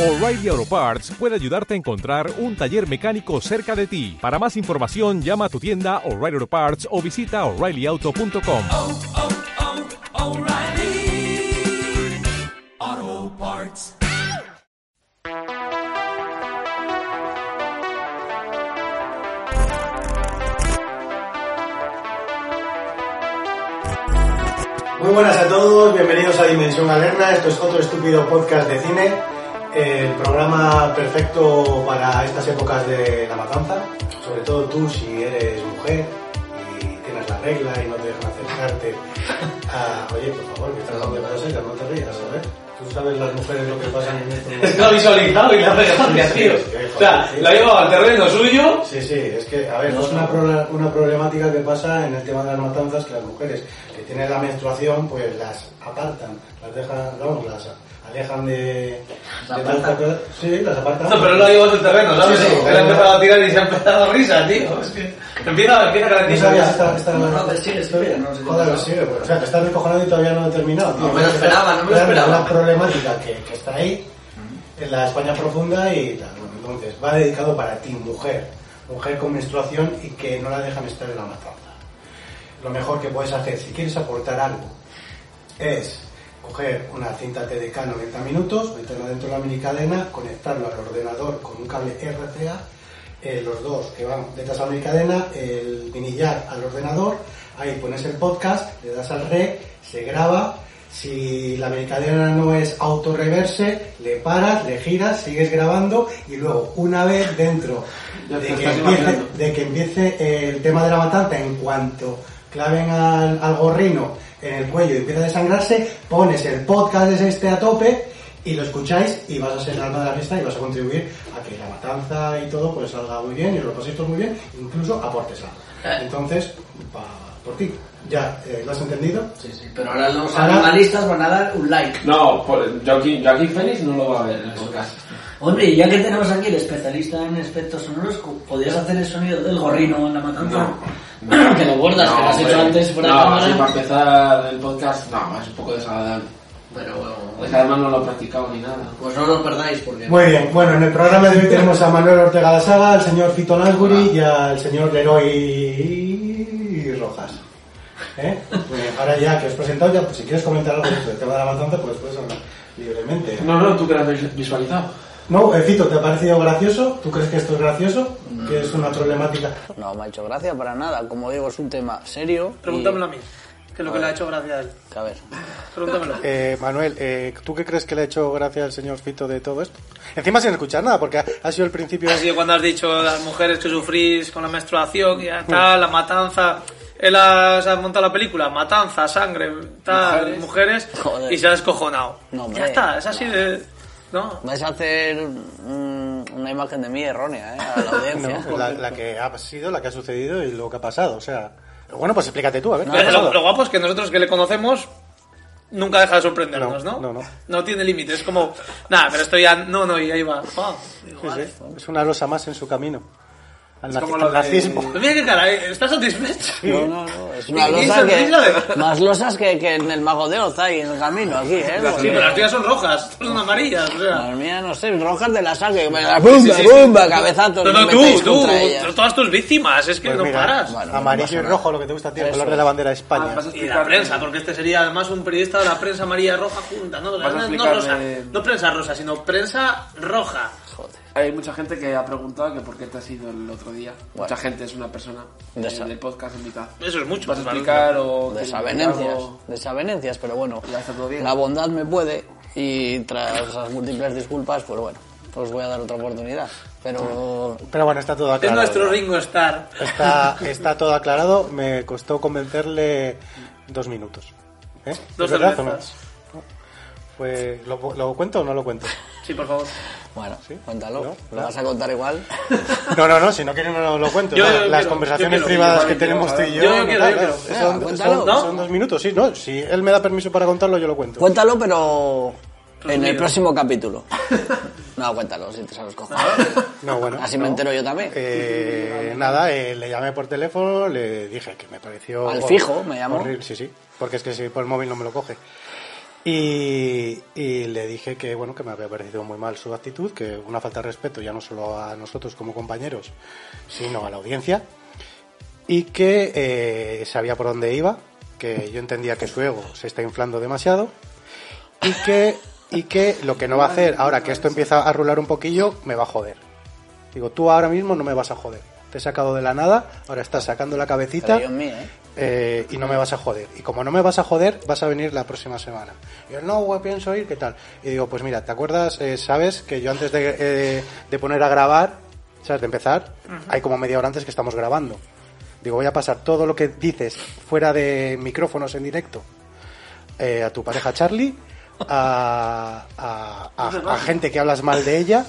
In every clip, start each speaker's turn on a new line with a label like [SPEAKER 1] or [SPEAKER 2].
[SPEAKER 1] O'Reilly Auto Parts puede ayudarte a encontrar un taller mecánico cerca de ti. Para más información, llama a tu tienda O'Reilly Auto Parts o visita oreillyauto.com.
[SPEAKER 2] oh, oh, O'Reilly Auto Parts.
[SPEAKER 3] Muy buenas a todos, bienvenidos a Dimensión Galerna, esto es otro estúpido podcast de cine, el programa perfecto para estas épocas de la matanza, sobre todo tú si eres mujer y tienes la regla y no te dejan acercarte a... Oye, por favor, que estás dando cosas secas, no te rías, ¿sabes? Tú sabes las mujeres lo que pasan en este estos
[SPEAKER 4] Es
[SPEAKER 3] momentos.
[SPEAKER 4] que lo ha visualizado y la
[SPEAKER 3] Sí,
[SPEAKER 4] referencia,
[SPEAKER 3] sí,
[SPEAKER 4] tío.
[SPEAKER 3] sí, sí,
[SPEAKER 4] O sea,
[SPEAKER 3] sí.
[SPEAKER 4] lo ha llevado al terreno suyo.
[SPEAKER 3] Sí, sí, es que, a ver, es una, pro- una problemática que pasa en el tema de las matanzas que las mujeres que tienen la menstruación, pues las apartan, las dejan, vamos, las alejan de... de tanta cosa. Sí, las apartan.
[SPEAKER 4] No, pero lo ha llevado al terreno, ¿sabes?
[SPEAKER 3] Sí, sí.
[SPEAKER 4] Él ha empezado a tirar y se ha empezado a risa, tío. Es que empieza, empieza a
[SPEAKER 3] No
[SPEAKER 4] garantizar.
[SPEAKER 3] sabías esta, esta-
[SPEAKER 5] No, pero sigue, sigue, no, sí,
[SPEAKER 3] Joder,
[SPEAKER 5] no.
[SPEAKER 3] sigue, pues. O sea, te estás descojonando y todavía no he terminado. tío.
[SPEAKER 5] No me lo esperaba, no me lo
[SPEAKER 3] Claro,
[SPEAKER 5] esperaba.
[SPEAKER 3] La problemática que, que está ahí, en la España profunda y tal. Bueno, entonces, va dedicado para ti, mujer. Mujer con menstruación y que no la dejan estar en la matanza. Lo mejor que puedes hacer, si quieres aportar algo, es coger una cinta TDK 90 minutos, meterla dentro de la minicadena, conectarlo al ordenador con un cable RCA, eh, los dos que van detrás a la minicadena, el vinillar al ordenador, ahí pones el podcast, le das al rec, se graba, si la minicadena no es autorreverse, le paras, le giras, sigues grabando y luego una vez dentro
[SPEAKER 4] Ya
[SPEAKER 3] de
[SPEAKER 4] te
[SPEAKER 3] que,
[SPEAKER 4] estás
[SPEAKER 3] empiece,
[SPEAKER 4] imaginando.
[SPEAKER 3] de que empiece el tema de la matanza, en cuanto claven al, al gorrino en el cuello y empieza a desangrarse, pones el podcast es este a tope y lo escucháis y vas a ser el alma de la fiesta y vas a contribuir a que la matanza y todo pues salga muy bien y os lo paséis todo muy bien, incluso aportes algo. Entonces, va por ti. Ya, eh, ¿lo has entendido?
[SPEAKER 5] Sí, sí, pero ahora los
[SPEAKER 3] Ahora-
[SPEAKER 5] animalistas van a dar un like.
[SPEAKER 6] No, por- Joaquín, Joaquín Félix no lo va a ver en el podcast.
[SPEAKER 5] Hombre, ya que tenemos aquí el especialista en aspectos sonoros, cu- ¿podrías hacer el sonido del gorrino en la matanza? que lo guardas, que lo has hecho
[SPEAKER 6] hombre.
[SPEAKER 5] antes fuera de
[SPEAKER 6] No,
[SPEAKER 5] cámara.
[SPEAKER 6] sí, para empezar el podcast, no, es un poco desagradable.
[SPEAKER 5] Pero bueno,
[SPEAKER 6] Pues además no lo he practicado ni nada.
[SPEAKER 5] pues no lo perdáis porque...
[SPEAKER 3] Muy bien, bueno, en el programa de hoy tenemos a Manuel Ortega de Saga, al señor Fito Lansbury y al señor Leroy Rojas. ¿Eh? Pues ahora ya que os he presentado, ya, pues si quieres comentar algo sobre el tema de la matanza, pues puedes hablar libremente.
[SPEAKER 6] No, no, tú que lo has vis- visualizado.
[SPEAKER 3] No, eh, Fito, ¿te ha parecido gracioso? ¿Tú crees que esto es gracioso?
[SPEAKER 6] Mm.
[SPEAKER 3] ¿Que es una problemática?
[SPEAKER 7] No me ha hecho gracia para nada. Como digo, es un tema serio. y-
[SPEAKER 8] Pregúntamelo a mí, que es lo que le ha hecho gracia a él.
[SPEAKER 7] que A ver.
[SPEAKER 8] Pregúntamelo.
[SPEAKER 3] Eh, Manuel, ¿tú qué crees que le ha hecho gracia al señor Fito de todo esto? Encima sin escuchar nada, porque ha sido el principio...
[SPEAKER 8] Ha sido cuando has dicho las mujeres que sufrís con la menstruación y ya tal, la matanza. Él ha, se ha montado la película, matanza, sangre, tal, mujeres,
[SPEAKER 7] Joder.
[SPEAKER 8] y se ha descojonado.
[SPEAKER 7] No, hombre.
[SPEAKER 8] ya está, es así de. ¿No?
[SPEAKER 7] Vais a hacer mm, una imagen de mí errónea, ¿eh? A la audiencia.
[SPEAKER 3] la, que ha sido, la que ha sucedido y lo que ha pasado, o sea... Bueno, pues explícate tú, a ver.
[SPEAKER 7] No,
[SPEAKER 8] Pero lo, lo guapo es que nosotros que le conocemos nunca deja de sorprendernos,
[SPEAKER 3] No,
[SPEAKER 8] ¿no?
[SPEAKER 3] no, no.
[SPEAKER 8] tiene límites, es como, nada, pero esto ya, no, no, y ahí va. pa, digo, vale.
[SPEAKER 3] Es una losa más en su camino. Al
[SPEAKER 4] como lo de-
[SPEAKER 3] nazismo.
[SPEAKER 8] Pues mira qué cara, ¿eh? ¿estás satisfecho?
[SPEAKER 7] No, no, no. Es una
[SPEAKER 8] Y- y
[SPEAKER 7] losa
[SPEAKER 8] sonrisa de
[SPEAKER 7] que.
[SPEAKER 8] verdad.
[SPEAKER 7] Más losas que, que en el mago de Oz hay en el camino aquí, ¿eh?
[SPEAKER 8] Sí,
[SPEAKER 7] Porque-
[SPEAKER 8] pero las tuyas son rojas, estas son amarillas, o sea.
[SPEAKER 7] Madre mía, no sé, rojas de la sangre. que me da ¡Bumba, bumba! Cabezazo.
[SPEAKER 8] No, no,
[SPEAKER 7] me
[SPEAKER 8] tú,
[SPEAKER 7] metáis
[SPEAKER 8] tú,
[SPEAKER 7] contra ellas.
[SPEAKER 8] todas tus víctimas, es que
[SPEAKER 3] Pues
[SPEAKER 8] no
[SPEAKER 3] mira,
[SPEAKER 8] paras.
[SPEAKER 7] Bueno, no pasa
[SPEAKER 3] Amarillo y
[SPEAKER 7] nada.
[SPEAKER 3] rojo, lo que te gusta, tío. El
[SPEAKER 7] Eso
[SPEAKER 3] color de
[SPEAKER 7] es.
[SPEAKER 3] la bandera de España.
[SPEAKER 4] Ah, vas a
[SPEAKER 8] Y la
[SPEAKER 4] explicarme.
[SPEAKER 8] prensa, porque este sería además un periodista de la prensa amarilla roja junta, ¿no?
[SPEAKER 4] Vas a
[SPEAKER 8] No, no,
[SPEAKER 4] explicarme-
[SPEAKER 8] rosa, no prensa rosa, sino prensa roja.
[SPEAKER 6] Hay mucha gente que ha preguntado que por qué te has ido el otro día. Mucha gente es una persona
[SPEAKER 7] De
[SPEAKER 6] eh,
[SPEAKER 7] esa-
[SPEAKER 6] del podcast invitada.
[SPEAKER 8] Eso es mucho.
[SPEAKER 6] ¿Vas a
[SPEAKER 8] Manuel.
[SPEAKER 6] explicar o...? quieres decir
[SPEAKER 7] Desavenencias,
[SPEAKER 6] algo?
[SPEAKER 7] desavenencias, pero bueno,
[SPEAKER 6] Ya está todo bien.
[SPEAKER 7] la bondad me puede y tras las múltiples disculpas, pues bueno, os voy a dar otra oportunidad. Pero
[SPEAKER 3] Pero bueno, está
[SPEAKER 7] Este
[SPEAKER 3] todo
[SPEAKER 8] Es
[SPEAKER 3] aclarado.
[SPEAKER 8] nuestro Ringo Starr.
[SPEAKER 3] Está, está todo aclarado. Me costó convencerle dos minutos. ¿Eh? ¿Es
[SPEAKER 8] Dos
[SPEAKER 3] verdad o no?
[SPEAKER 8] cervezas.
[SPEAKER 3] Pues, ¿lo, lo cuento o no lo cuento?
[SPEAKER 8] Sí, por favor.
[SPEAKER 7] bueno,
[SPEAKER 3] ¿Sí?
[SPEAKER 7] cuéntalo,
[SPEAKER 3] No,
[SPEAKER 7] lo
[SPEAKER 3] claro.
[SPEAKER 7] vas a contar igual.
[SPEAKER 3] No, no, no, si no quieres no lo, lo cuento.
[SPEAKER 8] Yo-
[SPEAKER 3] La-
[SPEAKER 8] yo
[SPEAKER 3] Las
[SPEAKER 8] quiero,
[SPEAKER 3] conversaciones
[SPEAKER 8] yo quiero,
[SPEAKER 3] privadas
[SPEAKER 8] yo
[SPEAKER 3] que
[SPEAKER 8] quiero,
[SPEAKER 3] tenemos tú y yo.
[SPEAKER 8] yo
[SPEAKER 3] no
[SPEAKER 8] quiero, yo
[SPEAKER 3] tal, pues,
[SPEAKER 8] quiero.
[SPEAKER 3] son-
[SPEAKER 7] Ah, cuéntalo.
[SPEAKER 3] son,
[SPEAKER 8] ¿No?
[SPEAKER 3] son dos minutos, sí, no. Si él me da permiso para contarlo, yo lo cuento.
[SPEAKER 7] Cuéntalo, pero en el
[SPEAKER 8] Resumido.
[SPEAKER 7] próximo capítulo. No, cuéntalo, si te sabes cojones.
[SPEAKER 3] No, bueno.
[SPEAKER 7] Así
[SPEAKER 3] no.
[SPEAKER 7] me entero yo también.
[SPEAKER 3] Eh, nada, eh, le llamé por teléfono, le dije que me pareció...
[SPEAKER 7] Al
[SPEAKER 3] hor-
[SPEAKER 7] fijo, me llamó.
[SPEAKER 3] horrible, sí, sí, porque es que si por el móvil no me lo coge. Y, y le dije que bueno que me había parecido muy mal su actitud, que una falta de respeto ya no solo a nosotros como compañeros, sino a la audiencia, y que eh, sabía por dónde iba, que yo entendía que su ego se está inflando demasiado y que, y que lo que no va a hacer ahora que esto empieza a rular un poquillo me va a joder. Digo, tú ahora mismo no me vas a joder. Te he sacado de la nada, ahora estás sacando la cabecita.
[SPEAKER 4] Dios mío, ¿eh?
[SPEAKER 3] Eh, y no me vas a joder. Y como no me vas a joder, vas a venir la próxima semana. Y yo, no, güey, pienso ir, ¿qué tal? Y digo, pues mira, ¿te acuerdas? eh, ¿Sabes que yo antes de, eh, de poner a grabar, ¿sabes? De empezar, hay como media hora antes que estamos grabando. Digo, voy a pasar todo lo que dices fuera de micrófonos en directo eh, a tu pareja Charlie, a, a- a- a gente que hablas mal de ella,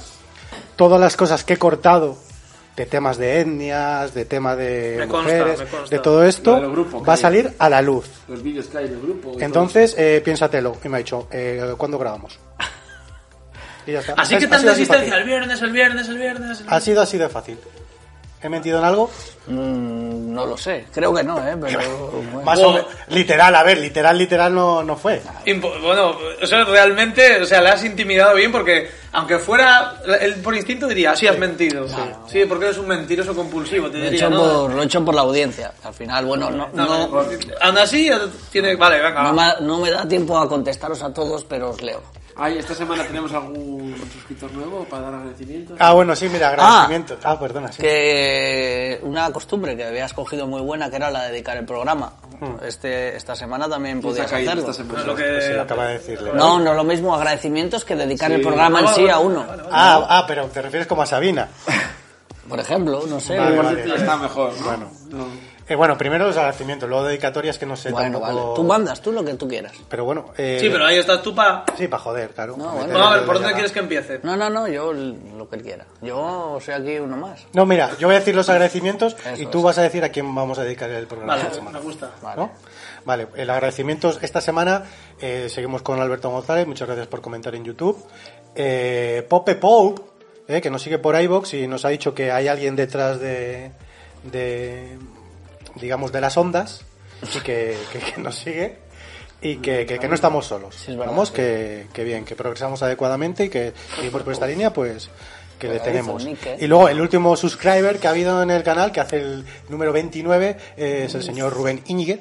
[SPEAKER 3] todas las cosas que he cortado de temas de etnias, de temas de
[SPEAKER 8] Me consta,
[SPEAKER 3] mujeres,
[SPEAKER 8] me consta.
[SPEAKER 3] de todo esto,
[SPEAKER 6] Lo del grupo,
[SPEAKER 3] va a
[SPEAKER 6] claro.
[SPEAKER 3] salir a la luz.
[SPEAKER 6] Los vídeos que hay del grupo. y
[SPEAKER 3] Entonces, eh, piénsatelo. Y me ha dicho, eh, ¿cuándo grabamos? Y ya está.
[SPEAKER 8] Así
[SPEAKER 3] Es-
[SPEAKER 8] que
[SPEAKER 3] ha
[SPEAKER 8] tanta
[SPEAKER 3] sido así
[SPEAKER 8] asistencia. El
[SPEAKER 3] fácil.
[SPEAKER 8] viernes, el viernes, el viernes. el
[SPEAKER 3] Ha sido así de fácil. ¿He mentido en algo?
[SPEAKER 4] Mm, no lo sé, creo que no, ¿eh? Pero. bueno.
[SPEAKER 3] Más o
[SPEAKER 8] Wow.
[SPEAKER 3] menos. Literal, a ver, literal, literal no, no fue.
[SPEAKER 8] Impo- Bueno, o sea, realmente, o sea, le has intimidado bien porque, aunque fuera, él por instinto diría, sí, has mentido. Sí, Sí, porque eres un mentiroso compulsivo, te
[SPEAKER 4] Lo he,
[SPEAKER 8] diría,
[SPEAKER 4] hecho
[SPEAKER 8] ¿no?
[SPEAKER 4] por, lo he hecho por la audiencia. Al final, bueno, no,
[SPEAKER 8] No,
[SPEAKER 4] no-
[SPEAKER 8] no, aún así, tiene... Vale, venga,
[SPEAKER 4] no
[SPEAKER 8] va.
[SPEAKER 4] me, no me da tiempo a contestaros a todos, pero os leo.
[SPEAKER 6] Ay, esta semana tenemos algún suscriptor nuevo para dar agradecimientos.
[SPEAKER 3] Ah, bueno, sí, mira, agradecimiento. Ah, perdona, sí.
[SPEAKER 4] Que una costumbre que habías cogido muy buena, que era la de dedicar el programa. Este, esta semana también
[SPEAKER 6] Se ha
[SPEAKER 4] podías
[SPEAKER 6] caído
[SPEAKER 4] hacerlo.
[SPEAKER 6] esta semana.
[SPEAKER 8] Es lo
[SPEAKER 3] Pues sí,
[SPEAKER 8] que...
[SPEAKER 3] lo acaba de decirle.
[SPEAKER 4] No, no lo mismo agradecimientos que dedicar el programa en
[SPEAKER 8] Ah,
[SPEAKER 4] sí
[SPEAKER 8] vale,
[SPEAKER 4] a
[SPEAKER 8] vale,
[SPEAKER 4] uno.
[SPEAKER 8] vale, vale.
[SPEAKER 3] Ah, ah, pero te refieres como a Sabina.
[SPEAKER 4] Por ejemplo, no sé.
[SPEAKER 3] Vale,
[SPEAKER 6] Igual
[SPEAKER 3] vale,
[SPEAKER 6] ya está mejor, ¿no?
[SPEAKER 3] Bueno.
[SPEAKER 6] No.
[SPEAKER 3] Eh, bueno, primero los agradecimientos, luego dedicatorias que no sé
[SPEAKER 4] Bueno, vale.
[SPEAKER 3] tampoco...
[SPEAKER 4] Tú mandas, tú lo que tú quieras.
[SPEAKER 3] Pero bueno, eh...
[SPEAKER 8] Sí, pero ahí estás tú para...
[SPEAKER 4] Eh,
[SPEAKER 3] Sí, para joder, claro.
[SPEAKER 4] No, bueno.
[SPEAKER 8] Bueno, a ver, ¿por dónde quieres que empiece?
[SPEAKER 4] No, no, no, yo lo que quiera. Yo soy aquí uno más.
[SPEAKER 3] No, mira, yo voy a decir los agradecimientos
[SPEAKER 4] Eso
[SPEAKER 3] y tú
[SPEAKER 4] es.
[SPEAKER 3] vas a decir a quién vamos a dedicar el programa.
[SPEAKER 8] Vale,
[SPEAKER 3] esta semana.
[SPEAKER 8] me gusta.
[SPEAKER 4] Vale.
[SPEAKER 3] ¿no? Vale, el agradecimiento esta semana eh, seguimos con Alberto González, muchas gracias por comentar en YouTube. Eh, Pope Pope, eh, que nos sigue por iBox y nos ha dicho que hay alguien detrás de, de digamos, de las ondas y que, que- que nos sigue y que, que- que no estamos solos.
[SPEAKER 4] Sí, es verdad,
[SPEAKER 3] Vamos,
[SPEAKER 4] sí.
[SPEAKER 3] que, que bien, que progresamos adecuadamente y que y por, por esta línea, pues que le
[SPEAKER 4] Pegadizo,
[SPEAKER 3] tenemos.
[SPEAKER 4] Nick, eh.
[SPEAKER 3] Y luego el último subscriber que ha habido en el canal, que hace el número 29, eh, es el señor Rubén Íñiguez.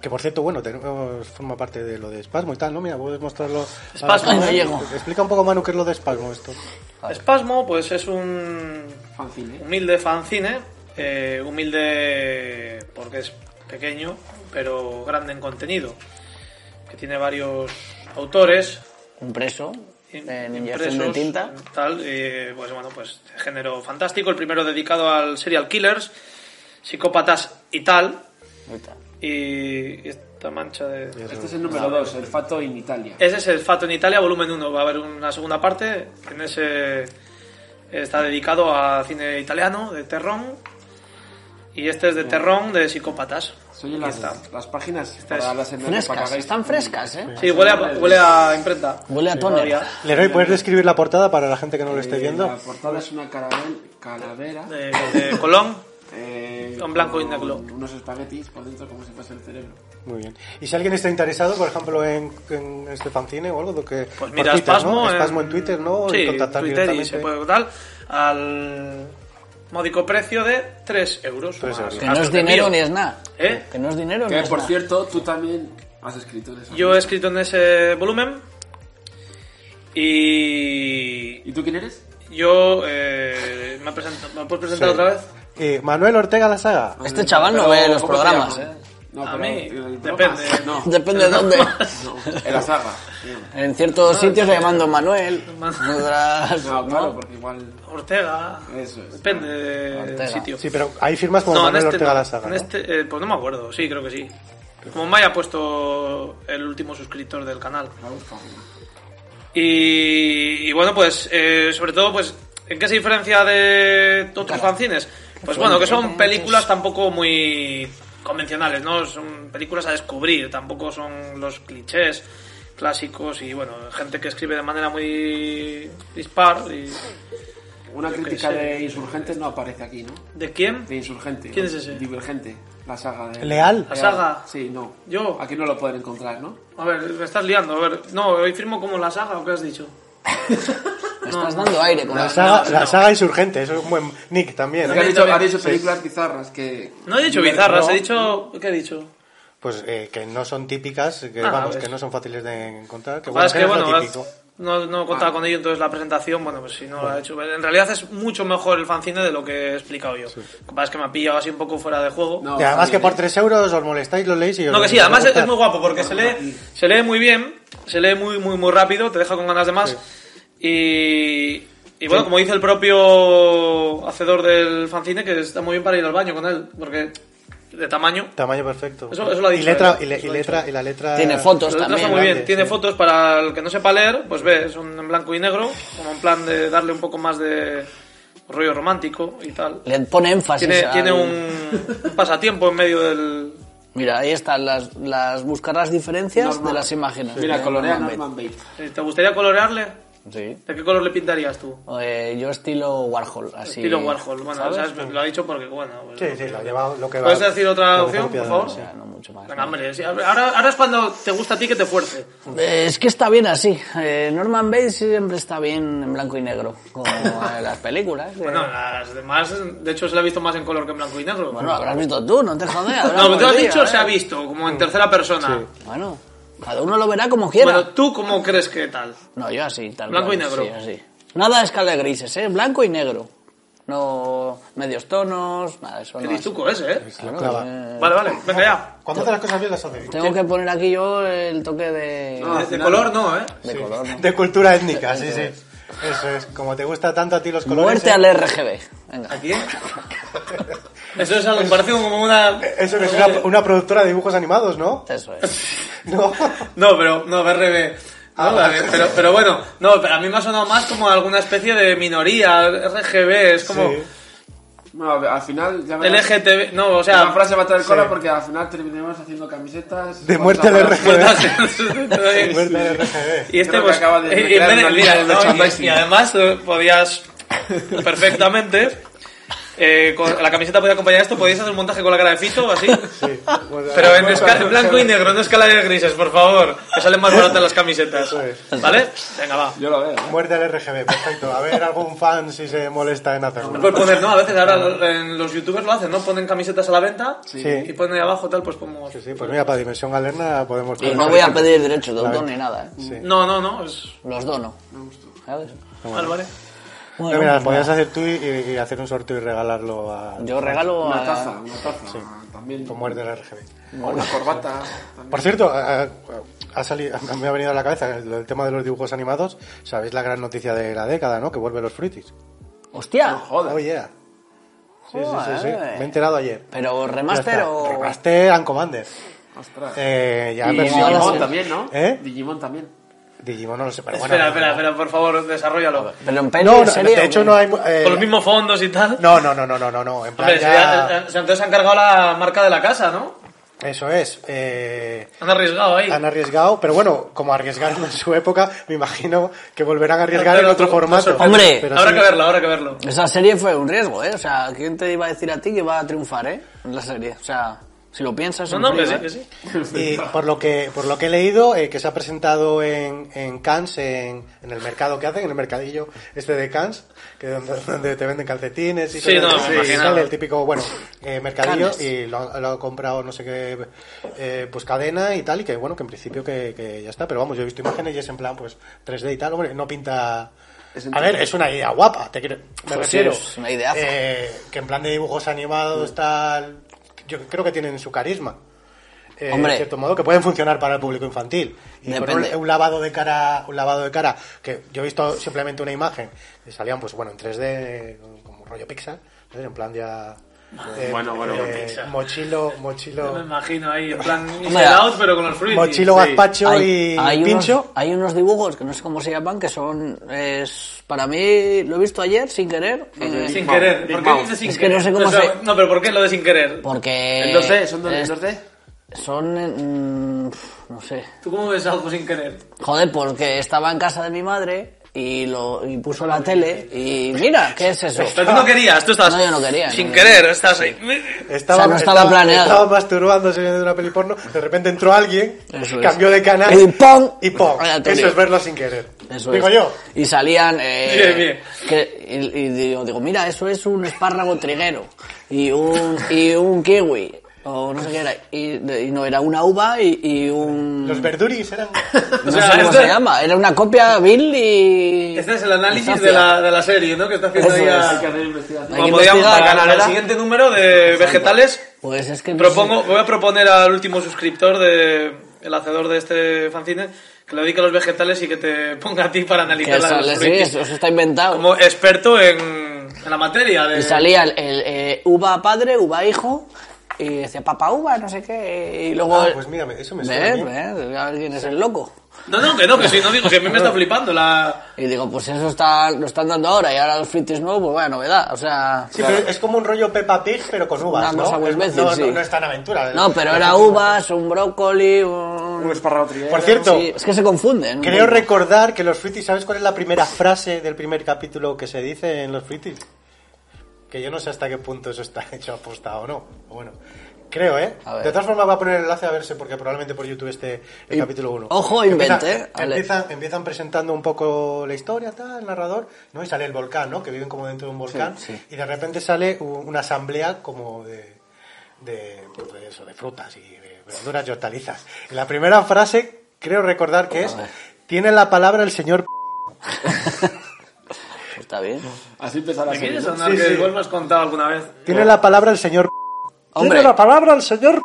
[SPEAKER 3] Que por cierto, bueno, tenemos, forma parte de lo de espasmo y tal, ¿no? Mira, puedes mostrarlo.
[SPEAKER 8] Espasmo,
[SPEAKER 3] Ahora,
[SPEAKER 4] no llego.
[SPEAKER 3] Explica un poco, Manu, qué es lo de espasmo esto.
[SPEAKER 4] Vale.
[SPEAKER 8] Espasmo, pues es un
[SPEAKER 6] Fanzine.
[SPEAKER 8] humilde fanzine, eh, humilde porque es pequeño, pero grande en contenido, que tiene varios autores,
[SPEAKER 4] Impreso, en inyección de
[SPEAKER 8] impresos,
[SPEAKER 4] tinta.
[SPEAKER 8] Tal, eh, pues bueno, pues de género fantástico. El primero dedicado al serial killers, psicópatas y tal.
[SPEAKER 4] Ahí está.
[SPEAKER 8] Y esta mancha de.
[SPEAKER 6] Este es el número 2, el Fato in Italia.
[SPEAKER 8] Ese es el Fato en Italia, volumen 1. Va a haber una segunda parte. En ese está dedicado a cine italiano, de Terrón. Y este es de Terrón, de psicópatas.
[SPEAKER 6] Soy las, las páginas para
[SPEAKER 8] es
[SPEAKER 6] las enmiendas para que
[SPEAKER 4] Frescas,
[SPEAKER 6] hagáis-
[SPEAKER 4] están frescas, ¿eh?
[SPEAKER 8] Sí, huele a, huele a imprenta.
[SPEAKER 4] Huele a tóner.
[SPEAKER 8] Todavía.
[SPEAKER 3] Leroy, ¿puedes describir la portada para la gente que no lo esté
[SPEAKER 6] Eh,
[SPEAKER 3] viendo?
[SPEAKER 6] La portada es una carabel- calavera.
[SPEAKER 8] De, de Colón.
[SPEAKER 6] eh,
[SPEAKER 8] en blanco
[SPEAKER 6] con
[SPEAKER 8] y negro.
[SPEAKER 6] Unos espaguetis por dentro, como si fuese el cerebro.
[SPEAKER 3] Muy bien. Y si alguien está interesado, por ejemplo, en, en este fanzine o algo, lo que,
[SPEAKER 8] Pues
[SPEAKER 3] por
[SPEAKER 8] mira,
[SPEAKER 3] Twitter,
[SPEAKER 8] Espasmo,
[SPEAKER 3] ¿no? Espasmo en Twitter, ¿no?
[SPEAKER 8] Sí,
[SPEAKER 3] y contactar
[SPEAKER 8] Twitter y
[SPEAKER 3] directamente.
[SPEAKER 8] se puede contar al módico precio de 3 euros.
[SPEAKER 3] Tres
[SPEAKER 8] más
[SPEAKER 3] euros.
[SPEAKER 4] Que no es
[SPEAKER 8] gastos de
[SPEAKER 4] dinero
[SPEAKER 8] envío.
[SPEAKER 4] ni es nada.
[SPEAKER 8] ¿Eh?
[SPEAKER 4] Que no es dinero ni
[SPEAKER 6] Que
[SPEAKER 4] es
[SPEAKER 6] por
[SPEAKER 4] nada.
[SPEAKER 6] cierto, tú también has escrito en esa.
[SPEAKER 8] Yo he escrito en ese volumen y
[SPEAKER 6] ¿Y tú quién eres?
[SPEAKER 8] yo eh, me, presento, ¿me puedes presentar
[SPEAKER 3] Sí.
[SPEAKER 8] otra vez.
[SPEAKER 3] Eh, Manuel Ortega La Saga.
[SPEAKER 4] Este chaval no
[SPEAKER 6] Pero,
[SPEAKER 4] ve los
[SPEAKER 6] ¿cómo te
[SPEAKER 4] programas,
[SPEAKER 6] llamas?
[SPEAKER 4] ¿eh?
[SPEAKER 6] No,
[SPEAKER 8] A
[SPEAKER 6] pero-
[SPEAKER 8] mí,
[SPEAKER 6] el-
[SPEAKER 8] depende.
[SPEAKER 6] No,
[SPEAKER 4] Depende de dónde.
[SPEAKER 6] no, en la saga.
[SPEAKER 4] En ciertos sitios le llaman Don Manuel.
[SPEAKER 8] Manuel.
[SPEAKER 4] otras-
[SPEAKER 6] No, claro, porque igual.
[SPEAKER 8] Ortega.
[SPEAKER 6] Eso es.
[SPEAKER 8] Depende del
[SPEAKER 4] Ortega.
[SPEAKER 8] sitio.
[SPEAKER 3] Sí, pero ahí firmas como Manuel Ortega
[SPEAKER 8] no,
[SPEAKER 3] La Saga.
[SPEAKER 8] en
[SPEAKER 3] ¿no?
[SPEAKER 8] este, eh, pues no me acuerdo, sí, creo que sí. Como me haya puesto el último suscriptor del canal. Y, y bueno, pues eh, sobre todo, pues ¿en qué se diferencia de otros fanzines? Pues bueno, que son películas tampoco muy convencionales, ¿no? Son películas a descubrir, tampoco son los clichés clásicos y bueno, gente que escribe de manera muy dispar y
[SPEAKER 6] Una
[SPEAKER 8] Yo qué
[SPEAKER 6] crítica
[SPEAKER 8] sé.
[SPEAKER 6] de Insurgente no aparece aquí, ¿no?
[SPEAKER 8] ¿De quién?
[SPEAKER 6] De Insurgente.
[SPEAKER 8] ¿Quién
[SPEAKER 6] ¿no?
[SPEAKER 8] es ese?
[SPEAKER 6] Divergente. La saga de...
[SPEAKER 3] Leal.
[SPEAKER 8] La saga.
[SPEAKER 6] Sí, no.
[SPEAKER 8] Yo.
[SPEAKER 6] Aquí no lo pueden encontrar, ¿no?
[SPEAKER 8] A ver, me estás liando. A ver, no, hoy firmo como la saga o qué has dicho.
[SPEAKER 4] Me estás dando aire con
[SPEAKER 3] La
[SPEAKER 4] las
[SPEAKER 3] saga,
[SPEAKER 8] no,
[SPEAKER 3] la
[SPEAKER 8] Ah, no.
[SPEAKER 3] saga insurgente, eso es un buen nick también.
[SPEAKER 6] Es
[SPEAKER 3] ¿eh?
[SPEAKER 6] que ha dicho, ha dicho
[SPEAKER 3] Sí.
[SPEAKER 6] películas bizarras que...
[SPEAKER 8] No he dicho
[SPEAKER 6] Diver-
[SPEAKER 8] bizarras,
[SPEAKER 6] no.
[SPEAKER 8] he dicho. ¿Qué he dicho?
[SPEAKER 3] Pues eh, que no son típicas, que
[SPEAKER 8] Ah,
[SPEAKER 3] vamos,
[SPEAKER 8] ves.
[SPEAKER 3] que no son fáciles de encontrar. Que
[SPEAKER 8] Lo que
[SPEAKER 3] bueno,
[SPEAKER 8] pasa es que,
[SPEAKER 3] que no es
[SPEAKER 8] bueno,
[SPEAKER 3] lo
[SPEAKER 8] la-
[SPEAKER 3] típico.
[SPEAKER 8] no, no contaba con ello, entonces la presentación, bueno, pues si no la he hecho. En realidad es mucho mejor el fanzine de lo que he explicado yo. Lo que pasa es que me ha pillado así un poco fuera de juego.
[SPEAKER 6] No,
[SPEAKER 3] y además que
[SPEAKER 6] está bien,
[SPEAKER 3] por 3 euros os molestáis, lo leéis y os
[SPEAKER 8] No, que
[SPEAKER 3] os
[SPEAKER 8] sí,
[SPEAKER 3] va a
[SPEAKER 8] además es,
[SPEAKER 3] gustar.
[SPEAKER 8] es muy guapo porque se lee, se lee muy bien, se lee muy, muy, muy rápido, te deja con ganas de más. Y, y bueno, como dice el propio hacedor del fanzine, que está muy bien para ir al baño con él, porque de tamaño.
[SPEAKER 3] Tamaño perfecto.
[SPEAKER 8] Eso- eso lo ha
[SPEAKER 3] y
[SPEAKER 8] dicho
[SPEAKER 3] letra,
[SPEAKER 8] él,
[SPEAKER 3] y, le-
[SPEAKER 8] eso
[SPEAKER 3] y
[SPEAKER 8] lo ha
[SPEAKER 3] letra, y la letra...
[SPEAKER 4] Tiene fotos
[SPEAKER 8] la letra está
[SPEAKER 4] también.
[SPEAKER 8] muy
[SPEAKER 3] grande,
[SPEAKER 8] bien, tiene
[SPEAKER 3] sí.
[SPEAKER 8] fotos para el que no sepa leer, pues ve, son en blanco y negro, como en plan de darle un poco más de rollo romántico y tal.
[SPEAKER 4] Le pone énfasis.
[SPEAKER 8] Tiene,
[SPEAKER 4] al-
[SPEAKER 8] tiene un, un pasatiempo en medio del.
[SPEAKER 4] Mira, ahí están las, las buscar las diferencias de las imágenes.
[SPEAKER 6] Mira,
[SPEAKER 4] de
[SPEAKER 6] colorea
[SPEAKER 4] Norman
[SPEAKER 6] Norman Bates.
[SPEAKER 8] ¿Te gustaría colorearle?
[SPEAKER 4] Bates. Sí.
[SPEAKER 8] ¿De qué color le pintarías tú?
[SPEAKER 4] Eh, yo estilo Warhol, así.
[SPEAKER 8] Estilo Warhol. Bueno, ¿sabes? lo ha dicho porque, bueno. pues,
[SPEAKER 3] Sí, sí, lo ha llevado lo que va...
[SPEAKER 8] ¿Puedes decir otra
[SPEAKER 3] lo que
[SPEAKER 8] opción,
[SPEAKER 3] copia
[SPEAKER 8] por
[SPEAKER 3] de-
[SPEAKER 8] favor?
[SPEAKER 4] O sea, no mucho más.
[SPEAKER 8] Venga, hombre, sí, ahora, ahora es cuando te gusta a ti que te fuerce.
[SPEAKER 4] Eh, es que está bien así. Eh, Norman Bates siempre está bien en blanco y negro, como en las películas. eh.
[SPEAKER 8] Bueno, las demás, de hecho, se la ha visto más en color que en blanco y negro.
[SPEAKER 4] Bueno, habrás visto tú, no te jodeas. habrás
[SPEAKER 8] no, lo que tú has
[SPEAKER 4] podido,
[SPEAKER 8] dicho
[SPEAKER 4] eh.
[SPEAKER 8] se ha visto, como en tercera persona.
[SPEAKER 4] Bueno, cada uno lo verá como quiera.
[SPEAKER 8] Bueno, ¿tú cómo crees que tal?
[SPEAKER 4] No, yo así, tal
[SPEAKER 8] Blanco
[SPEAKER 4] cual,
[SPEAKER 8] y negro.
[SPEAKER 4] sí, así. Nada de escala de grises, ¿eh? Blanco y negro. No medios tonos, nada, eso
[SPEAKER 8] Qué
[SPEAKER 4] no es.
[SPEAKER 8] listuco ese, ¿eh?
[SPEAKER 3] Lo clava.
[SPEAKER 8] Vale, vale, venga ya.
[SPEAKER 3] Cuando hace las cosas bien las hace bien.
[SPEAKER 4] Tengo que poner aquí yo el toque de,
[SPEAKER 6] No,
[SPEAKER 8] De, de
[SPEAKER 6] no.
[SPEAKER 8] color no, ¿eh?
[SPEAKER 4] de color. ¿no?
[SPEAKER 3] De cultura étnica, sí, sí. Eso es, como te gusta tanto a ti los colores...
[SPEAKER 4] Muerte
[SPEAKER 3] eh,
[SPEAKER 4] al RGB. Venga.
[SPEAKER 8] Aquí. Eso es algo, parece como una.
[SPEAKER 3] Eso que es una, una productora de dibujos animados, ¿no?
[SPEAKER 4] Eso es.
[SPEAKER 3] No.
[SPEAKER 8] No, pero, no, BRB. No, la- pero, pero bueno, no, pero a mí me ha sonado más como alguna especie de minoría, RGB, es como
[SPEAKER 3] Sí.
[SPEAKER 6] Bueno, a ver, al final ya verás-
[SPEAKER 8] LGTB, no, o
[SPEAKER 6] la
[SPEAKER 8] sea,
[SPEAKER 6] frase va a traer cola
[SPEAKER 3] sí.
[SPEAKER 6] porque al final terminamos haciendo camisetas...
[SPEAKER 3] De muerte al
[SPEAKER 6] Bueno,
[SPEAKER 3] Muerte
[SPEAKER 8] muertas.
[SPEAKER 3] al RGB.
[SPEAKER 8] y este
[SPEAKER 6] Creo que
[SPEAKER 8] pues,
[SPEAKER 6] acaba de
[SPEAKER 8] y- y en
[SPEAKER 6] crear
[SPEAKER 8] vez de- mira,
[SPEAKER 6] una línea de
[SPEAKER 8] no, y-
[SPEAKER 6] merchandising.
[SPEAKER 8] y además eh, podías perfectamente eh, con la camiseta podía acompañar esto, podías hacer un montaje con la cara de Fito o así.
[SPEAKER 3] Sí, bueno,
[SPEAKER 8] Pero en, esca- en blanco y negro, no escala de grises, por favor. Que salen más baratas las camisetas.
[SPEAKER 3] Eso es.
[SPEAKER 8] ¿Vale? Venga, va.
[SPEAKER 6] Yo lo veo. ¿eh?
[SPEAKER 3] Muerte al RGB, perfecto. A ver algún fan si se molesta en hacerlo.
[SPEAKER 4] Pues,
[SPEAKER 8] Puedes Pues poner, ¿no? A veces ahora lo- en los youtubers lo hacen, ¿no? Ponen camisetas a la venta
[SPEAKER 3] Sí.
[SPEAKER 8] y ponen ahí abajo tal, pues ponemos...
[SPEAKER 3] Sí, sí, pues mira, para Dimensión Galerna podemos...
[SPEAKER 4] Y no voy a pedir derechos de autor ni nada, ¿eh?
[SPEAKER 3] Sí.
[SPEAKER 8] No, no, no, es...
[SPEAKER 4] Los dono. ¿Sabes?
[SPEAKER 8] Vale, vale.
[SPEAKER 4] Bueno,
[SPEAKER 3] mira,
[SPEAKER 4] pues
[SPEAKER 3] podías hacer tú y, y hacer un sorteo y regalarlo a...
[SPEAKER 4] Yo regalo
[SPEAKER 6] Una
[SPEAKER 4] a...
[SPEAKER 6] taza, una taza. También
[SPEAKER 3] Con muerte al RGB.
[SPEAKER 6] una corbata.
[SPEAKER 3] Por cierto, a- a- ha salido, a- me ha venido a la cabeza el tema de los dibujos animados. Sabéis la gran noticia de la década, ¿no? Que vuelven los fruitis.
[SPEAKER 4] ¡Hostia!
[SPEAKER 3] Oh, yeah. Sí, sí, sí, sí.
[SPEAKER 4] Joder.
[SPEAKER 3] Me he enterado ayer.
[SPEAKER 4] Pero
[SPEAKER 3] Ya
[SPEAKER 4] remaster
[SPEAKER 3] está.
[SPEAKER 4] o...
[SPEAKER 3] Remaster and Commander.
[SPEAKER 6] Ostras.
[SPEAKER 3] Eh, ya
[SPEAKER 6] Y
[SPEAKER 3] versión-
[SPEAKER 6] Digimon también, ¿no?
[SPEAKER 3] ¿Eh?
[SPEAKER 6] Digimon también.
[SPEAKER 3] Digimon no lo sé, pero bueno.
[SPEAKER 8] espera, espera, espera, por favor, desarrollalo.
[SPEAKER 4] Pero en peli,
[SPEAKER 3] No, no,
[SPEAKER 4] en serio,
[SPEAKER 3] de hecho no hay... eh,
[SPEAKER 8] Con los mismos fondos y tal.
[SPEAKER 3] No, no, no, no, no, no, no. En plan
[SPEAKER 8] Hombre, si
[SPEAKER 3] ya-
[SPEAKER 8] ya- eh, eh, entonces han cargado la marca de la casa, ¿no?
[SPEAKER 3] Eso es. Eh,
[SPEAKER 8] Han arriesgado
[SPEAKER 4] Ah,
[SPEAKER 8] ahí.
[SPEAKER 3] han arriesgado, pero bueno, como arriesgaron en su época, me imagino que volverán a arriesgar
[SPEAKER 8] Pero
[SPEAKER 3] en otro
[SPEAKER 8] no- no
[SPEAKER 3] formato.
[SPEAKER 8] sorprende.
[SPEAKER 4] Hombre,
[SPEAKER 3] Pero
[SPEAKER 8] habrá
[SPEAKER 3] sí,
[SPEAKER 8] que verlo, habrá que verlo.
[SPEAKER 4] Esa serie fue un riesgo, ¿eh? O sea, ¿quién te iba a decir a ti que iba a triunfar, eh? La serie. O sea, si lo piensas...
[SPEAKER 8] No,
[SPEAKER 4] un
[SPEAKER 8] no, que sí,
[SPEAKER 4] frío,
[SPEAKER 8] que
[SPEAKER 4] ¿eh?
[SPEAKER 8] sí.
[SPEAKER 3] Y por lo que, por lo que he leído, eh, que se ha presentado en, en Cannes, en, en el mercado que hacen, en el mercadillo este de Cannes, que donde, donde te venden calcetines y
[SPEAKER 8] Sí,
[SPEAKER 3] todo
[SPEAKER 8] no,
[SPEAKER 3] eso,
[SPEAKER 8] me
[SPEAKER 3] y
[SPEAKER 8] imaginaba.
[SPEAKER 3] sale el típico, bueno, eh, mercadillo
[SPEAKER 4] Cannes.
[SPEAKER 3] y lo, lo ha comprado no sé qué, eh, pues cadena y tal, y que bueno, que en principio que, que ya está, pero vamos, yo he visto imágenes y es en plan, pues 3D y tal, hombre, no pinta...
[SPEAKER 6] Es en
[SPEAKER 3] A ver, es una idea guapa, te quiero, me
[SPEAKER 4] Pues sí,
[SPEAKER 3] refiero.
[SPEAKER 4] es una ideaza. Mm.
[SPEAKER 3] eh, que en plan de dibujos animados tal, yo creo que tienen su carisma eh,
[SPEAKER 4] Hombre.
[SPEAKER 3] de cierto modo que pueden funcionar para el público infantil y por un,
[SPEAKER 4] Depende.
[SPEAKER 3] un lavado de cara un lavado de cara que yo he visto simplemente una imagen que salían pues bueno en 3D como- como rollo Pixar ¿sabes? en plan ya eh,
[SPEAKER 6] Bueno, bueno,
[SPEAKER 3] eh,
[SPEAKER 6] Pixar.
[SPEAKER 3] mochilo
[SPEAKER 8] Me
[SPEAKER 3] mochilo
[SPEAKER 8] imagino ahí, en plan
[SPEAKER 4] Hombre,
[SPEAKER 8] Inside Out, pero con los fruities.
[SPEAKER 3] mochilo gazpacho y pincho
[SPEAKER 4] Unos, hay unos dibujos que no sé cómo se llaman, que son... Es, para mí, lo he visto ayer, sin querer. eh,
[SPEAKER 8] Sin
[SPEAKER 6] Mouth,
[SPEAKER 8] querer.
[SPEAKER 6] Big
[SPEAKER 8] ¿Por qué
[SPEAKER 6] Mouth.
[SPEAKER 8] dices sin
[SPEAKER 4] Es que
[SPEAKER 8] querer?
[SPEAKER 4] no sé cómo
[SPEAKER 8] O sea,
[SPEAKER 4] se-
[SPEAKER 8] No, pero ¿por qué lo de sin querer?
[SPEAKER 4] Porque...
[SPEAKER 6] Entonces, ¿son dos
[SPEAKER 4] es-
[SPEAKER 6] entonces?
[SPEAKER 4] Son... eh, mm, pf, no sé.
[SPEAKER 8] ¿Tú cómo ves algo sin querer?
[SPEAKER 4] Joder, porque estaba en casa de mi madre y, lo, y puso la tele y mira, ¿qué es eso?
[SPEAKER 8] Pero tú no querías, tú estabas.
[SPEAKER 4] Ah. No, yo no quería,
[SPEAKER 8] Sin
[SPEAKER 4] no
[SPEAKER 8] querer, estás ahí.
[SPEAKER 4] O sea, no estaba planeado.
[SPEAKER 3] Estaba masturbándose viendo una peli porno. De repente entró alguien,
[SPEAKER 4] Eso es.
[SPEAKER 3] cambió de canal.
[SPEAKER 4] Y ¡pum!
[SPEAKER 3] Y ¡pum!
[SPEAKER 4] Vaya tele.
[SPEAKER 3] Eso es verlo sin querer.
[SPEAKER 4] Eso
[SPEAKER 3] Digo
[SPEAKER 4] es.
[SPEAKER 3] yo.
[SPEAKER 4] Y salían... eh,
[SPEAKER 8] Bien, bien.
[SPEAKER 4] que- y, y digo, digo, mira, eso es un espárrago triguero y un, y un kiwi. O no sé qué era. Y, de- y no, era una uva y, y un...
[SPEAKER 3] Los verduris eran.
[SPEAKER 4] No
[SPEAKER 8] O sea,
[SPEAKER 4] sé cómo
[SPEAKER 8] este-
[SPEAKER 4] se llama. Era una copia Bill y...
[SPEAKER 8] Este es el análisis de la, de la serie, ¿no? Que está haciendo
[SPEAKER 4] Eso
[SPEAKER 8] ahí a-
[SPEAKER 4] es.
[SPEAKER 6] Hay que hacer investigación.
[SPEAKER 4] Hay
[SPEAKER 8] Como
[SPEAKER 4] que
[SPEAKER 8] podíamos,
[SPEAKER 4] investigar,
[SPEAKER 8] para, para el
[SPEAKER 4] canalera.
[SPEAKER 8] siguiente número de vegetales,
[SPEAKER 4] Pues es que... no
[SPEAKER 8] propongo,
[SPEAKER 4] sé.
[SPEAKER 8] voy a proponer al último suscriptor de el hacedor de este fanzine que le dedique a los vegetales y que te ponga a ti para
[SPEAKER 4] Que
[SPEAKER 8] analizar
[SPEAKER 4] eso,
[SPEAKER 8] la
[SPEAKER 4] sí, eso, eso está inventado.
[SPEAKER 8] como experto en, en la materia de
[SPEAKER 4] Y salía el, el, eh, uva padre, uva hijo, y decía papá uva, no sé qué, y luego...
[SPEAKER 3] Ah, pues mírame, eso me suena. a
[SPEAKER 4] ¿Ves?
[SPEAKER 3] mí.
[SPEAKER 4] ¿Ves? A ver quién es el loco.
[SPEAKER 8] No, no, que no, que sí, no digo, que a mí me está flipando la...
[SPEAKER 4] Y digo, pues eso está, lo están dando ahora, y ahora los frites nuevos, pues vaya novedad, o sea...
[SPEAKER 3] Sí, pero es como un rollo Peppa Pig, pero con uvas,
[SPEAKER 4] Una
[SPEAKER 3] ¿no?
[SPEAKER 4] cosa muy
[SPEAKER 3] Es-
[SPEAKER 4] imbécil,
[SPEAKER 3] no,
[SPEAKER 4] sí.
[SPEAKER 3] no, no es tan aventura. ¿eh?
[SPEAKER 4] No, pero era uvas, un brócoli, un...
[SPEAKER 6] Un espárrago triguero.
[SPEAKER 3] Pues, Por cierto,
[SPEAKER 4] Sí, es que se confunden. un
[SPEAKER 3] creo
[SPEAKER 4] poco.
[SPEAKER 3] recordar que los Fritis, ¿sabes cuál es la primera frase del primer capítulo que se dice en los Fritis? Que yo no sé hasta qué punto eso está hecho apostado o no. O Bueno, creo, ¿eh?
[SPEAKER 4] A ver.
[SPEAKER 3] De todas formas, va a poner el enlace a verse porque probablemente por YouTube esté el
[SPEAKER 4] Y-
[SPEAKER 3] capítulo 1.
[SPEAKER 4] ojo, invente, ¿eh? Ale.
[SPEAKER 3] Empiezan, empiezan presentando un poco la historia, tal, el narrador, ¿no? Y sale el volcán, ¿no? Que viven como dentro de un volcán. Y de repente sale u- una asamblea como de, de, pues, de eso, de frutas y de verduras y hortalizas. Y la primera frase, creo recordar que es, tiene la palabra el señor... p-".
[SPEAKER 4] Pues Está bien.
[SPEAKER 6] Así empezaba la
[SPEAKER 8] ¿Me
[SPEAKER 6] serie.
[SPEAKER 8] quieres
[SPEAKER 6] ¿no?
[SPEAKER 8] sonar?
[SPEAKER 3] Sí,
[SPEAKER 8] que
[SPEAKER 3] sí.
[SPEAKER 8] igual me has contado alguna vez.
[SPEAKER 3] Tiene la palabra el señor... p-".
[SPEAKER 4] Hombre.
[SPEAKER 3] Tiene la palabra el señor...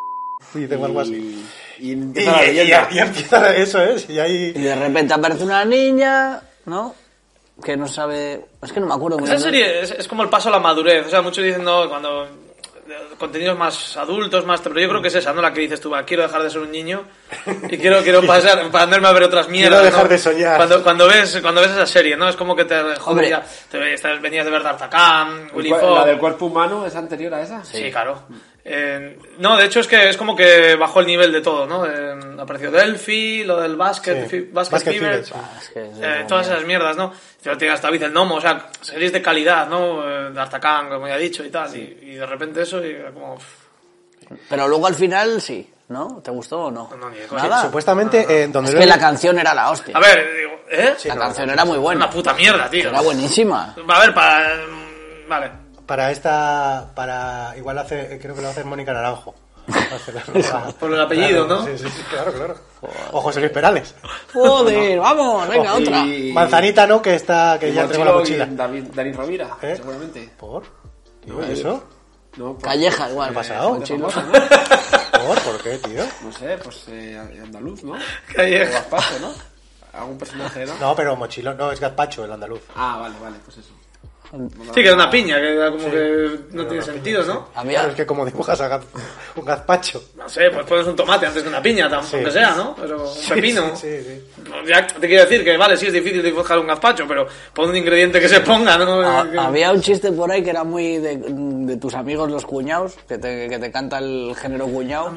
[SPEAKER 3] p-". Y digo algo así.
[SPEAKER 6] Y, y
[SPEAKER 3] Y,
[SPEAKER 6] empieza la
[SPEAKER 3] y- y-
[SPEAKER 6] leyenda.
[SPEAKER 3] y empieza eso, es Y ahí...
[SPEAKER 4] Y de repente aparece una niña, ¿no? Que no sabe... Es que no me acuerdo. muy
[SPEAKER 8] Esa
[SPEAKER 4] bien.
[SPEAKER 8] serie es, es como el paso a la madurez. O sea, muchos dicen, no, cuando eh, contenidos más adultos, más... Pero yo creo que es esa, ¿no? La que dices tú, va, quiero dejar de ser un niño y quiero, quiero pasar, para andarme a ver otras mierdas.
[SPEAKER 3] dejar
[SPEAKER 8] ¿no?
[SPEAKER 3] de soñar.
[SPEAKER 8] Cuando, cuando, ves, cuando ves esa serie, ¿no? Es como que te... Joder,
[SPEAKER 4] Hombre.
[SPEAKER 8] ya, te, estás- venías de ver D'Artagnan, Willy
[SPEAKER 6] ¿La
[SPEAKER 8] Fogg...
[SPEAKER 6] del cuerpo humano es anterior a esa?
[SPEAKER 8] Sí, claro. Eh, no, de hecho es que es como que bajó el nivel de todo, ¿no? Eh, apareció Delphi, lo del Basket,
[SPEAKER 3] Sí.
[SPEAKER 8] fi- basket,
[SPEAKER 3] Basket
[SPEAKER 8] Fever,
[SPEAKER 3] Fever, sí.
[SPEAKER 4] Ah, es que es
[SPEAKER 8] eh,
[SPEAKER 4] una
[SPEAKER 8] todas
[SPEAKER 4] mierda.
[SPEAKER 8] esas mierdas, ¿no? Te lo tiene hasta Vice el Nomo, o sea, series de calidad, ¿no? Eh, De Artacán, como ya he dicho y tal, y, y de repente eso y era como... pff,
[SPEAKER 4] Pero luego al final sí, ¿no? ¿Te gustó o no?
[SPEAKER 8] No, ni de coña.
[SPEAKER 4] Nada.
[SPEAKER 3] Supuestamente, eh, donde
[SPEAKER 4] Es
[SPEAKER 3] lo
[SPEAKER 4] que
[SPEAKER 3] he-
[SPEAKER 4] la canción era la hostia.
[SPEAKER 8] A ver, digo, ¿eh?
[SPEAKER 4] la canción era muy buena.
[SPEAKER 8] Una puta mierda, tío.
[SPEAKER 4] Era buenísima.
[SPEAKER 8] A ver, para... mm, Vale.
[SPEAKER 3] Para esta, para, igual hace, eh, creo que lo va a hacer Mónica Naranjo.
[SPEAKER 8] Por el apellido, ¿no?
[SPEAKER 3] Sí, sí, sí, claro, claro. O José Luis Perales.
[SPEAKER 4] Joder, vamos, venga, otra.
[SPEAKER 6] Y-
[SPEAKER 3] Manzanita, ¿no? Que está, que
[SPEAKER 6] y
[SPEAKER 3] ya entregó la
[SPEAKER 6] Mochilo y
[SPEAKER 3] mochila.
[SPEAKER 6] David, David Rovira,
[SPEAKER 3] ¿Eh?
[SPEAKER 6] seguramente.
[SPEAKER 3] ¿Por? ¿Tío, ¿y eso?
[SPEAKER 6] No, pues,
[SPEAKER 4] Calleja, igual.
[SPEAKER 3] ¿Qué ha pasado?
[SPEAKER 6] Mochilo,
[SPEAKER 3] ¿Por? ¿Por qué, tío?
[SPEAKER 6] No sé, pues eh, andaluz, ¿no? O
[SPEAKER 8] Calleja.
[SPEAKER 6] Gaspacho, ¿no? Algún personaje, ¿no?
[SPEAKER 3] No, pero mochilo, no, es gazpacho, el andaluz.
[SPEAKER 6] Ah, vale, vale, pues eso.
[SPEAKER 8] Sí, que era una piña, que era como que no tiene sentido, ¿no?
[SPEAKER 4] Había-
[SPEAKER 3] Claro, es que como dibujas a gaz- un gazpacho.
[SPEAKER 8] No sé, pues pones un tomate antes que una piña, tam- aunque sea, ¿no? Pero un pepino.
[SPEAKER 3] Sí, sí.
[SPEAKER 8] Pues Ya te quiero decir que vale, sí es difícil dibujar un gazpacho, pero pon un ingrediente que se ponga, ¿no? Eh, Que-
[SPEAKER 4] ha- había un chiste por ahí que era muy de, de tus amigos los cuñados, que te, que te canta el género cuñado.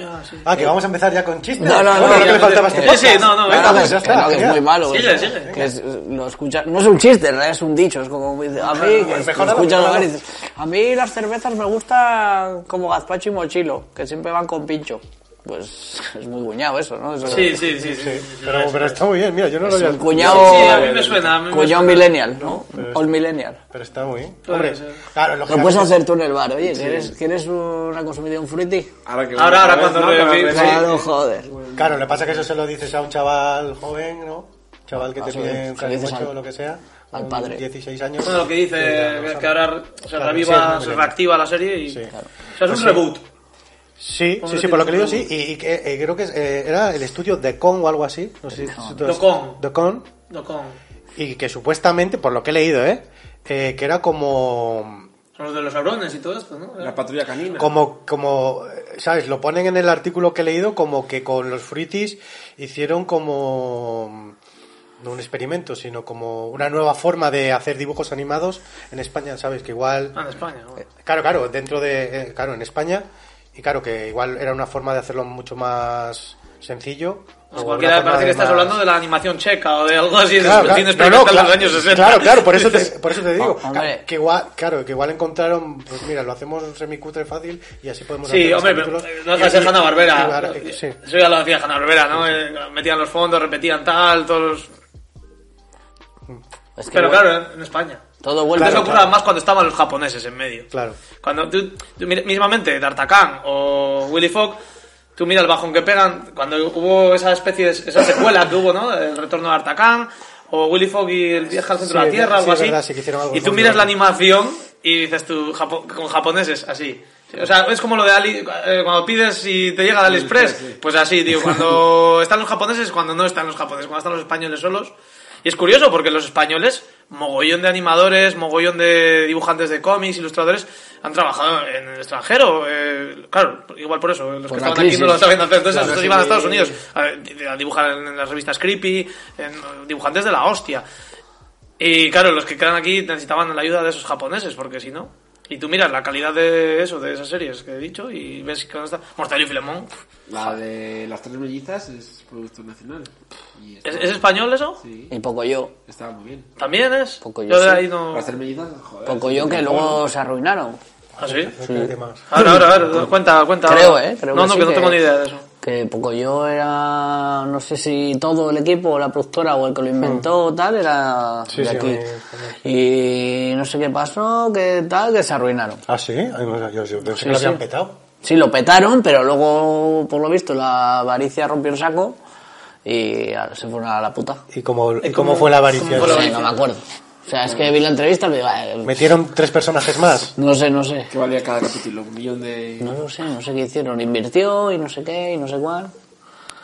[SPEAKER 3] Ah, que vamos a empezar ya con chistes.
[SPEAKER 4] No, no, no,
[SPEAKER 3] Bueno, lo
[SPEAKER 4] ya
[SPEAKER 3] que le
[SPEAKER 4] no-
[SPEAKER 3] faltaba a este
[SPEAKER 4] eh,
[SPEAKER 3] podcast.
[SPEAKER 8] sí, no, no, venga,
[SPEAKER 4] Claro,
[SPEAKER 3] pues
[SPEAKER 4] que-
[SPEAKER 3] ya está,
[SPEAKER 4] claro, que es
[SPEAKER 3] genial.
[SPEAKER 4] muy malo.
[SPEAKER 8] Sigue,
[SPEAKER 4] que es-
[SPEAKER 8] sigue.
[SPEAKER 4] que es- lo escuchas, no es un chiste, en realidad es un dicho, es como muy de- a mí que
[SPEAKER 3] pues
[SPEAKER 4] lo
[SPEAKER 3] mejoralo,
[SPEAKER 4] escuchas hablar y
[SPEAKER 3] mejoralo.
[SPEAKER 4] dices, a mí las cervezas me gustan como gazpacho y mochilo, que siempre van con pincho. Pues es muy cuñado eso, ¿no? Eso-
[SPEAKER 8] Sí, sí, sí, sí. sí,
[SPEAKER 3] Sí,
[SPEAKER 8] sí,
[SPEAKER 3] pero, pero está muy bien, mira, yo no lo
[SPEAKER 4] es
[SPEAKER 3] había
[SPEAKER 4] un cuñado
[SPEAKER 8] Sí, a mí me suena. a mí me
[SPEAKER 4] cuñado
[SPEAKER 8] suena.
[SPEAKER 4] millennial, ¿no?
[SPEAKER 3] pero es-
[SPEAKER 4] All millennial.
[SPEAKER 3] Pero está muy bien.
[SPEAKER 8] Claro,
[SPEAKER 3] Hombre,
[SPEAKER 8] sí.
[SPEAKER 3] claro,
[SPEAKER 4] Lo puedes
[SPEAKER 3] lógicamente-
[SPEAKER 4] hacer tú en el bar, oye, ¿quieres, ¿quieres una consumida un fruity?
[SPEAKER 6] Ahora, que
[SPEAKER 8] Ahora, ahora, cuando
[SPEAKER 6] ¿no?
[SPEAKER 8] lo
[SPEAKER 6] Cada
[SPEAKER 8] vi-
[SPEAKER 6] vez-
[SPEAKER 8] sí.
[SPEAKER 4] Claro, joder.
[SPEAKER 3] Claro, le pasa que eso se lo dices a un chaval joven, ¿no? Chaval que te
[SPEAKER 4] eso es,
[SPEAKER 3] pide un
[SPEAKER 4] se lo dices
[SPEAKER 3] calimocho
[SPEAKER 4] al-
[SPEAKER 3] o lo que sea.
[SPEAKER 4] al
[SPEAKER 3] con
[SPEAKER 4] padre.
[SPEAKER 3] 16 años.
[SPEAKER 8] Bueno, lo que
[SPEAKER 3] Sí, ya,
[SPEAKER 8] dice
[SPEAKER 3] no
[SPEAKER 8] es
[SPEAKER 3] sabe.
[SPEAKER 8] que ahora se
[SPEAKER 3] Claro,
[SPEAKER 8] reviva,
[SPEAKER 3] sí,
[SPEAKER 8] se
[SPEAKER 3] es muy
[SPEAKER 8] reactiva la serie y...
[SPEAKER 3] Sí.
[SPEAKER 8] O sea, es un
[SPEAKER 3] Pues sí.
[SPEAKER 8] reboot.
[SPEAKER 3] Sí, sí,
[SPEAKER 8] Pobre
[SPEAKER 3] sí, por lo que leo
[SPEAKER 8] tío.
[SPEAKER 3] sí. Y, y que, eh, creo que es, eh, era el estudio de Con o algo así. No sé si tú-
[SPEAKER 8] The Con.
[SPEAKER 3] The Con.
[SPEAKER 8] No con...
[SPEAKER 3] Y que supuestamente, por lo que he leído, ¿eh? Eh, que era como
[SPEAKER 8] Son los de los sabrones y todo esto, ¿no?
[SPEAKER 6] La patrulla canina.
[SPEAKER 3] como como eh, sabes lo ponen en el artículo que he leído como que con los fruitis hicieron como mm, no un experimento sino como una nueva forma de hacer dibujos animados en España sabes que igual
[SPEAKER 8] Ah, en España. bueno.
[SPEAKER 3] claro claro eh, dentro de eh, claro en España y claro que igual era una forma de hacerlo mucho más sencillo.
[SPEAKER 8] O
[SPEAKER 3] o
[SPEAKER 8] cualquiera
[SPEAKER 3] una forma
[SPEAKER 8] parece que
[SPEAKER 3] de
[SPEAKER 8] estás
[SPEAKER 3] más-
[SPEAKER 8] hablando de la animación checa o de algo así de
[SPEAKER 3] Claro,
[SPEAKER 8] esos cine
[SPEAKER 3] claro, no,
[SPEAKER 8] experimental de los
[SPEAKER 3] claro,
[SPEAKER 8] años 60.
[SPEAKER 3] Claro, claro, por eso te, por eso te digo.
[SPEAKER 4] Ah, hombre.
[SPEAKER 3] ca- Que igual, claro, que igual encontraron, pues mira, lo hacemos semicutre fácil y así podemos
[SPEAKER 8] Sí,
[SPEAKER 3] hacer
[SPEAKER 8] hombre,
[SPEAKER 3] los
[SPEAKER 8] pero eh,
[SPEAKER 3] capítulos.
[SPEAKER 8] no
[SPEAKER 3] Y
[SPEAKER 8] deja de
[SPEAKER 3] así-
[SPEAKER 8] ser Hanna
[SPEAKER 3] y
[SPEAKER 8] Barbera.
[SPEAKER 3] ahora- eh, sí.
[SPEAKER 8] Eso ya lo hacía Hanna Barbera, ¿no? Eh, Metían los fondos, repetían tal, todos.
[SPEAKER 4] Es que
[SPEAKER 8] Pero
[SPEAKER 4] bueno,
[SPEAKER 8] claro, en- en España.
[SPEAKER 4] todo
[SPEAKER 8] Antes
[SPEAKER 4] vuelve.
[SPEAKER 8] eso ocurría más cuando estaban los japoneses en medio.
[SPEAKER 3] Claro.
[SPEAKER 8] Cuando tú, tú mira- mismamente D'Artagnan o Willy Fogg, tú mira el bajón que pegan. Cuando hubo esa especie de esa secuela que hubo, ¿no? El retorno de D'Artagnan o Willy Fogg y el viaje al
[SPEAKER 3] Sí,
[SPEAKER 8] centro de la Tierra,
[SPEAKER 3] sí,
[SPEAKER 8] algo
[SPEAKER 3] es
[SPEAKER 8] así.
[SPEAKER 3] verdad, sí que hicieron algo
[SPEAKER 8] y tú
[SPEAKER 3] con-
[SPEAKER 8] miras la animación y dices tú Japo- con japoneses así. O sea, es como lo de Ali, eh, cuando pides y te llega de AliExpress, pues así, tío, cuando están los japoneses, cuando no están los japoneses, cuando están los españoles solos. Y es curioso porque los españoles, mogollón de animadores, mogollón de dibujantes de cómics, ilustradores, han trabajado en el extranjero. eh, claro, igual por eso, los que
[SPEAKER 4] la
[SPEAKER 8] estaban
[SPEAKER 4] crisis.
[SPEAKER 8] aquí no lo saben hacer, entonces
[SPEAKER 4] Claro,
[SPEAKER 8] estos
[SPEAKER 4] sí.
[SPEAKER 8] iban a Estados Unidos a, a dibujar en, las revistas Creepy, en, dibujantes de la hostia. Y claro, los que quedan aquí necesitaban la ayuda de esos japoneses, porque si no. Y tú miras la calidad de eso, de esas series que he dicho, y ves que está. Mortadelo y Filemón.
[SPEAKER 6] La de las tres mellizas es producto nacional. Y está,
[SPEAKER 8] ¿Es, es español eso?
[SPEAKER 6] sí,
[SPEAKER 4] Y poco yo.
[SPEAKER 6] estaba muy bien.
[SPEAKER 8] ¿También es?
[SPEAKER 4] Poco yo
[SPEAKER 8] yo de
[SPEAKER 4] sí.
[SPEAKER 8] ahí no.
[SPEAKER 6] Las tres mellizas, joder.
[SPEAKER 4] Ah. Poco yo que luego se arruinaron.
[SPEAKER 8] ¿Ah, sí?
[SPEAKER 3] Espérate más.
[SPEAKER 8] Ahora, ahora, ahora, cuenta, cuenta.
[SPEAKER 4] Creo, ¿eh? Creo
[SPEAKER 8] no,
[SPEAKER 4] que
[SPEAKER 8] no,
[SPEAKER 4] sí
[SPEAKER 8] que no
[SPEAKER 4] que-
[SPEAKER 8] tengo ni idea de eso.
[SPEAKER 4] Que poco yo era, no sé si todo el equipo, la productora o el que lo inventó o tal, era
[SPEAKER 3] Sí,
[SPEAKER 4] de
[SPEAKER 3] sí,
[SPEAKER 4] aquí.
[SPEAKER 3] a
[SPEAKER 4] Y no sé qué pasó, que tal, que se arruinaron.
[SPEAKER 3] Ah, sí, Ay, bueno, yo, yo pensé
[SPEAKER 4] Sí,
[SPEAKER 3] que lo habían
[SPEAKER 4] sí.
[SPEAKER 3] petado.
[SPEAKER 4] Sí, lo petaron, pero luego, por lo visto, la avaricia rompió el saco y ahora se fueron a la puta.
[SPEAKER 3] ¿Y cómo, y
[SPEAKER 8] ¿Y
[SPEAKER 3] cómo
[SPEAKER 8] cómo-
[SPEAKER 3] fue la avaricia?
[SPEAKER 8] cómo Por lo
[SPEAKER 4] Sí,
[SPEAKER 8] visto.
[SPEAKER 4] no me acuerdo. O sea, es que vi la entrevista y digo, "Eh,
[SPEAKER 3] ¿Metieron tres personajes más?
[SPEAKER 4] no sé, no sé.
[SPEAKER 6] Que valía cada capítulo, un millón de...
[SPEAKER 4] No lo sé, no sé qué hicieron. Invirtió y no sé qué y no sé cuál.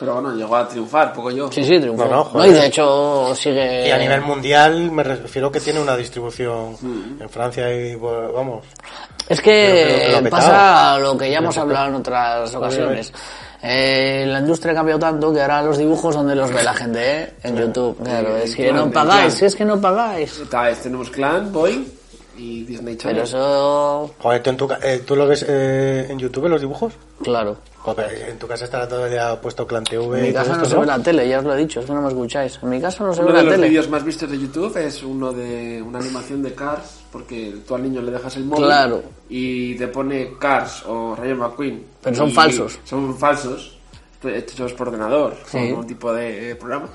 [SPEAKER 6] Pero bueno, llegó a triunfar, poco yo.
[SPEAKER 4] Sí, sí, triunfó.
[SPEAKER 3] No,
[SPEAKER 4] No,
[SPEAKER 3] no, joder.
[SPEAKER 4] y de hecho sigue...
[SPEAKER 3] Y a nivel mundial me refiero que tiene una distribución en Francia y bueno, vamos.
[SPEAKER 4] Es
[SPEAKER 3] Pero- pero
[SPEAKER 4] que
[SPEAKER 3] lo ha
[SPEAKER 4] pasa
[SPEAKER 3] petado.
[SPEAKER 4] lo que ya hemos hablado en otras ocasiones. Eh, la industria ha cambiado tanto que ahora los dibujos donde los ve la gente, ¿eh? En YouTube. Claro, es que
[SPEAKER 6] plan,
[SPEAKER 4] no
[SPEAKER 6] en
[SPEAKER 4] pagáis,
[SPEAKER 6] plan.
[SPEAKER 4] es que no pagáis.
[SPEAKER 6] Está, es- tenemos este Clan, Boy y Disney
[SPEAKER 4] Pero
[SPEAKER 6] Channel.
[SPEAKER 4] eso...
[SPEAKER 3] Joder, ¿tú, en tu ca- eh, ¿tú lo ves eh, en YouTube los dibujos?
[SPEAKER 4] Claro.
[SPEAKER 3] Joder, en tu casa estará todo el día puesto Clan TV
[SPEAKER 4] En mi
[SPEAKER 3] y todo
[SPEAKER 4] casa no
[SPEAKER 3] esto,
[SPEAKER 4] se ve la tele, ya os lo he dicho, es que no me escucháis. En mi casa no se ve
[SPEAKER 6] Uno de
[SPEAKER 4] la
[SPEAKER 6] los
[SPEAKER 4] tele.
[SPEAKER 6] vídeos más vistos de YouTube es uno de una animación de Cars, porque tú al niño le dejas el móvil
[SPEAKER 4] Claro.
[SPEAKER 6] y te pone Cars o Rayo McQueen.
[SPEAKER 4] Pero son
[SPEAKER 6] Y
[SPEAKER 4] falsos.
[SPEAKER 6] Son falsos, pues, hechos por ordenador,
[SPEAKER 4] Sí.
[SPEAKER 6] son un tipo de eh, programa.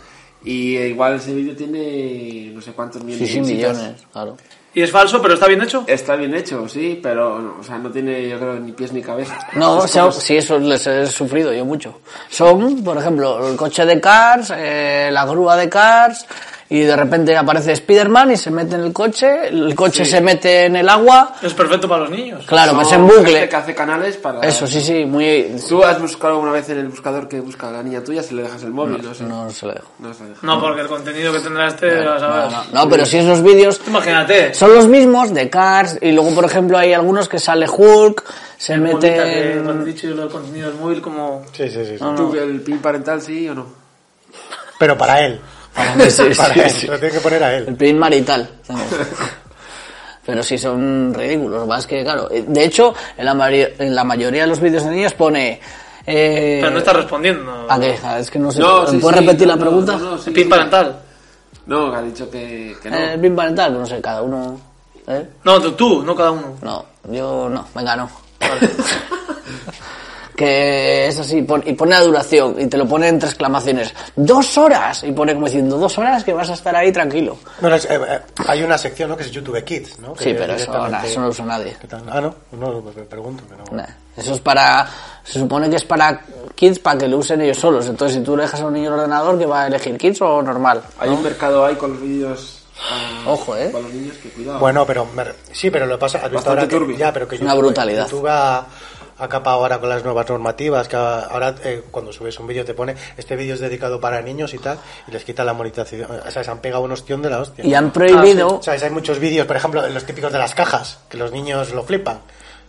[SPEAKER 6] Y eh, igual ese vídeo tiene no sé cuántos
[SPEAKER 4] Sí,
[SPEAKER 6] millones
[SPEAKER 4] sí,
[SPEAKER 6] de visitas.
[SPEAKER 4] millones, claro.
[SPEAKER 8] ¿Y es falso, pero está bien hecho?
[SPEAKER 6] Está bien hecho, sí, pero o sea, no tiene yo creo ni pies ni cabeza.
[SPEAKER 4] No,
[SPEAKER 6] Es
[SPEAKER 4] si
[SPEAKER 6] como-
[SPEAKER 4] eso les he sufrido yo mucho. Son, por ejemplo, el coche de Cars, eh, la grúa de Cars, y de repente aparece Spiderman y se mete en el coche, el coche se mete en el agua,
[SPEAKER 8] Es perfecto para los niños.
[SPEAKER 4] claro, que es en
[SPEAKER 6] No,
[SPEAKER 4] bucle.
[SPEAKER 6] gente que hace canales para...
[SPEAKER 4] Eso sí, sí, muy...
[SPEAKER 6] ¿Tú has buscado alguna vez en el buscador que busca a la niña tuya si le dejas el móvil? No, sé.
[SPEAKER 4] No, no se lo dejo.
[SPEAKER 6] No se lo deja.
[SPEAKER 8] No, porque el contenido que tendrá este, lo
[SPEAKER 4] No,
[SPEAKER 8] sabes.
[SPEAKER 4] no, no, pero si esos vídeos
[SPEAKER 8] Imagínate.
[SPEAKER 4] son los mismos de Cars, y luego, por ejemplo, hay algunos que sale Hulk, se
[SPEAKER 8] Bonita eh, que
[SPEAKER 4] mete...
[SPEAKER 8] Cuando he dicho yo lo del contenido del móvil, como.
[SPEAKER 4] Eh,
[SPEAKER 3] Sí, sí, sí. sí.
[SPEAKER 6] ¿Tú el pin parental sí o no?
[SPEAKER 3] Pero para él. Para él. Se lo tiene que poner a él.
[SPEAKER 4] El pin marital. tengo. Pero sí son ridículos, más que claro. eh, De hecho, en la, mari- en la mayoría de los vídeos de niños pone... Eh,
[SPEAKER 8] Pero no está respondiendo.
[SPEAKER 4] ¿A qué? Ah, Es que no sé.
[SPEAKER 6] No, sí,
[SPEAKER 4] ¿Me ¿Puedes
[SPEAKER 6] sí,
[SPEAKER 4] repetir
[SPEAKER 6] no,
[SPEAKER 4] la
[SPEAKER 6] no,
[SPEAKER 4] pregunta?
[SPEAKER 6] no, no, sí,
[SPEAKER 8] El pin
[SPEAKER 6] sí.
[SPEAKER 8] parental.
[SPEAKER 6] No, que ha dicho que, que no.
[SPEAKER 4] Eh, El pin marital, no sé, cada uno... ¿eh?
[SPEAKER 8] No, tú, tú, no cada uno.
[SPEAKER 4] No, yo no, venga, no. que es así, pon- y pone la duración, y te lo pone entre exclamaciones. ¡Dos horas! Y pone como diciendo, dos horas que vas a estar ahí tranquilo.
[SPEAKER 3] Bueno, es- eh, eh, hay una sección ¿no? que es YouTube Kids, ¿no? Que
[SPEAKER 4] Sí, pero eso,
[SPEAKER 3] directamente-
[SPEAKER 4] nada, eso no lo usa nadie.
[SPEAKER 3] ¿Qué tal? Ah, no, no, me pregunto. Pero...
[SPEAKER 4] Nah, Eso es para. Se supone que es para kids para que lo usen ellos solos. Entonces, si tú le dejas a un niño el ordenador, ¿que va a elegir kids o normal?
[SPEAKER 6] Hay un mercado ahí con los vídeos... ah,
[SPEAKER 4] Ojo, eh.
[SPEAKER 6] Para los niños, que cuidado.
[SPEAKER 3] Bueno, pero me re- sí, pero lo pasa. Has visto
[SPEAKER 6] Bastante
[SPEAKER 3] ahora que,
[SPEAKER 6] turbio.
[SPEAKER 3] ya, pero que
[SPEAKER 4] Una brutalidad.
[SPEAKER 3] YouTube ha, ha capado ahora con las nuevas normativas. Que ahora eh, cuando subes un vídeo te pone este vídeo es dedicado para niños y tal y les quita la monetización. O sea, se han pegado un ostión de la hostia.
[SPEAKER 4] Y han prohibido.
[SPEAKER 3] ¿Sabes? Hay muchos vídeos, por ejemplo, los típicos de las cajas, que los niños lo flipan.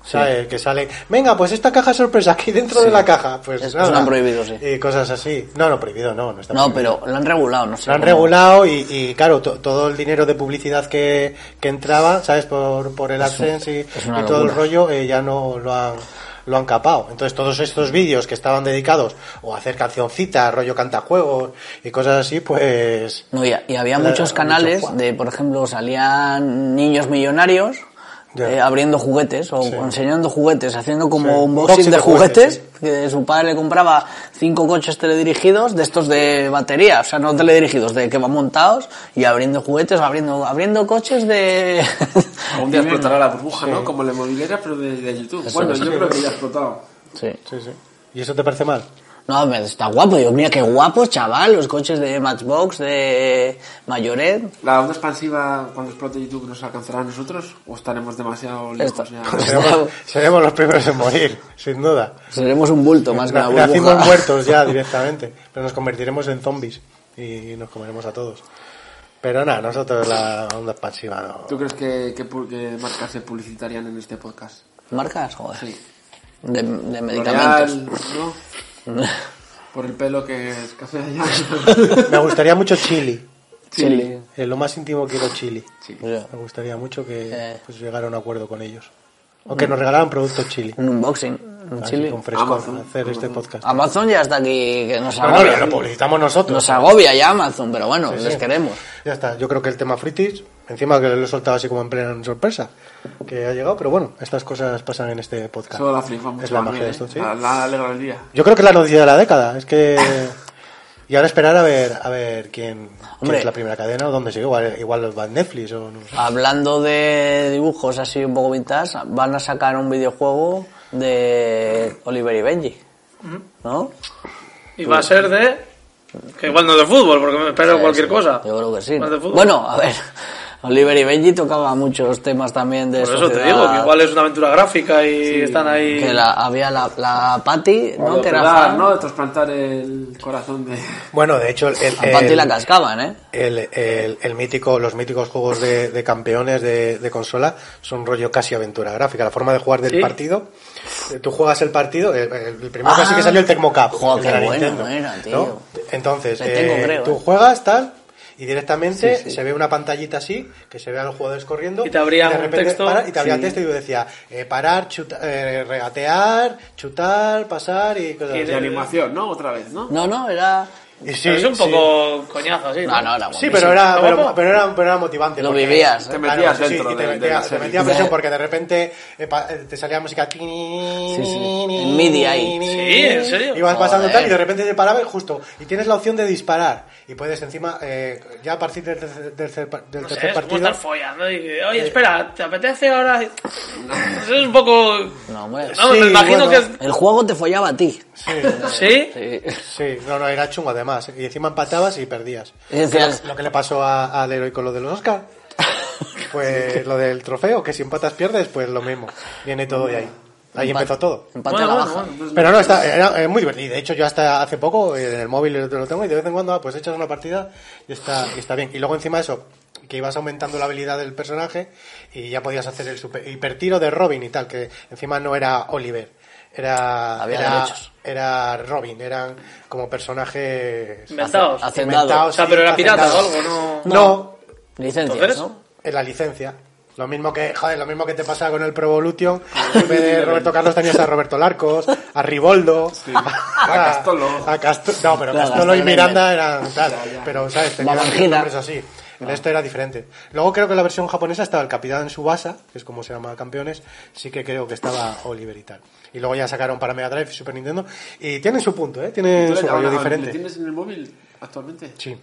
[SPEAKER 3] ¿Sabes? Que sale, venga, pues esta caja sorpresa aquí dentro de la caja. Pues
[SPEAKER 4] Eso
[SPEAKER 3] nada.
[SPEAKER 4] lo han prohibido, sí.
[SPEAKER 3] Y cosas así. No, no, prohibido, no. No, está
[SPEAKER 4] No,
[SPEAKER 3] prohibido.
[SPEAKER 4] pero lo han regulado, no sé.
[SPEAKER 3] Lo han
[SPEAKER 4] cómo.
[SPEAKER 3] regulado y, y, claro, to- todo el dinero de publicidad que, que entraba, ¿sabes? Por, por el AdSense y,
[SPEAKER 4] es una
[SPEAKER 3] y todo el
[SPEAKER 4] locura.
[SPEAKER 3] rollo, eh, ya no lo han, lo han capado. Entonces todos estos vídeos que estaban dedicados o a hacer cancioncitas, rollo cantajuegos y cosas así, pues...
[SPEAKER 7] No, y, y
[SPEAKER 3] Era
[SPEAKER 7] había muchos
[SPEAKER 3] mucho
[SPEAKER 7] canales
[SPEAKER 3] juego.
[SPEAKER 7] de, por ejemplo, salían niños millonarios
[SPEAKER 3] Ya.
[SPEAKER 7] eh, abriendo juguetes o
[SPEAKER 3] Sí.
[SPEAKER 7] enseñando juguetes, haciendo como
[SPEAKER 3] Sí,
[SPEAKER 7] un boxing de juguetes, que su padre le compraba cinco coches teledirigidos de estos de batería, o sea, no teledirigidos, de que van montados y abriendo juguetes, abriendo abriendo coches de...
[SPEAKER 6] Un día explotará la burbuja, ¿no? Como la inmobiliaria, pero de, de YouTube. bueno, yo creo que ya ha explotado.
[SPEAKER 7] sí.
[SPEAKER 3] Sí, sí. ¿Y eso te parece mal?
[SPEAKER 7] No, me- está guapo, Dios mira qué guapo, chaval, los coches de Matchbox, de Mayoret,
[SPEAKER 6] ¿La onda expansiva cuando explote YouTube nos alcanzará a nosotros? ¿O estaremos demasiado
[SPEAKER 7] Esto.
[SPEAKER 6] lejos ya?
[SPEAKER 3] Seremos, seremos los primeros en morir, sin duda.
[SPEAKER 7] seremos un bulto más que una
[SPEAKER 3] Na-
[SPEAKER 7] burbuja.
[SPEAKER 3] Nacimos muertos ya directamente, pero nos convertiremos en zombies y nos comeremos a todos. Pero nada, nosotros la onda expansiva no.
[SPEAKER 6] ¿Tú crees que, que, pu- que marcas se publicitarían en este podcast?
[SPEAKER 7] ¿Marcas? Joder.
[SPEAKER 6] Sí.
[SPEAKER 7] De, de medicamentos.
[SPEAKER 6] L'Oreal, ¿no? Por el pelo que es café allá.
[SPEAKER 3] Me gustaría mucho chili.
[SPEAKER 7] Chile.
[SPEAKER 3] En lo más íntimo quiero chili.
[SPEAKER 7] Yo,
[SPEAKER 3] Me gustaría mucho que
[SPEAKER 7] Eh.
[SPEAKER 3] pues, llegara a un acuerdo con ellos. O que nos regalaran productos chili.
[SPEAKER 7] Un unboxing. Un
[SPEAKER 3] Así
[SPEAKER 7] chile.
[SPEAKER 3] Con frescor,
[SPEAKER 6] Amazon.
[SPEAKER 3] hacer este podcast.
[SPEAKER 7] Amazon ya está aquí, que nos
[SPEAKER 3] Pero no,
[SPEAKER 7] agobia.
[SPEAKER 3] ya lo publicitamos nosotros.
[SPEAKER 7] pues Nos agobia ya Amazon, pero bueno,
[SPEAKER 3] Sí,
[SPEAKER 7] les
[SPEAKER 3] sí.
[SPEAKER 7] queremos.
[SPEAKER 3] Ya está, yo creo que el tema Fritis, encima que lo he soltado así como en plena sorpresa, que ha llegado, pero bueno, estas cosas pasan en este podcast.
[SPEAKER 6] Solo la flipa mucho.
[SPEAKER 3] Es la
[SPEAKER 6] también,
[SPEAKER 3] magia de esto,
[SPEAKER 6] ¿eh?
[SPEAKER 3] sí.
[SPEAKER 6] La, la alegra el día.
[SPEAKER 3] Yo creo que es la noticia de la década, es que... Y ahora esperar a ver a ver quién, quién
[SPEAKER 7] Hombre.
[SPEAKER 3] es la primera cadena o dónde sigue, igual, igual va en Netflix o no sé.
[SPEAKER 7] Hablando de dibujos así un poco vintage, van a sacar un videojuego de Oliver y Benji. ¿No?
[SPEAKER 8] Y va a ser de. Que igual no de fútbol, porque me espero cualquier cosa.
[SPEAKER 7] Yo creo que sí.
[SPEAKER 8] Más de fútbol.
[SPEAKER 7] Bueno, a ver. Oliver y Benji tocaba muchos temas también de
[SPEAKER 8] Por eso te
[SPEAKER 7] sociedad.
[SPEAKER 8] digo, que igual es una aventura gráfica y están ahí.
[SPEAKER 7] Que la- había la, la Patty, ¿no? Que era
[SPEAKER 6] Operar,
[SPEAKER 7] fan.
[SPEAKER 6] ¿no? De trasplantar el corazón de...
[SPEAKER 3] Bueno, de hecho, el, el-
[SPEAKER 7] A Patty
[SPEAKER 3] el-
[SPEAKER 7] la cascaban, ¿eh?
[SPEAKER 3] el- el- el mítico, los míticos juegos de, de campeones de, de consola son rollo casi aventura gráfica. La forma de jugar del
[SPEAKER 8] Sí.
[SPEAKER 3] partido, eh, tú juegas el partido, el, el- el primero
[SPEAKER 7] Ah.
[SPEAKER 3] casi que salió el Tecmo Cup,
[SPEAKER 7] Jo,
[SPEAKER 3] el
[SPEAKER 7] qué
[SPEAKER 3] de la
[SPEAKER 7] bueno
[SPEAKER 3] Nintendo,
[SPEAKER 7] era, tío.
[SPEAKER 3] ¿no? Entonces,
[SPEAKER 7] Le tengo,
[SPEAKER 3] eh,
[SPEAKER 7] creo,
[SPEAKER 3] tú
[SPEAKER 7] eh.
[SPEAKER 3] juegas tal y directamente se ve una pantallita así que se ve a los jugadores corriendo
[SPEAKER 8] Y te abría
[SPEAKER 3] de
[SPEAKER 8] un
[SPEAKER 3] repente
[SPEAKER 8] texto.
[SPEAKER 3] para- y te abría
[SPEAKER 8] Sí.
[SPEAKER 3] texto y decía eh, parar, chuta- eh, regatear, chutar, pasar y cosas
[SPEAKER 8] Y
[SPEAKER 3] así.
[SPEAKER 6] De animación, ¿no? Otra vez, ¿no?
[SPEAKER 7] No, no, era...
[SPEAKER 3] Y sí,
[SPEAKER 8] Pero es un
[SPEAKER 3] sí.
[SPEAKER 8] poco coñazo, así.
[SPEAKER 7] No, no, era
[SPEAKER 3] Sí,
[SPEAKER 7] guapísimo.
[SPEAKER 3] pero era,
[SPEAKER 8] ¿Está
[SPEAKER 3] pero,
[SPEAKER 8] guapo?
[SPEAKER 3] pero era, pero era motivante.
[SPEAKER 7] Lo
[SPEAKER 3] porque-
[SPEAKER 7] vivías, ¿eh?
[SPEAKER 6] Te metías
[SPEAKER 3] sí, sí,
[SPEAKER 6] dentro
[SPEAKER 3] y te
[SPEAKER 6] de- de
[SPEAKER 3] metía,
[SPEAKER 6] la
[SPEAKER 3] te
[SPEAKER 6] serie.
[SPEAKER 3] metía presión
[SPEAKER 7] Ya.
[SPEAKER 3] porque de repente eh, pa- eh, te salía música. Sí,
[SPEAKER 7] En MIDI ahí.
[SPEAKER 8] Sí, en serio.
[SPEAKER 3] Ibas pasando
[SPEAKER 7] Joder.
[SPEAKER 3] tal y de repente se paraba y justo. Y tienes la opción de disparar. Y puedes encima, eh, ya a partir del tercer, del tercer par- del
[SPEAKER 8] No sé,
[SPEAKER 3] Este tercer
[SPEAKER 8] es como
[SPEAKER 3] partido. Eh,
[SPEAKER 8] estar follando y que, oye, espera, ¿te apetece ahora? Eso es un poco...
[SPEAKER 7] No, hombre.
[SPEAKER 8] Vamos, me imagino
[SPEAKER 3] bueno.
[SPEAKER 7] El juego te follaba a ti.
[SPEAKER 8] que... ¿Sí?
[SPEAKER 3] Sí, no, no, era chungo además. Y encima empatabas y perdías.
[SPEAKER 7] Y decías,
[SPEAKER 3] Lo que le pasó a, a Leroy con lo de los Oscar. Pues lo del trofeo, que si empatas pierdes, pues lo mismo. Viene todo de ahí. Ahí empezó todo.
[SPEAKER 7] empate
[SPEAKER 8] Bueno,
[SPEAKER 7] a la
[SPEAKER 8] bueno,
[SPEAKER 7] baja.
[SPEAKER 8] bueno.
[SPEAKER 3] Pero no, está, era, eh, muy divertido. De hecho, yo hasta hace poco eh, en el móvil lo tengo y de vez en cuando ah, pues echas una partida y está, y está bien. Y luego encima eso, que ibas aumentando la habilidad del personaje y ya podías hacer el super, hipertiro de Robin y tal, que encima no era Oliver, era,
[SPEAKER 7] Había
[SPEAKER 3] era,
[SPEAKER 7] derechos.
[SPEAKER 3] era Robin, eran como personajes
[SPEAKER 8] Inventados.
[SPEAKER 7] Hace- Hacendado.
[SPEAKER 3] inventados.
[SPEAKER 8] O sea, pero era
[SPEAKER 3] sí,
[SPEAKER 8] pirata o
[SPEAKER 3] hacendados.
[SPEAKER 8] algo, ¿no?
[SPEAKER 3] No,
[SPEAKER 7] Licencias,
[SPEAKER 8] Entonces,
[SPEAKER 7] ¿no?
[SPEAKER 3] en la licencia. Lo mismo que, joder, lo mismo que te pasa con el Pro Evolution. En vez de Roberto Carlos tenías a Roberto Larcos, a Riboldo,
[SPEAKER 6] A Castolo.
[SPEAKER 3] a Casto- no, pero
[SPEAKER 7] Claro,
[SPEAKER 3] Castolo y
[SPEAKER 7] Castolo
[SPEAKER 3] Miranda eran tal. Pero, ¿sabes? Tenían
[SPEAKER 7] Babangida.
[SPEAKER 3] nombres así. En
[SPEAKER 6] Ah.
[SPEAKER 3] esto era diferente. Luego creo que en la versión japonesa estaba el Capitán Subasa, que es como se llama Campeones. Sí que creo que estaba Oliver y tal. Y luego ya sacaron para Mega Drive y Super Nintendo. Y tienen su punto, ¿eh? Tienen
[SPEAKER 6] Tú le-
[SPEAKER 3] su
[SPEAKER 6] ahora,
[SPEAKER 3] rollo
[SPEAKER 6] ¿le
[SPEAKER 3] diferente.
[SPEAKER 6] tienes en el móvil actualmente?
[SPEAKER 3] Sí.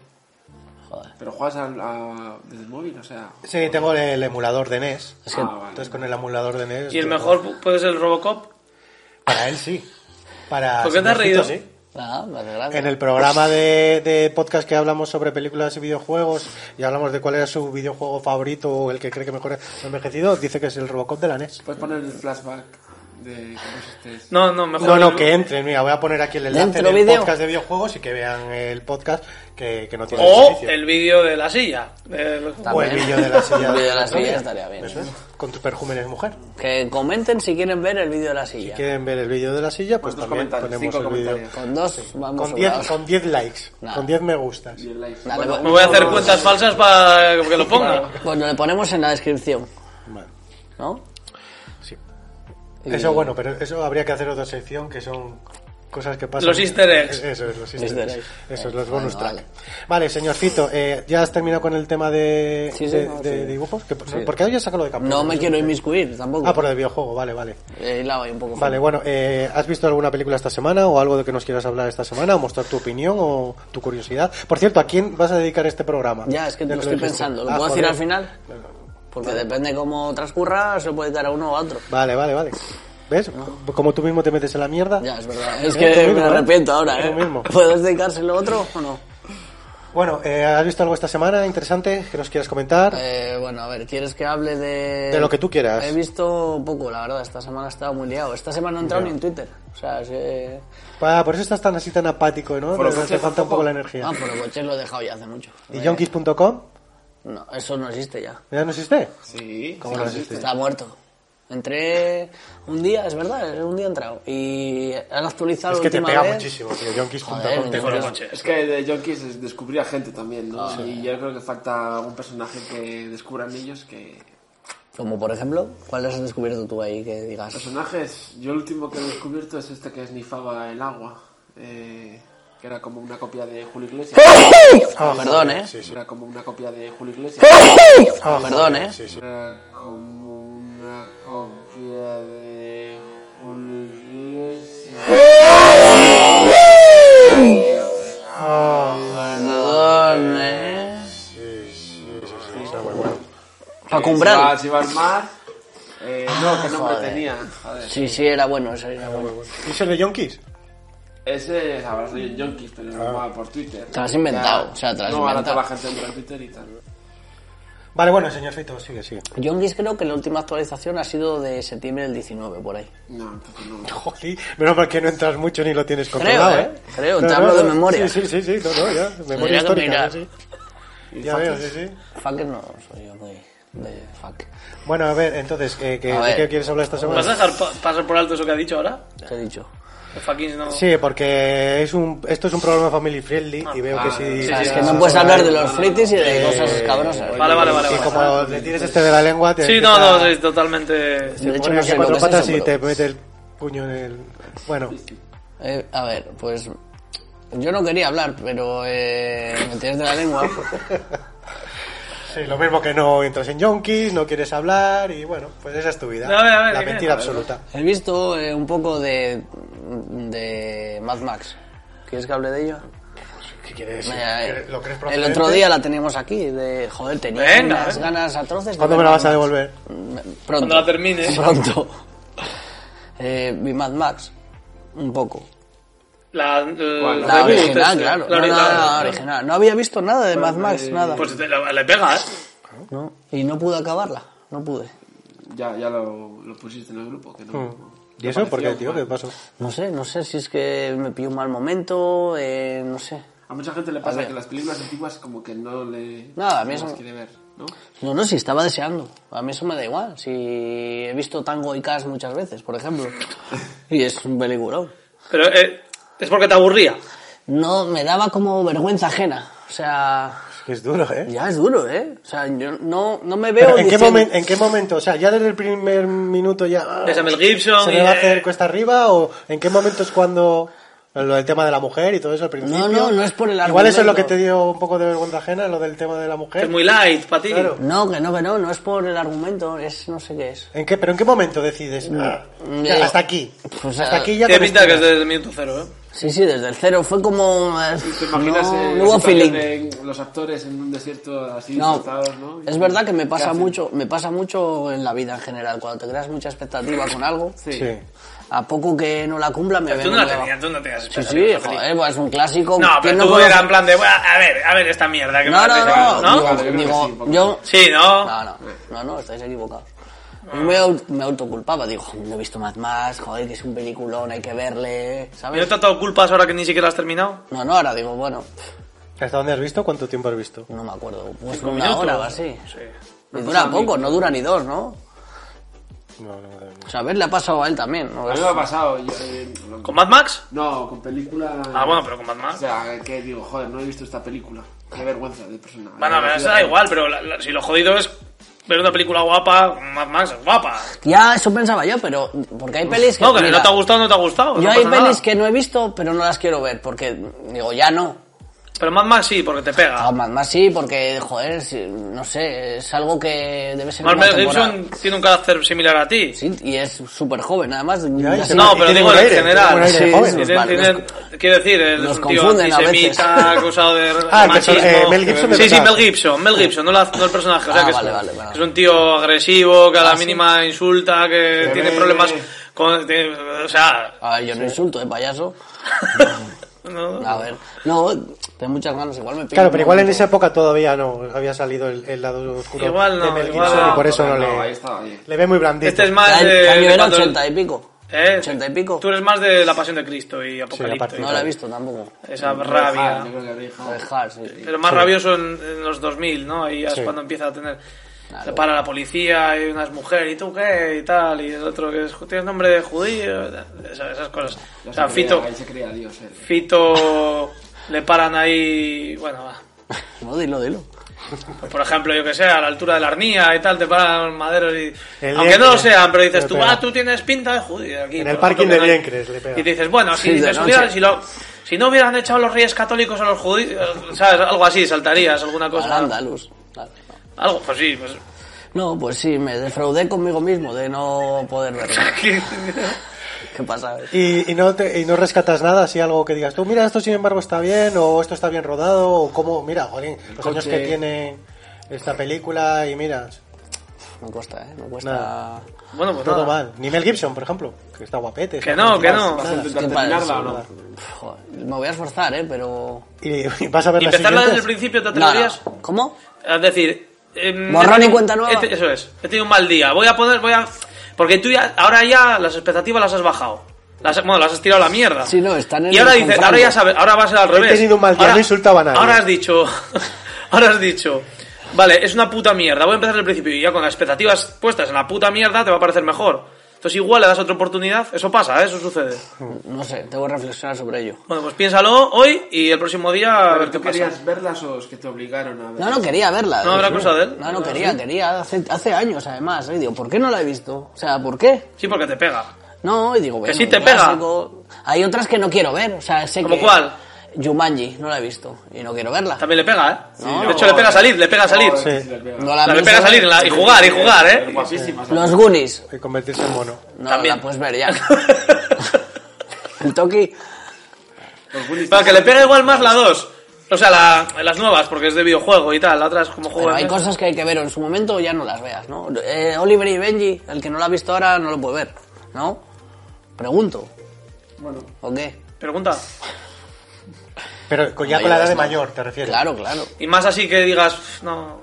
[SPEAKER 6] Pero juegas al- a- desde el móvil, o sea...
[SPEAKER 3] Sí, tengo el emulador de NES.
[SPEAKER 7] Es que-
[SPEAKER 6] Ah, vale.
[SPEAKER 3] Entonces con el emulador de NES.
[SPEAKER 8] Y el
[SPEAKER 3] yo-
[SPEAKER 8] mejor pu- puede ser el Robocop.
[SPEAKER 3] Para él sí. Para
[SPEAKER 8] ¿Por qué te has
[SPEAKER 3] Silvestre,
[SPEAKER 8] reído?
[SPEAKER 3] sí.
[SPEAKER 7] Nada, me hace gracia.
[SPEAKER 3] En el programa de, de podcast que hablamos sobre películas y videojuegos y hablamos de cuál era su videojuego favorito o el que cree que mejor ha envejecido, dice que es el Robocop de la E NES.
[SPEAKER 6] Puedes poner el flashback de cómo es este...
[SPEAKER 8] No, no, mejor...
[SPEAKER 3] No, no, que entren. Mira, voy a poner aquí el enlace
[SPEAKER 7] Dentro
[SPEAKER 3] del
[SPEAKER 7] vídeo.
[SPEAKER 3] podcast de videojuegos y que vean el podcast que, que no tiene
[SPEAKER 8] O
[SPEAKER 3] desperdicio.
[SPEAKER 8] Oh, el vídeo de la silla. El-
[SPEAKER 3] O el
[SPEAKER 7] También.
[SPEAKER 3] vídeo de la silla.
[SPEAKER 7] El vídeo de la
[SPEAKER 3] Antonio.
[SPEAKER 7] silla estaría bien,
[SPEAKER 3] Eso
[SPEAKER 7] ¿eh?
[SPEAKER 3] es. Con tus perjúmenes, mujer.
[SPEAKER 7] Que comenten si quieren ver el vídeo de la silla.
[SPEAKER 3] ¿Quieren ver el vídeo de la silla? Pues
[SPEAKER 6] Pues dos
[SPEAKER 3] también
[SPEAKER 6] comentarios,
[SPEAKER 3] ponemos
[SPEAKER 6] cinco
[SPEAKER 3] el vídeo.
[SPEAKER 6] comentarios.
[SPEAKER 7] Con dos vamos
[SPEAKER 3] Con
[SPEAKER 7] sobrados.
[SPEAKER 3] 10 con 10 likes,
[SPEAKER 7] Nah.
[SPEAKER 3] con 10 me gustas.
[SPEAKER 6] Y el live.
[SPEAKER 7] Dale,
[SPEAKER 6] Bueno,
[SPEAKER 7] pues-
[SPEAKER 8] Me voy a hacer
[SPEAKER 6] uno-
[SPEAKER 8] cuentas falsas para que lo ponga.
[SPEAKER 3] Ah,
[SPEAKER 7] Bueno, le ponemos en la descripción,
[SPEAKER 3] Vale.
[SPEAKER 7] ¿no?
[SPEAKER 3] Sí.
[SPEAKER 7] Y-
[SPEAKER 3] Eso bueno, pero eso habría que hacer otra sección que son cosas que pasan. Eh,
[SPEAKER 8] Los easter eggs.
[SPEAKER 3] Eso es, los easter
[SPEAKER 7] Easter
[SPEAKER 3] eggs.
[SPEAKER 7] eggs.
[SPEAKER 3] Eso es,
[SPEAKER 7] Bueno,
[SPEAKER 3] los bonus track.
[SPEAKER 7] vale.
[SPEAKER 3] Vale, señorcito, eh, ¿ya has terminado con el tema de,
[SPEAKER 7] Sí, sí,
[SPEAKER 3] de,
[SPEAKER 7] no,
[SPEAKER 3] de
[SPEAKER 7] sí.
[SPEAKER 3] dibujos? ¿Qué-
[SPEAKER 7] Sí.
[SPEAKER 3] ¿Por qué hoy ya sacado lo de campeón?
[SPEAKER 7] No me quiero inmiscuir tampoco.
[SPEAKER 3] Ah, por el videojuego, vale, vale.
[SPEAKER 7] He hilado ahí un poco.
[SPEAKER 3] Vale, bueno, eh, ¿has visto alguna película esta semana o algo de que nos quieras hablar esta semana o mostrar tu opinión o tu curiosidad? Por cierto, ¿a quién vas a dedicar este programa?
[SPEAKER 7] Ya, es que
[SPEAKER 3] Ya
[SPEAKER 7] lo
[SPEAKER 3] te
[SPEAKER 7] estoy
[SPEAKER 3] dijiste.
[SPEAKER 7] pensando. ¿Lo
[SPEAKER 3] Ah,
[SPEAKER 7] puedo decir
[SPEAKER 3] joder.
[SPEAKER 7] al final? Porque depende cómo transcurra, se lo puede dar a uno o a otro.
[SPEAKER 3] Vale, vale, vale. ¿Ves? Como tú mismo te metes en la mierda.
[SPEAKER 7] Ya, es verdad. Es
[SPEAKER 3] Eh,
[SPEAKER 7] que
[SPEAKER 3] tú
[SPEAKER 7] me
[SPEAKER 3] mismo, ¿eh?
[SPEAKER 7] arrepiento ahora,
[SPEAKER 3] Tú
[SPEAKER 7] ¿eh?
[SPEAKER 3] mismo.
[SPEAKER 7] ¿Puedes dedicárselo a otro o no?
[SPEAKER 3] Bueno, eh, ¿has visto algo esta semana interesante que nos quieras comentar?
[SPEAKER 7] Eh, bueno, a ver, ¿quieres que hable de...?
[SPEAKER 3] De lo que tú quieras.
[SPEAKER 7] He visto poco, la verdad. Esta semana he estado muy liado. Esta semana no he entrado ni en Twitter. O sea, es que...
[SPEAKER 3] Pa- por eso estás tan así tan apático, ¿no?
[SPEAKER 6] Por lo
[SPEAKER 3] Te-
[SPEAKER 6] que
[SPEAKER 3] te
[SPEAKER 6] hace
[SPEAKER 3] falta un poco
[SPEAKER 6] tampoco.
[SPEAKER 3] la energía.
[SPEAKER 7] Ah, pero coches lo he dejado ya hace mucho.
[SPEAKER 3] ¿Y
[SPEAKER 7] Eh,
[SPEAKER 3] yonkis.com?
[SPEAKER 7] No, eso no existe ya.
[SPEAKER 3] ¿Ya no existe?
[SPEAKER 6] Sí.
[SPEAKER 3] ¿Cómo no existe?
[SPEAKER 7] Está muerto. Entré un día, es verdad, un día he entrado. Y han actualizado
[SPEAKER 3] Es que
[SPEAKER 7] la
[SPEAKER 3] te
[SPEAKER 7] última
[SPEAKER 3] pega
[SPEAKER 7] vez.
[SPEAKER 3] muchísimo, tío. Yonkis.com.
[SPEAKER 7] Joder,
[SPEAKER 3] te-
[SPEAKER 7] Pero
[SPEAKER 8] Coches.
[SPEAKER 6] Es que de Junkies descubría gente también, ¿no? Y yo creo que falta algún personaje que descubran ellos que...
[SPEAKER 7] Como por ejemplo, ¿cuál has descubierto tú ahí que digas?
[SPEAKER 6] Personajes, yo el último que he descubierto es este que esnifaba el agua, eh, que era como una copia de Julio Iglesias.
[SPEAKER 3] Ah,
[SPEAKER 7] Perdón,
[SPEAKER 3] joder,
[SPEAKER 7] ¿eh?
[SPEAKER 3] sí, sí.
[SPEAKER 6] Era como una copia de Julio Iglesias.
[SPEAKER 3] Ah,
[SPEAKER 7] Perdón,
[SPEAKER 3] joder,
[SPEAKER 7] ¿eh?
[SPEAKER 3] sí, sí.
[SPEAKER 6] Era como una copia de Julio Iglesias.
[SPEAKER 7] Perdón, ¿eh? Paco
[SPEAKER 6] Ah,
[SPEAKER 7] Umbral.
[SPEAKER 6] se iba al mar. Eh,
[SPEAKER 3] Ah,
[SPEAKER 6] no, qué nombre
[SPEAKER 7] Joder.
[SPEAKER 6] tenía. Joder.
[SPEAKER 7] Sí, sí, era bueno, ese era bueno.
[SPEAKER 3] ¿Y eso de Yonkis?
[SPEAKER 6] Ese habrá sido en Yonkis, pero
[SPEAKER 3] Ah.
[SPEAKER 6] no va por Twitter.
[SPEAKER 7] Te lo has inventado, o sea, te lo has
[SPEAKER 6] No, ahora
[SPEAKER 7] inventado.
[SPEAKER 6] toda la gente entra en Twitter y tal.
[SPEAKER 3] Vale, bueno, señor Feito, sigue, sigue.
[SPEAKER 7] Yonkis creo que la última actualización ha sido de septiembre del 19, por ahí.
[SPEAKER 6] No, entonces no.
[SPEAKER 3] Jolí, menos mal que no entras mucho ni lo tienes controlado,
[SPEAKER 7] Creo,
[SPEAKER 3] ¿eh?
[SPEAKER 7] ¿eh? Creo, te hablo de memoria.
[SPEAKER 3] Sí, sí, sí, sí, no, no, ya. Memoria
[SPEAKER 7] Tendría que
[SPEAKER 3] histórica,
[SPEAKER 7] mirar.
[SPEAKER 3] sí, sí. Ya veo, sí, sí.
[SPEAKER 7] Fucker no soy yo muy de fuck.
[SPEAKER 3] Bueno, a ver, entonces, eh, que-
[SPEAKER 7] A
[SPEAKER 3] ¿de
[SPEAKER 7] ver.
[SPEAKER 3] qué quieres hablar esta semana?
[SPEAKER 8] ¿Vas a dejar pa- pasar por alto eso que ha dicho ahora?
[SPEAKER 7] ¿Qué he dicho?
[SPEAKER 8] El fucking no.
[SPEAKER 3] Sí, porque es un, esto es un programa family friendly y veo que si...
[SPEAKER 7] O sea,
[SPEAKER 8] sí,
[SPEAKER 7] Ah, es
[SPEAKER 8] sí,
[SPEAKER 7] que
[SPEAKER 8] sí,
[SPEAKER 7] no
[SPEAKER 8] sí,
[SPEAKER 7] puedes hablar de los fritis y
[SPEAKER 3] Eh,
[SPEAKER 7] de cosas escabrosas.
[SPEAKER 8] Vale, vale, vale.
[SPEAKER 3] Y
[SPEAKER 8] vale.
[SPEAKER 3] como le tires este de la lengua... Te
[SPEAKER 8] Sí,
[SPEAKER 3] empieza-
[SPEAKER 8] no, no, sí, totalmente.
[SPEAKER 7] De
[SPEAKER 3] Te
[SPEAKER 7] hecho,
[SPEAKER 3] pone aquí
[SPEAKER 7] no
[SPEAKER 3] a
[SPEAKER 7] sé lo que
[SPEAKER 3] cuatro
[SPEAKER 7] es
[SPEAKER 3] patas
[SPEAKER 7] eso,
[SPEAKER 3] y te
[SPEAKER 7] pero-
[SPEAKER 3] mete el puño en el... Bueno,
[SPEAKER 7] Eh, a ver, pues yo no quería hablar, pero eh, me tiras de la lengua.
[SPEAKER 3] sí, lo mismo que no entras en yonkis, no quieres hablar y bueno, pues esa es tu vida.
[SPEAKER 8] A ver, a ver,
[SPEAKER 3] la
[SPEAKER 8] ¿qué?
[SPEAKER 3] mentira
[SPEAKER 8] A ver.
[SPEAKER 3] absoluta.
[SPEAKER 7] He visto eh, un poco de, de Mad Max. ¿Quieres que hable de ello?
[SPEAKER 3] ¿Qué quieres
[SPEAKER 7] Mira, eh,
[SPEAKER 3] ¿Lo crees
[SPEAKER 7] el
[SPEAKER 3] procedente?
[SPEAKER 7] otro día la teníamos aquí, de joder, tenía
[SPEAKER 8] Venga,
[SPEAKER 7] unas
[SPEAKER 8] venga.
[SPEAKER 7] ganas atroces. de
[SPEAKER 3] ¿Cuándo me
[SPEAKER 7] ver
[SPEAKER 3] la
[SPEAKER 7] Mad
[SPEAKER 3] vas a
[SPEAKER 7] Max.
[SPEAKER 3] devolver?
[SPEAKER 7] Pronto.
[SPEAKER 8] Cuando la termine.
[SPEAKER 7] Pronto. Eh, vi Mad Max, un poco.
[SPEAKER 8] La, la,
[SPEAKER 6] ¿Cuál?
[SPEAKER 7] La
[SPEAKER 8] reboot,
[SPEAKER 7] original,
[SPEAKER 8] este.
[SPEAKER 7] claro.
[SPEAKER 8] La
[SPEAKER 7] No, no,
[SPEAKER 8] original.
[SPEAKER 7] no, la original. No había visto nada de Mad Max, nada.
[SPEAKER 8] Pues te- la- le pega, ¿eh?
[SPEAKER 7] No, Y no pude acabarla, no pude.
[SPEAKER 6] Ya, ya lo, lo pusiste en el grupo, que no.
[SPEAKER 3] Hmm. ¿Y eso? ¿Por qué,
[SPEAKER 6] Apareció,
[SPEAKER 3] tío? ¿Qué pasó?
[SPEAKER 7] No sé, no sé si es que me pilló un mal momento, eh, no sé.
[SPEAKER 6] A mucha gente le pasa
[SPEAKER 7] ver.
[SPEAKER 6] que las películas antiguas como que no le...
[SPEAKER 7] Nada, a mí
[SPEAKER 6] no
[SPEAKER 7] eso
[SPEAKER 6] las
[SPEAKER 7] no.
[SPEAKER 6] quiere ver, ¿no?
[SPEAKER 7] No, no, si estaba deseando. A mí eso me da igual. Si he visto Tango y Cash muchas veces, por ejemplo. Y es un peliculón.
[SPEAKER 8] Pero eh, es porque te aburría.
[SPEAKER 7] No, me daba como vergüenza ajena. O sea,
[SPEAKER 3] Es duro, ¿eh?
[SPEAKER 7] ya es duro, ¿eh? O sea, yo no, no me
[SPEAKER 3] Pero
[SPEAKER 7] veo
[SPEAKER 3] ¿en, qué
[SPEAKER 7] diciendo-
[SPEAKER 3] momen- ¿En qué momento? O sea, ya desde el primer minuto ya... ah,
[SPEAKER 8] De Samuel Gibson
[SPEAKER 3] ¿Se
[SPEAKER 8] y
[SPEAKER 3] me va a
[SPEAKER 8] de-
[SPEAKER 3] hacer cuesta arriba o en qué momento es cuando... Lo del tema de la mujer y todo eso al principio.
[SPEAKER 7] no, no es por el
[SPEAKER 3] Igual eso es lo que
[SPEAKER 7] argumento.
[SPEAKER 3] te dio un poco de vergüenza ajena, lo del tema de la mujer.
[SPEAKER 8] Que es muy light para ti.
[SPEAKER 3] Claro.
[SPEAKER 7] No, que no, que no, no es por el argumento, es no sé qué es.
[SPEAKER 3] ¿En qué, ¿Pero en qué momento decides? "Ah, ya,
[SPEAKER 7] Ya.
[SPEAKER 3] hasta aquí.
[SPEAKER 7] Pues,
[SPEAKER 3] hasta
[SPEAKER 7] ah,
[SPEAKER 3] aquí ya
[SPEAKER 8] Tiene
[SPEAKER 3] con este
[SPEAKER 8] pinta que es
[SPEAKER 3] esto".
[SPEAKER 8] desde el minuto cero, ¿eh?
[SPEAKER 7] Sí, sí, desde el cero fue como... eh,
[SPEAKER 6] ¿Te imaginas
[SPEAKER 7] no,
[SPEAKER 6] eh,
[SPEAKER 7] no hubo
[SPEAKER 6] la situación
[SPEAKER 7] feeling.
[SPEAKER 6] de los actores en un desierto así
[SPEAKER 7] No,
[SPEAKER 6] soltados, ¿no?
[SPEAKER 7] es verdad que me
[SPEAKER 6] ¿Qué
[SPEAKER 7] pasa
[SPEAKER 6] hacen?
[SPEAKER 7] mucho, me pasa mucho en la vida en general. Cuando te creas mucha expectativa con algo,
[SPEAKER 6] Sí.
[SPEAKER 3] Sí.
[SPEAKER 7] a poco que no la cumpla me
[SPEAKER 8] Tú
[SPEAKER 7] vengo
[SPEAKER 8] no la
[SPEAKER 7] abajo.
[SPEAKER 8] tenías, tú no tenías
[SPEAKER 7] Sí,
[SPEAKER 8] expectativas
[SPEAKER 7] sí,
[SPEAKER 8] de película.
[SPEAKER 7] joder, pues es un clásico.
[SPEAKER 8] No,
[SPEAKER 7] ¿quién
[SPEAKER 8] pero tú
[SPEAKER 7] conoce?
[SPEAKER 8] era en plan de, "Buah, a ver, a ver esta mierda que me
[SPEAKER 7] No,
[SPEAKER 8] habéis
[SPEAKER 7] no, no,
[SPEAKER 8] sacado", ¿no?
[SPEAKER 6] Vale, yo
[SPEAKER 7] Digo,
[SPEAKER 6] creo que sí,
[SPEAKER 7] digo,
[SPEAKER 6] un poco.
[SPEAKER 7] yo...
[SPEAKER 8] Sí, Ah. ¿no?
[SPEAKER 7] No, no, no, no, estáis equivocados. Yo me, au- me autoculpaba, digo, joder, no he visto más más, joder, que es un peliculón, hay que verle,
[SPEAKER 8] ¿Y no
[SPEAKER 7] ¿sabes?
[SPEAKER 8] te ha dado culpas ahora que ni siquiera has terminado?
[SPEAKER 7] No, no, ahora digo, bueno,
[SPEAKER 3] ¿Hasta dónde has visto? ¿Cuánto tiempo has visto?
[SPEAKER 7] no me acuerdo, pues
[SPEAKER 8] Cinco
[SPEAKER 7] una
[SPEAKER 8] minutos.
[SPEAKER 7] hora o así.
[SPEAKER 8] Sí.
[SPEAKER 7] Y dura poco, no dura ni dos, ¿no?
[SPEAKER 3] No, no, no.
[SPEAKER 7] O sea, a ver, le ha pasado a él también. ¿no?
[SPEAKER 6] A mí me ha pasado. yo, eh, lo-
[SPEAKER 8] ¿Con Mad Max?
[SPEAKER 6] No, con película...
[SPEAKER 8] Ah, bueno, pero con Mad
[SPEAKER 6] O
[SPEAKER 8] Max.
[SPEAKER 6] sea, que digo, joder, no he visto esta película. Qué vergüenza de persona.
[SPEAKER 8] Bueno,
[SPEAKER 6] La
[SPEAKER 8] pero eso
[SPEAKER 6] verdad.
[SPEAKER 8] da igual, pero la- la- si lo jodido es ver una película guapa, Mad Max es guapa.
[SPEAKER 7] Ya, eso pensaba yo, pero. Porque hay pelis que.
[SPEAKER 8] No, que si
[SPEAKER 7] mira,
[SPEAKER 8] no te ha gustado, no te ha gustado.
[SPEAKER 7] Yo
[SPEAKER 8] no
[SPEAKER 7] hay
[SPEAKER 8] pasa nada.
[SPEAKER 7] pelis que no he visto, pero no las quiero ver, porque digo, ya no.
[SPEAKER 8] Pero Mad Max sí, porque te pega.
[SPEAKER 7] más, más sí, porque, joder, sí, no sé, es algo que debe ser. una
[SPEAKER 8] Marmel
[SPEAKER 7] temporada.
[SPEAKER 8] Gibson tiene un carácter similar a ti.
[SPEAKER 7] Sí, y es súper joven, además.
[SPEAKER 3] y
[SPEAKER 7] así-
[SPEAKER 3] se
[SPEAKER 8] No,
[SPEAKER 3] Y
[SPEAKER 8] pero
[SPEAKER 3] tiene
[SPEAKER 8] digo
[SPEAKER 3] un
[SPEAKER 8] en
[SPEAKER 3] aire, tiene un
[SPEAKER 8] general.
[SPEAKER 3] aire
[SPEAKER 8] Sí,
[SPEAKER 7] joven.
[SPEAKER 8] tiene-
[SPEAKER 7] Vale,
[SPEAKER 8] tiene- quiero decir, él
[SPEAKER 7] nos
[SPEAKER 8] es un tío
[SPEAKER 7] confunden a veces.
[SPEAKER 8] antisemita, acusado de
[SPEAKER 3] Ah, el
[SPEAKER 8] machismo.
[SPEAKER 3] perso- eh, Mel Gibson de
[SPEAKER 8] sí, sí,
[SPEAKER 3] verdad.
[SPEAKER 8] Mel Gibson, Mel Gibson, no, la- no el personaje. O sea,
[SPEAKER 7] Ah,
[SPEAKER 8] que es,
[SPEAKER 7] vale, vale, vale.
[SPEAKER 8] es un tío agresivo, que a la
[SPEAKER 7] Ah, sí.
[SPEAKER 8] mínima insulta, que
[SPEAKER 3] Sí.
[SPEAKER 8] tiene problemas con... tiene- o sea...
[SPEAKER 7] A ver, yo no insulto, eh, payaso.
[SPEAKER 8] no.
[SPEAKER 7] A ver, no, tengo muchas ganas, igual me pillo
[SPEAKER 3] Claro,
[SPEAKER 7] un
[SPEAKER 3] pero igual en
[SPEAKER 7] momento.
[SPEAKER 3] esa época todavía no había salido el, el lado oscuro
[SPEAKER 8] Igual no,
[SPEAKER 3] de Mel
[SPEAKER 8] igual
[SPEAKER 3] Gibson
[SPEAKER 8] no.
[SPEAKER 3] y por eso no,
[SPEAKER 6] ahí
[SPEAKER 3] le,
[SPEAKER 6] está, ahí.
[SPEAKER 3] le ve muy blandito.
[SPEAKER 8] Este es
[SPEAKER 7] ¿Qué
[SPEAKER 8] más
[SPEAKER 7] año-
[SPEAKER 8] de...
[SPEAKER 7] qué año
[SPEAKER 8] de
[SPEAKER 7] era?
[SPEAKER 8] cuando-
[SPEAKER 7] 80 y pico.
[SPEAKER 8] ¿Eh?
[SPEAKER 7] 80 y pico.
[SPEAKER 8] Tú eres más de la pasión de Cristo y Apocalipto.
[SPEAKER 3] partir
[SPEAKER 7] No la he visto tampoco.
[SPEAKER 8] Esa
[SPEAKER 6] Ah,
[SPEAKER 8] rabia.
[SPEAKER 6] yo creo que Rey Hall.
[SPEAKER 7] Dejar, sí, sí.
[SPEAKER 8] Pero más rabioso en, en los 2000, ¿no? Ahí es cuando empieza a tener... Se para la policía y unas mujeres, ¿y tú qué? Y tal, y el otro que es, tienes nombre de judío, esas, esas cosas. O sea,
[SPEAKER 6] se creía-
[SPEAKER 8] Fito,
[SPEAKER 6] Él se creía Dios, eh. él.
[SPEAKER 8] Fito le paran ahí, bueno, va.
[SPEAKER 7] No, dilo, dilo.
[SPEAKER 8] Pues, por ejemplo, yo que sé, a la altura de la arnía y tal, te paran maderos y...
[SPEAKER 3] El
[SPEAKER 8] Aunque no lo
[SPEAKER 3] Liencre.
[SPEAKER 8] sean, pero dices
[SPEAKER 3] Le
[SPEAKER 8] tú,
[SPEAKER 3] pega.
[SPEAKER 8] ah, tú tienes pinta de judío aquí.
[SPEAKER 3] En
[SPEAKER 8] por
[SPEAKER 3] el
[SPEAKER 8] lo
[SPEAKER 3] parking
[SPEAKER 8] tanto que
[SPEAKER 3] de
[SPEAKER 8] no hay-
[SPEAKER 3] Liencres le pega.
[SPEAKER 8] Y dices, bueno,
[SPEAKER 7] Sí,
[SPEAKER 8] si,
[SPEAKER 7] de
[SPEAKER 8] les
[SPEAKER 7] noche.
[SPEAKER 8] hubieran- si, lo- si no hubieran echado los reyes católicos a los judíos, ¿sabes? Algo así, saltarías, alguna
[SPEAKER 7] Al
[SPEAKER 8] cosa.
[SPEAKER 7] andaluz. Vale, no.
[SPEAKER 8] Algo, pues sí, pues...
[SPEAKER 7] No, pues sí, me defraudé conmigo mismo de no poder verlo. ¿Qué pasa?
[SPEAKER 3] Y, y no te- y no rescatas nada, así algo que digas tú, mira, esto sin embargo está bien, o esto está bien rodado, o cómo, mira, jolín, los años
[SPEAKER 6] coche.
[SPEAKER 3] que tiene esta película y mira,
[SPEAKER 7] No cuesta, ¿eh? No cuesta...
[SPEAKER 3] Nada.
[SPEAKER 8] Bueno, pues
[SPEAKER 3] todo
[SPEAKER 8] nada.
[SPEAKER 3] mal. Ni Mel Gibson, por ejemplo, que está guapete.
[SPEAKER 8] Que
[SPEAKER 3] está
[SPEAKER 8] no,
[SPEAKER 3] guapo,
[SPEAKER 8] que no.
[SPEAKER 3] nada.
[SPEAKER 6] ¿Intentar
[SPEAKER 7] qué padre,
[SPEAKER 6] terminarla o
[SPEAKER 3] sí,
[SPEAKER 6] no?
[SPEAKER 7] Pff, joder, me voy a esforzar, ¿eh? Pero...
[SPEAKER 3] Y, y vas a ver las
[SPEAKER 8] Empezarla desde el
[SPEAKER 3] siguientes.
[SPEAKER 8] principio, ¿te
[SPEAKER 7] No, no.
[SPEAKER 8] atreverías?
[SPEAKER 7] ¿Cómo?
[SPEAKER 8] Es decir, em,
[SPEAKER 7] Borrón
[SPEAKER 8] he
[SPEAKER 7] y
[SPEAKER 8] tenido-
[SPEAKER 7] cuenta nueva.
[SPEAKER 8] he te- eso es. He tenido un mal día. Voy a poner, voy a. Porque tú ya, ahora ya las expectativas las has bajado. Las, bueno, las has tirado a la mierda.
[SPEAKER 7] Sí, no, están en
[SPEAKER 8] Y ahora
[SPEAKER 7] el
[SPEAKER 8] dices,
[SPEAKER 7] confranco.
[SPEAKER 8] ahora ya sabes, ahora va a ser al revés.
[SPEAKER 3] tenido un mal día,
[SPEAKER 8] Ahora-
[SPEAKER 3] no insultaba a nadie.
[SPEAKER 8] Ahora has dicho, ahora has dicho, vale, es una puta mierda, voy a empezar del principio y ya con las expectativas puestas en la puta mierda te va a parecer mejor. Entonces igual le das otra oportunidad, eso pasa, ¿eh? eso sucede.
[SPEAKER 7] No sé, tengo que reflexionar sobre ello.
[SPEAKER 8] Bueno, pues piénsalo hoy y el próximo día a ver
[SPEAKER 6] Pero
[SPEAKER 8] qué
[SPEAKER 6] tú
[SPEAKER 8] pasa.
[SPEAKER 6] querías verlas o es que te obligaron a ver.
[SPEAKER 7] No, no quería verla. eh.
[SPEAKER 8] ¿No habrá cosa de él?
[SPEAKER 7] No, no quería, quería. Hace, hace años, además. ¿eh? Y digo, ¿por qué no la he visto? O sea, ¿por qué?
[SPEAKER 8] Sí, porque te pega.
[SPEAKER 7] No, y digo, bueno,
[SPEAKER 8] sí te
[SPEAKER 7] un
[SPEAKER 8] pega.
[SPEAKER 7] clásico. Hay otras que no quiero ver. O sea, sé
[SPEAKER 8] ¿Cómo
[SPEAKER 7] que...
[SPEAKER 8] cuál?
[SPEAKER 7] Jumanji, no la he visto. Y no quiero verla.
[SPEAKER 8] También le pega, ¿eh?
[SPEAKER 7] No,
[SPEAKER 8] de hecho, le pega salir, le pega salir.
[SPEAKER 6] Joder,
[SPEAKER 3] Sí.
[SPEAKER 6] si las veo.
[SPEAKER 7] No la
[SPEAKER 8] O sea, le
[SPEAKER 7] pienso
[SPEAKER 8] pega
[SPEAKER 7] ver.
[SPEAKER 8] salir en la- y jugar, y jugar,
[SPEAKER 6] Pero
[SPEAKER 8] ¿eh?
[SPEAKER 6] Guapísimas.
[SPEAKER 7] Los Goonies.
[SPEAKER 3] Y convertirse en mono.
[SPEAKER 7] No
[SPEAKER 8] También.
[SPEAKER 7] la puedes ver ya. El Toki.
[SPEAKER 6] Los Goonies.
[SPEAKER 8] Para que le pega igual más la 2. O sea, la- las nuevas, porque es de videojuego y tal. La otra es como juego.
[SPEAKER 7] Pero hay
[SPEAKER 8] de-
[SPEAKER 7] cosas que hay que ver en su momento ya no las veas, ¿no? Eh, Oliver y Benji, el que no lo ha visto ahora no lo puede ver, ¿no? Pregunto,
[SPEAKER 6] Bueno,
[SPEAKER 7] ¿o qué?
[SPEAKER 8] Pregunta.
[SPEAKER 3] Pero con- ya
[SPEAKER 7] No,
[SPEAKER 3] con la
[SPEAKER 7] yo
[SPEAKER 3] edad de
[SPEAKER 7] no.
[SPEAKER 3] mayor, te refieres.
[SPEAKER 7] Claro, claro.
[SPEAKER 8] Y más así que digas, no.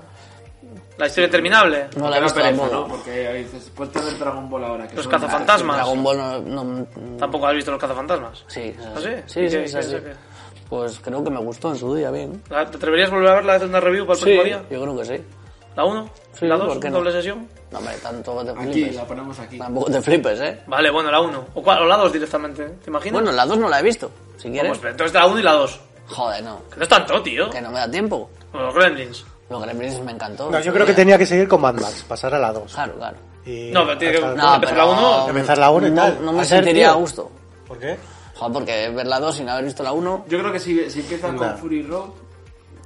[SPEAKER 8] La historia interminable.
[SPEAKER 7] No la he
[SPEAKER 6] era
[SPEAKER 7] visto
[SPEAKER 6] pereza,
[SPEAKER 7] tampoco.
[SPEAKER 6] ¿no? Porque ahí dices, ponte a ver Dragon Ball ahora. Que
[SPEAKER 8] Los
[SPEAKER 6] son-
[SPEAKER 8] cazafantasmas.
[SPEAKER 7] Dragon Ball no... no-
[SPEAKER 8] Tampoco has visto los cazafantasmas.
[SPEAKER 7] sí, es
[SPEAKER 8] ¿Ah,
[SPEAKER 7] así.
[SPEAKER 8] sí?
[SPEAKER 7] sí,
[SPEAKER 8] ¿Y
[SPEAKER 7] sí,
[SPEAKER 8] qué-
[SPEAKER 7] es
[SPEAKER 8] qué-
[SPEAKER 7] así.
[SPEAKER 8] qué-
[SPEAKER 7] Pues creo que me gustó en su día, bien.
[SPEAKER 8] ¿Te atreverías a volver a verla hacer una review para el
[SPEAKER 7] yo
[SPEAKER 8] próximo día?
[SPEAKER 7] creo que sí.
[SPEAKER 8] ¿La 1?
[SPEAKER 7] Sí,
[SPEAKER 8] ¿La
[SPEAKER 7] ¿por
[SPEAKER 8] 2?
[SPEAKER 7] qué no?
[SPEAKER 8] ¿Doble sesión?
[SPEAKER 7] No, hombre, tanto te
[SPEAKER 6] Aquí,
[SPEAKER 7] flipes.
[SPEAKER 6] la ponemos aquí.
[SPEAKER 7] Tampoco te flipes, ¿eh?
[SPEAKER 8] Vale, bueno, la 1. O, cuál- o la 2 directamente, ¿eh? ¿te imaginas?
[SPEAKER 7] Bueno, la dos no la he visto, si
[SPEAKER 8] Pues,
[SPEAKER 7] quieres.
[SPEAKER 8] entonces la 1 y la 2.
[SPEAKER 7] Joder, no.
[SPEAKER 8] Que no es tanto, tío.
[SPEAKER 7] Que no me da tiempo.
[SPEAKER 8] Los Gremlins.
[SPEAKER 7] Los Gremlins me encantó.
[SPEAKER 3] No,
[SPEAKER 7] en
[SPEAKER 3] yo
[SPEAKER 7] su
[SPEAKER 3] creo que
[SPEAKER 7] día.
[SPEAKER 3] tenía que seguir con Mad Max, pasar a la 2.
[SPEAKER 7] Claro, claro.
[SPEAKER 3] Y
[SPEAKER 8] No, pero tiene que-
[SPEAKER 3] hasta-
[SPEAKER 8] No, empezar la uno,
[SPEAKER 3] empezar la uno y
[SPEAKER 7] no,
[SPEAKER 3] tal.
[SPEAKER 7] No me
[SPEAKER 3] Hacer,
[SPEAKER 7] sentiría
[SPEAKER 3] tío.
[SPEAKER 7] a gusto.
[SPEAKER 3] ¿Por qué?
[SPEAKER 7] Joder, porque ver la 2 sin haber visto la 1.
[SPEAKER 6] Yo creo que si, si empieza
[SPEAKER 3] Anda.
[SPEAKER 6] con Fury Road,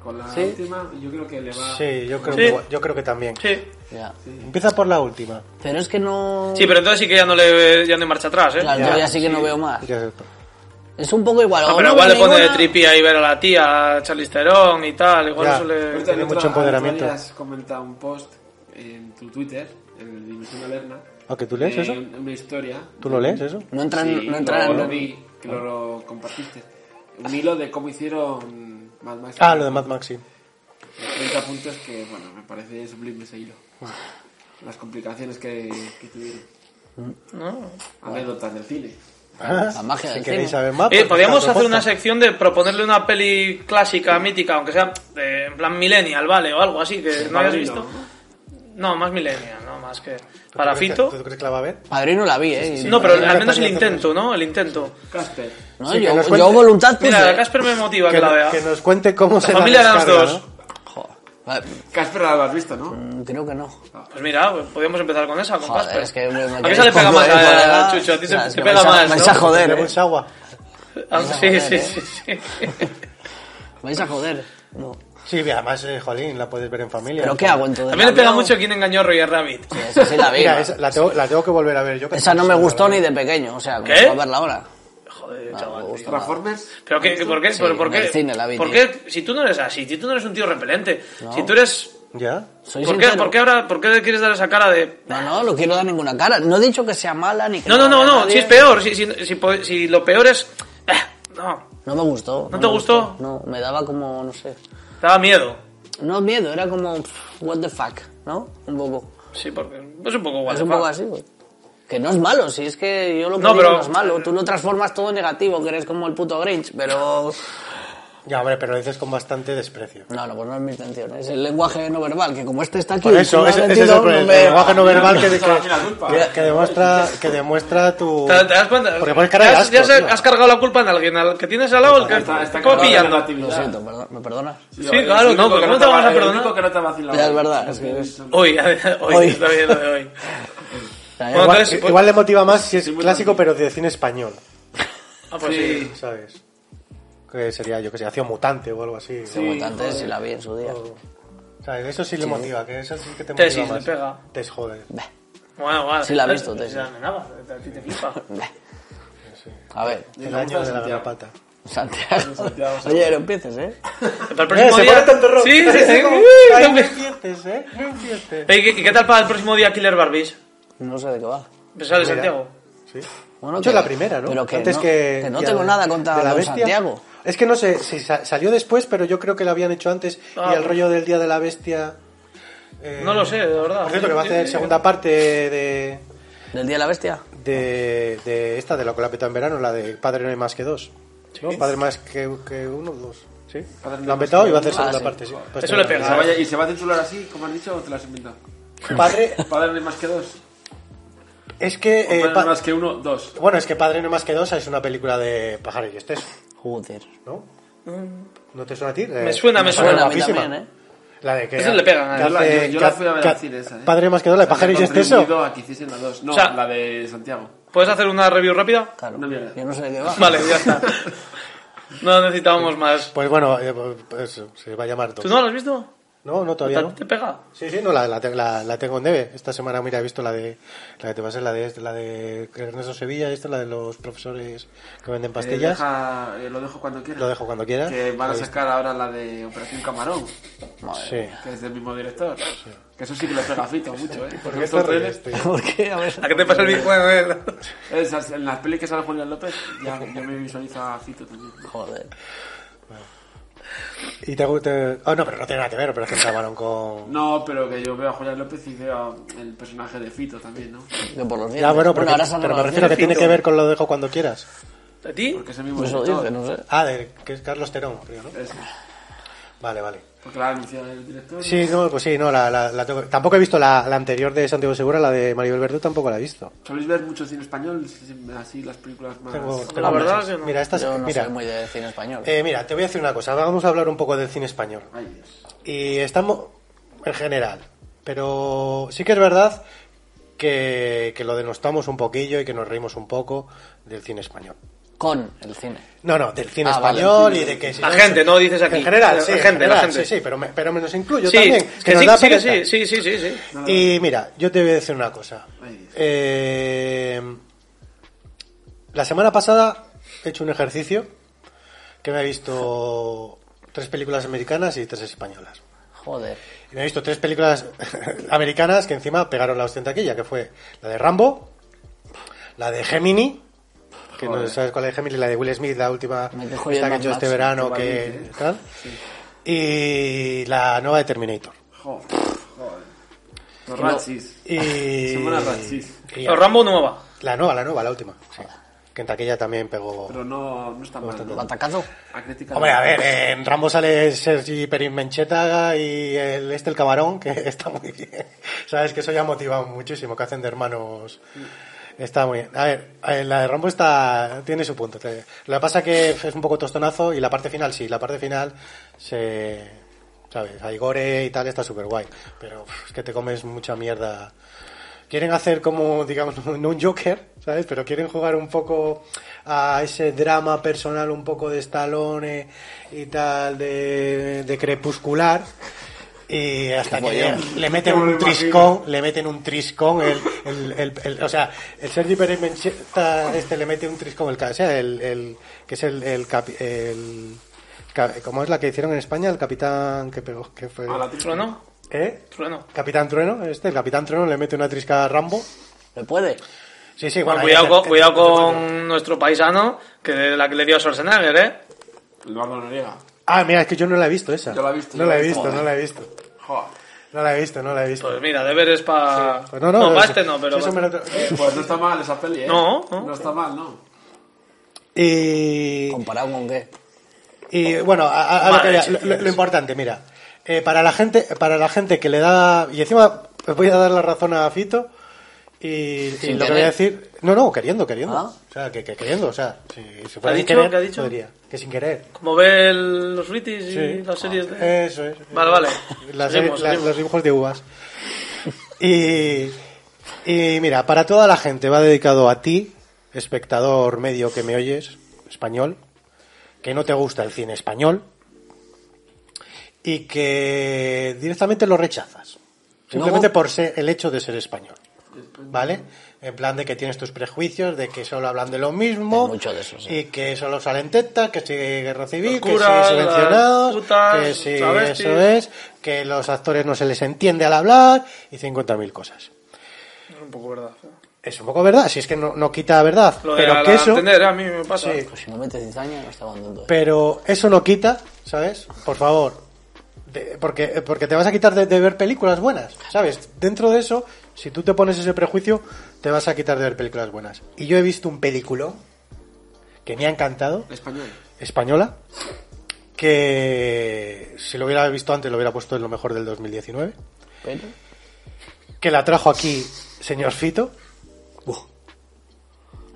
[SPEAKER 6] con la
[SPEAKER 7] Sí.
[SPEAKER 6] última, yo creo que le va...
[SPEAKER 3] Sí, yo creo,
[SPEAKER 8] Sí.
[SPEAKER 3] Que, igual- yo creo que también.
[SPEAKER 8] Sí.
[SPEAKER 7] Ya.
[SPEAKER 3] Empieza por la última.
[SPEAKER 7] Pero es que no.
[SPEAKER 8] Sí, pero entonces sí que ya no le ya no hay marcha atrás, ¿eh?
[SPEAKER 7] Claro,
[SPEAKER 3] Ya,
[SPEAKER 7] yo ya sí que no veo más.
[SPEAKER 3] Ya-
[SPEAKER 7] Es un poco igual.
[SPEAKER 8] No,
[SPEAKER 7] o
[SPEAKER 8] Ah, pero
[SPEAKER 7] no
[SPEAKER 8] igual le
[SPEAKER 7] veo
[SPEAKER 8] pone de
[SPEAKER 7] ninguna-
[SPEAKER 8] tripía y ver a la tía, a Charlize Theron y tal. Igual
[SPEAKER 3] Ya.
[SPEAKER 8] eso le... Eh,
[SPEAKER 6] Ahorita
[SPEAKER 3] Tiene
[SPEAKER 6] en
[SPEAKER 3] mucho
[SPEAKER 6] otro-
[SPEAKER 3] empoderamiento.
[SPEAKER 6] en otro día has comentado un post en tu Twitter, en el Dimensión Alerna.
[SPEAKER 3] ¿Ah, que tú
[SPEAKER 8] Eh,
[SPEAKER 3] lees
[SPEAKER 6] de
[SPEAKER 3] eso?
[SPEAKER 6] un- Una historia.
[SPEAKER 3] ¿Tú lo lees eso?
[SPEAKER 7] No entran.
[SPEAKER 6] Sí,
[SPEAKER 7] no entran
[SPEAKER 6] lo, lo vi, que lo, lo compartiste. Un hilo de cómo hicieron Mad Max.
[SPEAKER 3] Ah, lo de Mad Max, sí.
[SPEAKER 6] 30 puntos que, bueno, me parece sublime ese hilo. Las complicaciones que, que tuvieron. Anécdotas del cine.
[SPEAKER 7] La magia
[SPEAKER 3] si
[SPEAKER 7] del
[SPEAKER 3] queréis
[SPEAKER 7] cine.
[SPEAKER 3] saber más.
[SPEAKER 8] Eh,
[SPEAKER 3] pues
[SPEAKER 8] podríamos
[SPEAKER 3] buscad
[SPEAKER 8] hacer
[SPEAKER 3] otro
[SPEAKER 8] una
[SPEAKER 3] podcast.
[SPEAKER 8] sección de proponerle una peli clásica, mítica, aunque sea de- en plan millennial, ¿vale? O algo así, que no hayas
[SPEAKER 6] Padrino,
[SPEAKER 8] visto.
[SPEAKER 6] ¿no?
[SPEAKER 8] No, más millennial, no más que...
[SPEAKER 3] ¿Tú
[SPEAKER 8] Para
[SPEAKER 3] crees que-
[SPEAKER 8] Fito...
[SPEAKER 3] ¿Tú crees que la va a ver?
[SPEAKER 7] Padrino la vi, ¿eh? y-
[SPEAKER 8] No, pero
[SPEAKER 3] Sí,
[SPEAKER 8] al menos el
[SPEAKER 3] sí, sí.
[SPEAKER 8] intento, ¿no? El intento.
[SPEAKER 6] Casper.
[SPEAKER 7] No,
[SPEAKER 3] Sí, que
[SPEAKER 7] yo,
[SPEAKER 3] nos
[SPEAKER 7] yo
[SPEAKER 3] cuente-
[SPEAKER 7] voluntad puse.
[SPEAKER 8] Mira, Casper me motiva que la
[SPEAKER 3] que,
[SPEAKER 8] vea.
[SPEAKER 3] que nos cuente cómo se la
[SPEAKER 8] familia de las
[SPEAKER 3] descarga,
[SPEAKER 8] dos.
[SPEAKER 3] ¿no?
[SPEAKER 7] Joder. Vale,
[SPEAKER 6] Casper la has visto, ¿no?
[SPEAKER 7] mm, Creo que no.
[SPEAKER 8] Pues mira, pues podríamos empezar con esa, con
[SPEAKER 7] Joder,
[SPEAKER 8] Casper.
[SPEAKER 7] es que me- me
[SPEAKER 8] a mí
[SPEAKER 7] queréis
[SPEAKER 8] se le pega
[SPEAKER 7] poco,
[SPEAKER 8] más
[SPEAKER 7] eh,
[SPEAKER 8] a,
[SPEAKER 7] colega.
[SPEAKER 8] Chucho, a ti se
[SPEAKER 7] Ostras,
[SPEAKER 8] te
[SPEAKER 7] que
[SPEAKER 8] pega
[SPEAKER 7] vais a-
[SPEAKER 8] más,
[SPEAKER 7] vais
[SPEAKER 8] ¿no?
[SPEAKER 7] a joder, eh.
[SPEAKER 3] Tenemos agua.
[SPEAKER 8] Ah, sí,
[SPEAKER 7] joder,
[SPEAKER 8] sí,
[SPEAKER 7] eh.
[SPEAKER 8] sí, sí.
[SPEAKER 7] Vais a joder. No.
[SPEAKER 3] Sí, además, eh, jolín, la puedes ver en familia.
[SPEAKER 7] ¿Pero qué hago entonces?
[SPEAKER 8] También le
[SPEAKER 7] ¿La
[SPEAKER 8] pega
[SPEAKER 7] veo?
[SPEAKER 8] mucho quien engañó a Roger Rabbit.
[SPEAKER 7] Esa sí la vi.
[SPEAKER 3] Mira,
[SPEAKER 7] ¿no?
[SPEAKER 3] esa, la, tengo, la tengo que volver a ver yo. que
[SPEAKER 7] Esa no me
[SPEAKER 3] sí,
[SPEAKER 7] gustó
[SPEAKER 3] la
[SPEAKER 7] ni
[SPEAKER 3] verdad.
[SPEAKER 7] de pequeño, o sea, como
[SPEAKER 8] ¿Qué?
[SPEAKER 7] a verla ahora.
[SPEAKER 8] Joder,
[SPEAKER 7] No, me
[SPEAKER 8] chaval.
[SPEAKER 7] gusta nada.
[SPEAKER 6] Transformers.
[SPEAKER 8] ¿Pero qué, qué- por qué?
[SPEAKER 7] Sí,
[SPEAKER 8] ¿Por, por
[SPEAKER 7] en
[SPEAKER 8] qué?
[SPEAKER 7] el cine la vi,
[SPEAKER 8] ¿Por
[SPEAKER 7] tío.
[SPEAKER 8] qué? Si tú no eres así, si tú no eres un tío repelente, si tú eres...
[SPEAKER 3] ¿Ya?
[SPEAKER 7] Soy
[SPEAKER 8] ¿por qué,
[SPEAKER 7] sincero.
[SPEAKER 8] por qué ahora, por qué quieres dar esa cara de...
[SPEAKER 7] No, no, no quiero dar ninguna cara. No he dicho que sea mala ni que
[SPEAKER 8] No, no, no,
[SPEAKER 7] haga
[SPEAKER 8] no,
[SPEAKER 7] nadie.
[SPEAKER 8] si es peor, si, si, si po- si lo peor es... Ah, No,
[SPEAKER 7] No me gustó.
[SPEAKER 8] ¿No
[SPEAKER 7] me
[SPEAKER 8] te gustó?
[SPEAKER 7] No, me daba como, no sé.
[SPEAKER 8] te daba miedo.
[SPEAKER 7] No miedo, era como, pff, what the fuck, ¿no? Un poco.
[SPEAKER 8] Sí, porque es un poco guay.
[SPEAKER 7] es un poco así, güey. Que no es malo, si es que yo lo que
[SPEAKER 8] No,
[SPEAKER 7] digo
[SPEAKER 8] pero-
[SPEAKER 7] no es malo. Tú lo transformas todo en negativo, que eres como el puto Grinch, pero...
[SPEAKER 3] Ya, hombre, pero lo dices con bastante desprecio.
[SPEAKER 7] No, no, pues no es mi intención. Es el lenguaje no verbal, que como este está aquí...
[SPEAKER 3] Por eso,
[SPEAKER 7] tú lo has
[SPEAKER 3] ese, ese es
[SPEAKER 7] vendido,
[SPEAKER 3] el, problema,
[SPEAKER 7] me-
[SPEAKER 3] el lenguaje no verbal que, que,
[SPEAKER 6] No, no, no, no, no,
[SPEAKER 3] que- que demuestra, que demuestra tu...
[SPEAKER 8] ¿Te, te das cuenta?
[SPEAKER 3] Porque pones cara
[SPEAKER 8] ¿Te
[SPEAKER 3] de
[SPEAKER 8] has-
[SPEAKER 3] asco,
[SPEAKER 8] ya se-
[SPEAKER 3] tío.
[SPEAKER 8] has cargado la culpa en alguien, al que tienes al lado, el que
[SPEAKER 6] Está, está
[SPEAKER 8] ¿Cómo
[SPEAKER 6] cargado de
[SPEAKER 8] pillando.
[SPEAKER 6] negatividad.
[SPEAKER 7] Lo siento, perdón, ¿me perdonas?
[SPEAKER 8] Sí, claro,
[SPEAKER 6] el
[SPEAKER 8] no,
[SPEAKER 6] único
[SPEAKER 8] porque
[SPEAKER 6] que
[SPEAKER 8] no te
[SPEAKER 6] va-
[SPEAKER 8] vamos a
[SPEAKER 6] el
[SPEAKER 8] perdonar.
[SPEAKER 6] único que no te va a vacilar.
[SPEAKER 7] Ya, es verdad, es que es-
[SPEAKER 8] Hoy, hoy,
[SPEAKER 7] Hoy.
[SPEAKER 8] está bien lo de hoy.
[SPEAKER 7] O sea,
[SPEAKER 8] Bueno,
[SPEAKER 7] igual-
[SPEAKER 3] Igual,
[SPEAKER 8] entonces, pues-
[SPEAKER 3] igual le motiva más si es clásico, pero de cine español,
[SPEAKER 8] Ah, pues sí.
[SPEAKER 3] ¿sabes? Que sería, yo que sé, Acción Mutante o algo así.
[SPEAKER 7] como antes sí la vi en su día.
[SPEAKER 3] ¿Sabes? Eso sí le motiva, que eso sí que te
[SPEAKER 8] Te-
[SPEAKER 3] motiva
[SPEAKER 8] sí,
[SPEAKER 3] más.
[SPEAKER 8] le pega.
[SPEAKER 3] Te jode.
[SPEAKER 7] Bah,
[SPEAKER 8] Bueno, bueno.
[SPEAKER 7] Sí la he visto,
[SPEAKER 8] te
[SPEAKER 7] te-
[SPEAKER 8] nada, a ti te flipa.
[SPEAKER 7] bah. A ver,
[SPEAKER 3] El año de la garrapata.
[SPEAKER 7] Santiago. Oye, no empieces, ¿eh?
[SPEAKER 8] Para el próximo
[SPEAKER 3] se
[SPEAKER 8] día...
[SPEAKER 3] pone tanto rojo.
[SPEAKER 8] Sí, sí, sí.
[SPEAKER 3] Como,
[SPEAKER 8] Uy,
[SPEAKER 3] ay, no
[SPEAKER 8] también.
[SPEAKER 3] empieces, ¿eh? No empieces.
[SPEAKER 8] Ey, ¿Y qué tal para el próximo día Killer Barbies?
[SPEAKER 7] No sé de qué va.
[SPEAKER 8] ¿Te sale
[SPEAKER 3] Pues Mira.
[SPEAKER 8] Santiago?
[SPEAKER 3] Sí.
[SPEAKER 7] Bueno,
[SPEAKER 3] Yo
[SPEAKER 7] que-
[SPEAKER 3] la primera, ¿no?
[SPEAKER 7] Pero que
[SPEAKER 3] Antes
[SPEAKER 7] no,
[SPEAKER 3] que,
[SPEAKER 7] que no
[SPEAKER 3] que
[SPEAKER 7] tengo
[SPEAKER 3] al-
[SPEAKER 7] nada contra
[SPEAKER 3] de la
[SPEAKER 7] don
[SPEAKER 3] bestia.
[SPEAKER 7] Santiago.
[SPEAKER 3] Es que no sé si sa- salió después, pero yo creo que lo habían hecho antes.
[SPEAKER 8] Ah.
[SPEAKER 3] y el rollo del Día de la Bestia. eh,
[SPEAKER 8] No lo sé, de verdad.
[SPEAKER 3] Por cierto, que va a hacer segunda parte de,
[SPEAKER 7] ¿Del Día de la Bestia?
[SPEAKER 3] de, de esta, de lo que la petó en verano, la de Padre no hay más que dos. ¿no? Padre más que, que uno, dos. ¿Sí?
[SPEAKER 6] Padre
[SPEAKER 3] Lo
[SPEAKER 6] no hay
[SPEAKER 3] han
[SPEAKER 6] más
[SPEAKER 3] petado
[SPEAKER 6] que
[SPEAKER 3] y va a hacer
[SPEAKER 7] uno.
[SPEAKER 3] segunda
[SPEAKER 7] Ah, sí.
[SPEAKER 3] parte, sí. Pues
[SPEAKER 8] Eso le
[SPEAKER 6] Y
[SPEAKER 8] pega.
[SPEAKER 6] se, vaya- y se va a titular así, como has dicho, o te lo has inventado.
[SPEAKER 3] Padre,
[SPEAKER 6] Padre no hay más que dos.
[SPEAKER 3] es que. eh,
[SPEAKER 6] O padre no
[SPEAKER 3] pa-
[SPEAKER 6] hay más que uno, dos.
[SPEAKER 3] Bueno, es que Padre no hay más que dos es una película de Pájaro y Estés,
[SPEAKER 7] Joder.
[SPEAKER 3] ¿no? ¿No te suena a ti?
[SPEAKER 8] Me suena, me suena.
[SPEAKER 7] Suena Mm. a mí
[SPEAKER 3] guapísima.
[SPEAKER 7] también, ¿eh?
[SPEAKER 3] La de que.
[SPEAKER 8] Eso le pega,
[SPEAKER 3] que
[SPEAKER 8] ¿eh?
[SPEAKER 6] Yo la-
[SPEAKER 3] hace-
[SPEAKER 6] yo- yo
[SPEAKER 3] que
[SPEAKER 6] la
[SPEAKER 3] ha-
[SPEAKER 6] fui a ver
[SPEAKER 3] que
[SPEAKER 6] al
[SPEAKER 3] ha-
[SPEAKER 6] cine esa, ¿eh?
[SPEAKER 3] Padre más que dos, la de
[SPEAKER 6] O sea,
[SPEAKER 3] pájaro
[SPEAKER 6] he
[SPEAKER 3] y exceso.
[SPEAKER 6] contribuido a que hiciesen la dos. No,
[SPEAKER 8] O sea-
[SPEAKER 6] la de Santiago.
[SPEAKER 8] ¿Puedes hacer una review rápida?
[SPEAKER 7] Claro.
[SPEAKER 6] No, Eh, mira.
[SPEAKER 7] Yo no sé de qué va.
[SPEAKER 8] Vale, ya está. No necesitábamos más.
[SPEAKER 3] Pues bueno, eh, pues, se va a llamar dos.
[SPEAKER 8] ¿Tú no lo has visto?
[SPEAKER 3] No, no, todavía no.
[SPEAKER 8] ¿Te, te pega?
[SPEAKER 3] Sí, sí, no, la, la, te- la- la tengo en debe. Esta semana, mira, he visto la de. La que te va a ser la de, este, la de Ernesto Sevilla, esta, la de los profesores que venden
[SPEAKER 6] Eh,
[SPEAKER 3] pastillas.
[SPEAKER 6] deja- eh, lo dejo cuando quiera.
[SPEAKER 3] Lo dejo cuando quiera.
[SPEAKER 6] Que van a
[SPEAKER 3] Ahí está.
[SPEAKER 6] sacar ahora la de Operación Camarón,
[SPEAKER 3] Sí.
[SPEAKER 6] que es del mismo director. Que eso sí que lo pega a Fito mucho, ¿eh?
[SPEAKER 3] ¿Por qué
[SPEAKER 6] estos
[SPEAKER 3] te ríes,
[SPEAKER 6] trailers-
[SPEAKER 3] tío?
[SPEAKER 7] ¿Por qué? A ver.
[SPEAKER 8] ¿A qué te pasa el vídeo? Bueno, eh,
[SPEAKER 6] Esas- en las pelis que sale Julián López, ya, ya me visualiza a Fito también.
[SPEAKER 7] Joder.
[SPEAKER 3] Y te, te- Oh, no, pero no tiene nada que ver, pero es que acabaron con.
[SPEAKER 6] No, pero que yo veo a Julián López y veo a- el personaje de Fito también, ¿no?
[SPEAKER 7] Que por los días.
[SPEAKER 3] Ya, Ah, bueno, pero,
[SPEAKER 7] ahora son
[SPEAKER 3] pero
[SPEAKER 7] los
[SPEAKER 3] me refiero que
[SPEAKER 7] días.
[SPEAKER 3] tiene que ver con lo dejo cuando quieras.
[SPEAKER 8] ¿A ti?
[SPEAKER 6] Porque es el mismo
[SPEAKER 7] Pues eso
[SPEAKER 6] director.
[SPEAKER 7] dice, no sé.
[SPEAKER 3] Ah, de, que es Carlos Terón, creo, ¿no?
[SPEAKER 6] Es-
[SPEAKER 3] Vale, vale.
[SPEAKER 6] porque la ha anunciado el director.
[SPEAKER 3] Sí, no, pues sí, no, la, la- la tengo- tampoco he visto la, la anterior de Santiago Segura, la de Maribel Verdú tampoco la he visto.
[SPEAKER 6] ¿Soléis ver mucho cine español? Sí, Así las películas más...
[SPEAKER 3] Tengo- tengo
[SPEAKER 8] La verdad
[SPEAKER 3] muchas.
[SPEAKER 8] que no.
[SPEAKER 3] Mira, estas,
[SPEAKER 7] Yo no
[SPEAKER 3] mira,
[SPEAKER 7] soy muy de cine español.
[SPEAKER 3] eh, mira, te voy a decir una cosa, vamos a hablar un poco del cine español.
[SPEAKER 6] Ay, Dios.
[SPEAKER 3] Y estamos en general, pero sí que es verdad que, que lo denostamos un poquillo y que nos reímos un poco del cine español.
[SPEAKER 7] Con el cine.
[SPEAKER 3] No, no, del cine
[SPEAKER 7] Ah, vale,
[SPEAKER 3] español y de que... si
[SPEAKER 8] La gente, no dices aquí.
[SPEAKER 3] En general,
[SPEAKER 8] La
[SPEAKER 3] sí, en
[SPEAKER 8] gente, la
[SPEAKER 3] general,
[SPEAKER 8] gente.
[SPEAKER 3] sí, sí, pero me, pero me los incluyo
[SPEAKER 8] sí,
[SPEAKER 3] también.
[SPEAKER 8] que
[SPEAKER 3] nos
[SPEAKER 8] sí,
[SPEAKER 3] da
[SPEAKER 8] sí, que
[SPEAKER 3] pereza.
[SPEAKER 8] sí, sí, sí, sí, sí.
[SPEAKER 3] Y mira, yo te voy a decir una cosa.
[SPEAKER 6] Ay, Dios.
[SPEAKER 3] Eh, la semana pasada he hecho un ejercicio que me he visto tres películas americanas y tres españolas.
[SPEAKER 7] Joder.
[SPEAKER 3] Y me he visto tres películas americanas que encima pegaron la hostia en taquilla, que fue la de Rambo, la de Gemini, que no sabes cuál es Gemini, la de Will Smith, la última
[SPEAKER 7] Me
[SPEAKER 3] esta
[SPEAKER 7] dejó
[SPEAKER 3] que
[SPEAKER 7] bien
[SPEAKER 3] he
[SPEAKER 7] Mad
[SPEAKER 3] hecho este
[SPEAKER 7] Max,
[SPEAKER 3] verano,
[SPEAKER 6] qué
[SPEAKER 3] que
[SPEAKER 6] valiente, ¿eh?
[SPEAKER 3] tal. Y la nueva de Terminator.
[SPEAKER 6] Joder, joder. Los Ratchis.
[SPEAKER 3] Y,
[SPEAKER 6] buenas rachis.
[SPEAKER 3] Eh, y-
[SPEAKER 8] Pero Rambo nueva.
[SPEAKER 3] La nueva, la nueva, la última. sí. Que en taquilla también pegó.
[SPEAKER 6] Pero no, no está mal,
[SPEAKER 7] ¿Lo
[SPEAKER 6] ¿no?
[SPEAKER 7] atacazo?
[SPEAKER 6] A crítica
[SPEAKER 3] Hombre,
[SPEAKER 6] no.
[SPEAKER 3] a ver, eh, en Rambo sale Sergi Perin Mencheta y el, este el camarón, que está muy bien. Sabes que eso ya ha motivado muchísimo, que hacen de hermanos. Está muy bien. A ver, eh, la de Rambo está, tiene su punto. Te- Lo que pasa que es un poco tostonazo y la parte final, sí, la parte final se, ¿sabes? Hay gore y tal, está súper guay, pero uf, es que te comes mucha mierda. Quieren hacer como, digamos, no un Joker, ¿sabes? Pero quieren jugar un poco a ese drama personal, un poco de Stallone eh, y tal, de, de crepuscular. Y hasta que le, le meten un triscón, le meten un triscón, el, el, el- el- o sea, el Sergi Pérez Mencheta, este le mete un triscón, el, ca- o sea, el, el- que es el, el, capi- el ca- ¿cómo es la que hicieron en España? El capitán que pegó, que fue,
[SPEAKER 6] A la tía.
[SPEAKER 8] Trueno,
[SPEAKER 3] ¿eh?
[SPEAKER 8] trueno.
[SPEAKER 3] Capitán Trueno, este, el Capitán Trueno le mete una trisca a Rambo.
[SPEAKER 7] ¿Le puede?
[SPEAKER 3] Sí, sí, bueno,
[SPEAKER 8] Bueno, cuidado,
[SPEAKER 3] ya-
[SPEAKER 8] con, cuidado con nuestro paisano, que de la que le dio a Schwarzenegger, ¿eh?
[SPEAKER 6] Eduardo Noriega.
[SPEAKER 3] Ah, mira, es que yo no la he visto esa.
[SPEAKER 6] Yo la he visto,
[SPEAKER 3] No
[SPEAKER 6] yo
[SPEAKER 3] la
[SPEAKER 6] la
[SPEAKER 3] he
[SPEAKER 6] he
[SPEAKER 3] visto,
[SPEAKER 6] visto.
[SPEAKER 3] no la he visto.
[SPEAKER 6] Joder.
[SPEAKER 3] No la he visto, no la he visto.
[SPEAKER 8] Pues mira, deberes para...
[SPEAKER 3] Pues
[SPEAKER 8] no, para este no, pero...
[SPEAKER 3] eso me lo tra-
[SPEAKER 6] Eh, pues no está mal esa peli, ¿eh?
[SPEAKER 8] No, no.
[SPEAKER 6] no. está mal, ¿no?
[SPEAKER 3] Y,
[SPEAKER 7] ¿Comparado con qué?
[SPEAKER 3] y, bueno, a- a- a lo,
[SPEAKER 8] Madre
[SPEAKER 3] que-
[SPEAKER 8] leche,
[SPEAKER 3] lo-
[SPEAKER 8] tienes.
[SPEAKER 3] lo importante, mira, eh, para la gente, para la gente que le da y encima os voy a dar la razón a Fito y, y lo que
[SPEAKER 7] Sin querer.
[SPEAKER 3] voy a decir, no, no, queriendo, queriendo,
[SPEAKER 7] Ah.
[SPEAKER 3] o sea, que, que queriendo, o sea, si, si fuera
[SPEAKER 8] ¿Ha
[SPEAKER 3] sin
[SPEAKER 8] dicho?
[SPEAKER 3] querer,
[SPEAKER 8] ¿Qué ha dicho?
[SPEAKER 3] podría, que sin querer.
[SPEAKER 8] Como ve el- los ritis y
[SPEAKER 3] Sí. Ah, eh.
[SPEAKER 8] las series de...
[SPEAKER 3] Eso es.
[SPEAKER 8] Vale, vale.
[SPEAKER 3] Las-
[SPEAKER 8] Seguimos,
[SPEAKER 3] las-
[SPEAKER 8] seguimos.
[SPEAKER 3] los dibujos de uvas. Y, y mira, para toda la gente va dedicado a ti, espectador medio que me oyes, español, que no te gusta el cine español y que directamente lo rechazas. Simplemente por ser el hecho de ser español. ¿Vale? En plan de que tienes tus prejuicios, de que solo hablan de lo mismo.
[SPEAKER 7] Hay mucho de eso, sí.
[SPEAKER 3] Y que solo salen tetas, que si guerra civil,
[SPEAKER 8] Los
[SPEAKER 3] que si
[SPEAKER 8] curas,
[SPEAKER 3] subvencionados,
[SPEAKER 8] las putas,
[SPEAKER 3] que si
[SPEAKER 8] travestis.
[SPEAKER 3] eso es, que los actores no se les entiende al hablar y 50.000 cosas.
[SPEAKER 8] Es un poco verdad.
[SPEAKER 3] Es un poco verdad, si es que no, no quita verdad,
[SPEAKER 8] Lo de
[SPEAKER 3] pero
[SPEAKER 8] la-
[SPEAKER 3] que eso,
[SPEAKER 8] entender, a mí me pasa.
[SPEAKER 3] sí,
[SPEAKER 7] Pues si no metes cizaña, no está contento.
[SPEAKER 3] pero eso no quita, ¿sabes? Por favor, de- porque, porque te vas a quitar de, de ver películas buenas, ¿sabes? Dentro de eso, si tú te pones ese prejuicio, te vas a quitar de ver películas buenas. Y yo he visto un película que me ha encantado,
[SPEAKER 6] Español.
[SPEAKER 3] española que si lo hubiera visto antes lo hubiera puesto en lo mejor del 2019
[SPEAKER 7] Pero,
[SPEAKER 3] que la trajo aquí señor Fito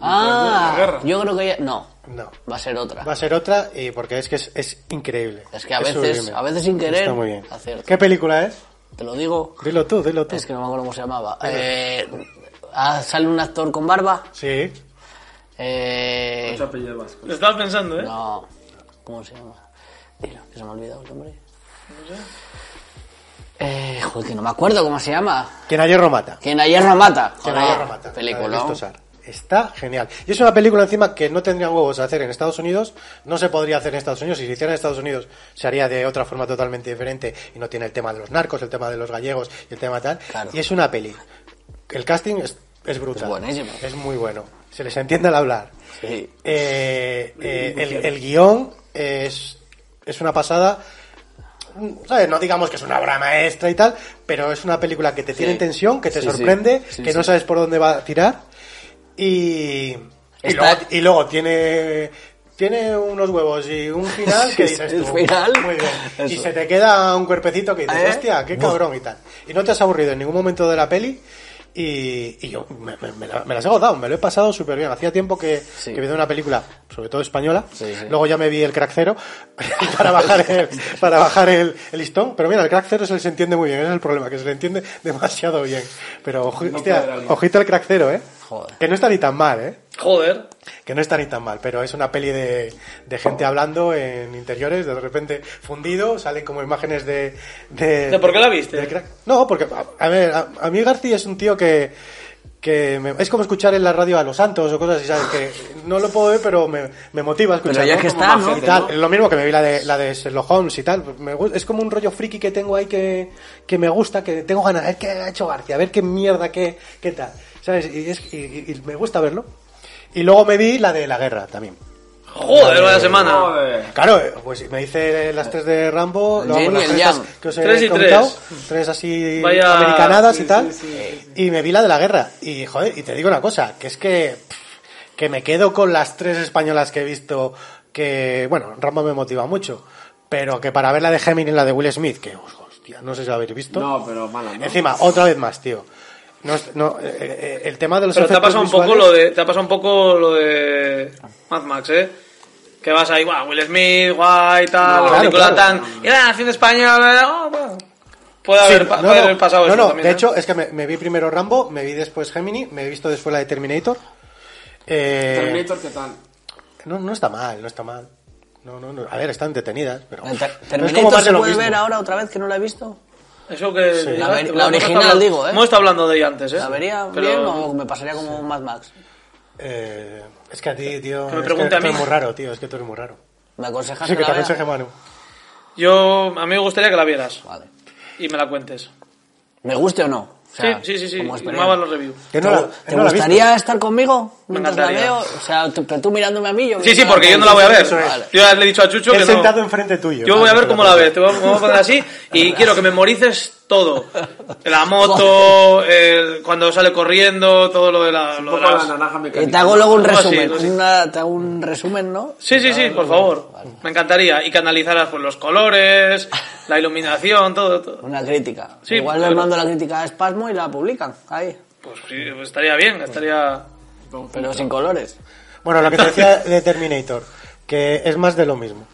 [SPEAKER 7] Ah, yo creo que ya... No,
[SPEAKER 3] no
[SPEAKER 7] va a ser otra.
[SPEAKER 3] va a ser otra y porque es que es, es increíble
[SPEAKER 7] Es que a veces-
[SPEAKER 3] sublime.
[SPEAKER 7] a veces sin querer,
[SPEAKER 3] está muy bien
[SPEAKER 7] acierto.
[SPEAKER 3] qué película es
[SPEAKER 7] Te lo digo,
[SPEAKER 3] dilo tú dilo tú
[SPEAKER 7] es que no me acuerdo cómo se llamaba. Eh, ah, sale un actor con barba.
[SPEAKER 3] sí
[SPEAKER 7] Eh,
[SPEAKER 6] Mucho apellido vasco.
[SPEAKER 8] Lo estaba pensando, ¿eh?
[SPEAKER 7] no, ¿cómo se llama? Mira, que se me ha olvidado el nombre. Eh, joder, que no me acuerdo cómo se llama.
[SPEAKER 3] quien ayer lo mata
[SPEAKER 7] Quien ayer no mata. Ah, Eh,
[SPEAKER 3] quien
[SPEAKER 7] Joder,
[SPEAKER 3] ayer lo mata La
[SPEAKER 7] Película.
[SPEAKER 3] de Cristosar. Está genial. Y es una película encima que no tendrían huevos a hacer en Estados Unidos, no se podría hacer en Estados Unidos, si se hiciera en Estados Unidos se haría de otra forma totalmente diferente y no tiene el tema de los narcos, el tema de los gallegos y el tema tal.
[SPEAKER 7] Claro.
[SPEAKER 3] Y es una peli. El casting es, es brutal.
[SPEAKER 7] Es buenísimo.
[SPEAKER 3] Es muy bueno. Se les entiende al hablar.
[SPEAKER 7] Sí.
[SPEAKER 3] Eh, eh, el, el guión es, es una pasada. Mm, ¿sabes? No digamos que es una obra maestra y tal, pero es una película que te tiene en tensión, que te
[SPEAKER 7] Sí, sí.
[SPEAKER 3] sorprende,
[SPEAKER 7] Sí,
[SPEAKER 3] que no
[SPEAKER 7] sí.
[SPEAKER 3] sabes por dónde va a tirar. Y, y
[SPEAKER 7] Está-
[SPEAKER 3] luego, y luego tiene, tiene unos huevos y un final que dices
[SPEAKER 7] el
[SPEAKER 3] tú,
[SPEAKER 7] final.
[SPEAKER 3] muy bien. Y
[SPEAKER 7] Eso.
[SPEAKER 3] se te queda un cuerpecito que dices,
[SPEAKER 7] ¿Eh?
[SPEAKER 3] hostia, qué cabrón y tal. Y no te has aburrido en ningún momento de la peli. Y, y yo me, me- me la- me las he gozado, me lo he pasado súper bien. Hacía tiempo que,
[SPEAKER 7] Sí.
[SPEAKER 3] que vi una película, sobre todo española.
[SPEAKER 7] Sí, sí.
[SPEAKER 3] Luego ya me vi el crack cero para bajar, el, para bajar el, el listón. Pero mira, el crack cero se les entiende muy bien, ese es el problema, que se le entiende demasiado bien. Pero ojo-
[SPEAKER 6] No
[SPEAKER 3] hostia,
[SPEAKER 6] cuadra bien.
[SPEAKER 3] ojito al crack cero, ¿eh?
[SPEAKER 7] Joder.
[SPEAKER 3] Que no está ni tan mal, ¿eh?
[SPEAKER 8] Joder.
[SPEAKER 3] que no está ni tan mal, pero es una peli de, de gente hablando en interiores, de repente fundido, sale como imágenes de... ¿De,
[SPEAKER 8] ¿De por qué la viste?
[SPEAKER 3] del crack. No, porque, a, a ver, a, a mí García es un tío que... que me- es como escuchar en la radio a los santos o cosas así, ¿sabes? Que no lo puedo ver, pero me, me motiva a escuchar.
[SPEAKER 7] Pero ya
[SPEAKER 3] ¿no?
[SPEAKER 7] que
[SPEAKER 3] Como
[SPEAKER 7] está,
[SPEAKER 6] más
[SPEAKER 7] ¿no?
[SPEAKER 3] y
[SPEAKER 6] gente,
[SPEAKER 3] tal. Es Lo mismo que me vi la de, la de Sherlock Holmes y tal. Me gu- es como un rollo friki que tengo ahí que, que me gusta, que tengo ganas. A ver qué ha hecho García, a ver qué mierda, qué, qué tal. ¿Sabes? Y, es- y- y- y me gusta verlo. Y luego me vi la de la guerra también.
[SPEAKER 8] Joder, vaya semana.
[SPEAKER 6] Joder.
[SPEAKER 3] Claro, eh, pues me hice las tres de Rambo,
[SPEAKER 7] El
[SPEAKER 3] luego
[SPEAKER 7] yin y
[SPEAKER 3] las
[SPEAKER 7] el
[SPEAKER 3] tres
[SPEAKER 7] yang.
[SPEAKER 3] as- que os he
[SPEAKER 8] Tres y
[SPEAKER 3] contado, tres así
[SPEAKER 8] Vaya-
[SPEAKER 3] americanadas y
[SPEAKER 6] sí,
[SPEAKER 3] tal,
[SPEAKER 6] sí, sí,
[SPEAKER 3] y me vi la de la guerra. Y joder, y te digo una cosa, que es que pff, que me quedo con las tres españolas que he visto, que bueno, Rambo me motiva mucho, pero que para ver la de Gemini y la de Will Smith, que hostia, no sé si la habéis visto.
[SPEAKER 6] No, pero mala, ¿no?
[SPEAKER 3] Encima, otra vez más, tío. No es- no, eh, eh, el tema de los
[SPEAKER 8] Pero te ha
[SPEAKER 3] efectos
[SPEAKER 8] pasado un poco
[SPEAKER 3] visuales-
[SPEAKER 8] lo de. Te ha pasado un poco lo de. Mad Max, ¿eh? que vas ahí, guau, Will Smith, guay, tal,
[SPEAKER 3] No, claro,
[SPEAKER 8] Nicolás
[SPEAKER 3] claro.
[SPEAKER 8] Tan, y la nación española, oh, bueno, puede haber,
[SPEAKER 3] Sí,
[SPEAKER 8] pa-
[SPEAKER 3] no,
[SPEAKER 8] puede
[SPEAKER 3] no,
[SPEAKER 8] haber pasado
[SPEAKER 3] no,
[SPEAKER 8] eso
[SPEAKER 3] no,
[SPEAKER 8] también.
[SPEAKER 3] de
[SPEAKER 8] ¿eh?
[SPEAKER 3] hecho, es que me, me vi primero Rambo, me vi después Gemini, me he visto después la de Terminator. Eh,
[SPEAKER 6] Terminator, ¿qué tal?
[SPEAKER 3] No, no está mal, no está mal. No, no, no. A ver, están detenidas, pero.
[SPEAKER 7] Ter-
[SPEAKER 3] pero es como
[SPEAKER 7] Terminator
[SPEAKER 3] más de
[SPEAKER 7] se
[SPEAKER 3] lo
[SPEAKER 7] puede
[SPEAKER 3] mismo.
[SPEAKER 7] ver ahora otra vez que no la he visto.
[SPEAKER 8] eso que
[SPEAKER 7] La ver- la
[SPEAKER 8] hemos
[SPEAKER 7] original,
[SPEAKER 8] hablado-
[SPEAKER 7] digo, ¿eh?
[SPEAKER 8] Hemos estado hablando de ella antes, ¿eh?
[SPEAKER 7] ¿La vería
[SPEAKER 8] Pero-
[SPEAKER 7] bien o me pasaría como un Mad Max?
[SPEAKER 3] Eh, es que a ti, tío.
[SPEAKER 8] Que me
[SPEAKER 3] es
[SPEAKER 8] pregunte
[SPEAKER 3] que
[SPEAKER 8] a
[SPEAKER 3] tú
[SPEAKER 8] mí.
[SPEAKER 3] eres muy raro, tío. Es que tú eres muy raro.
[SPEAKER 7] ¿Me aconsejas
[SPEAKER 3] Así
[SPEAKER 7] que
[SPEAKER 3] que
[SPEAKER 7] la
[SPEAKER 3] te
[SPEAKER 7] vea?
[SPEAKER 3] aconseje, Manu.
[SPEAKER 8] Yo, a mí me gustaría que la vieras
[SPEAKER 7] Vale.
[SPEAKER 8] y me la cuentes.
[SPEAKER 7] ¿Me guste o no? O sea,
[SPEAKER 8] sí, sí, sí, sí,
[SPEAKER 7] como
[SPEAKER 8] y me
[SPEAKER 7] experiencia.
[SPEAKER 8] hagas los reviews.
[SPEAKER 3] Que
[SPEAKER 7] ¿Te,
[SPEAKER 3] no la-
[SPEAKER 7] gu-
[SPEAKER 3] que
[SPEAKER 7] te
[SPEAKER 3] no la has
[SPEAKER 7] gustaría estar conmigo
[SPEAKER 8] Me
[SPEAKER 7] mientras la veo?
[SPEAKER 8] encantaría.
[SPEAKER 7] O sea, tú- pero tú mirándome a mí. Yo
[SPEAKER 8] Sí, sí, porque yo no la voy a ver.
[SPEAKER 3] Eso es.
[SPEAKER 7] Vale.
[SPEAKER 8] Yo ya le he dicho a Chucho
[SPEAKER 3] Él
[SPEAKER 8] que no.
[SPEAKER 3] sentado enfrente tuyo.
[SPEAKER 8] Yo voy a
[SPEAKER 3] Vale,
[SPEAKER 8] ver
[SPEAKER 3] te
[SPEAKER 8] cómo la
[SPEAKER 3] apunto.
[SPEAKER 8] ves, te vamos a poner así y quiero que memorices todo. La moto, el- cuando sale corriendo, todo lo de la...
[SPEAKER 6] Un
[SPEAKER 8] Lo de
[SPEAKER 6] poco la
[SPEAKER 8] las-
[SPEAKER 6] naranja
[SPEAKER 7] Y
[SPEAKER 6] mecánica.
[SPEAKER 7] te hago luego un
[SPEAKER 8] Algo así,
[SPEAKER 7] resumen.
[SPEAKER 8] algo así.
[SPEAKER 7] una- te hago un resumen, ¿no?
[SPEAKER 8] Sí, sí, sí, por favor. Me encantaría. Y que analizaras pues, los colores, la iluminación, todo. todo.
[SPEAKER 7] Una crítica.
[SPEAKER 8] Sí,
[SPEAKER 7] Igual les
[SPEAKER 8] claro.
[SPEAKER 7] mando la crítica a Spasmo y la publican ahí,
[SPEAKER 8] Pues sí, estaría bien, estaría...
[SPEAKER 7] pero sin colores.
[SPEAKER 3] Bueno, lo que te decía de Terminator, que es más de lo mismo.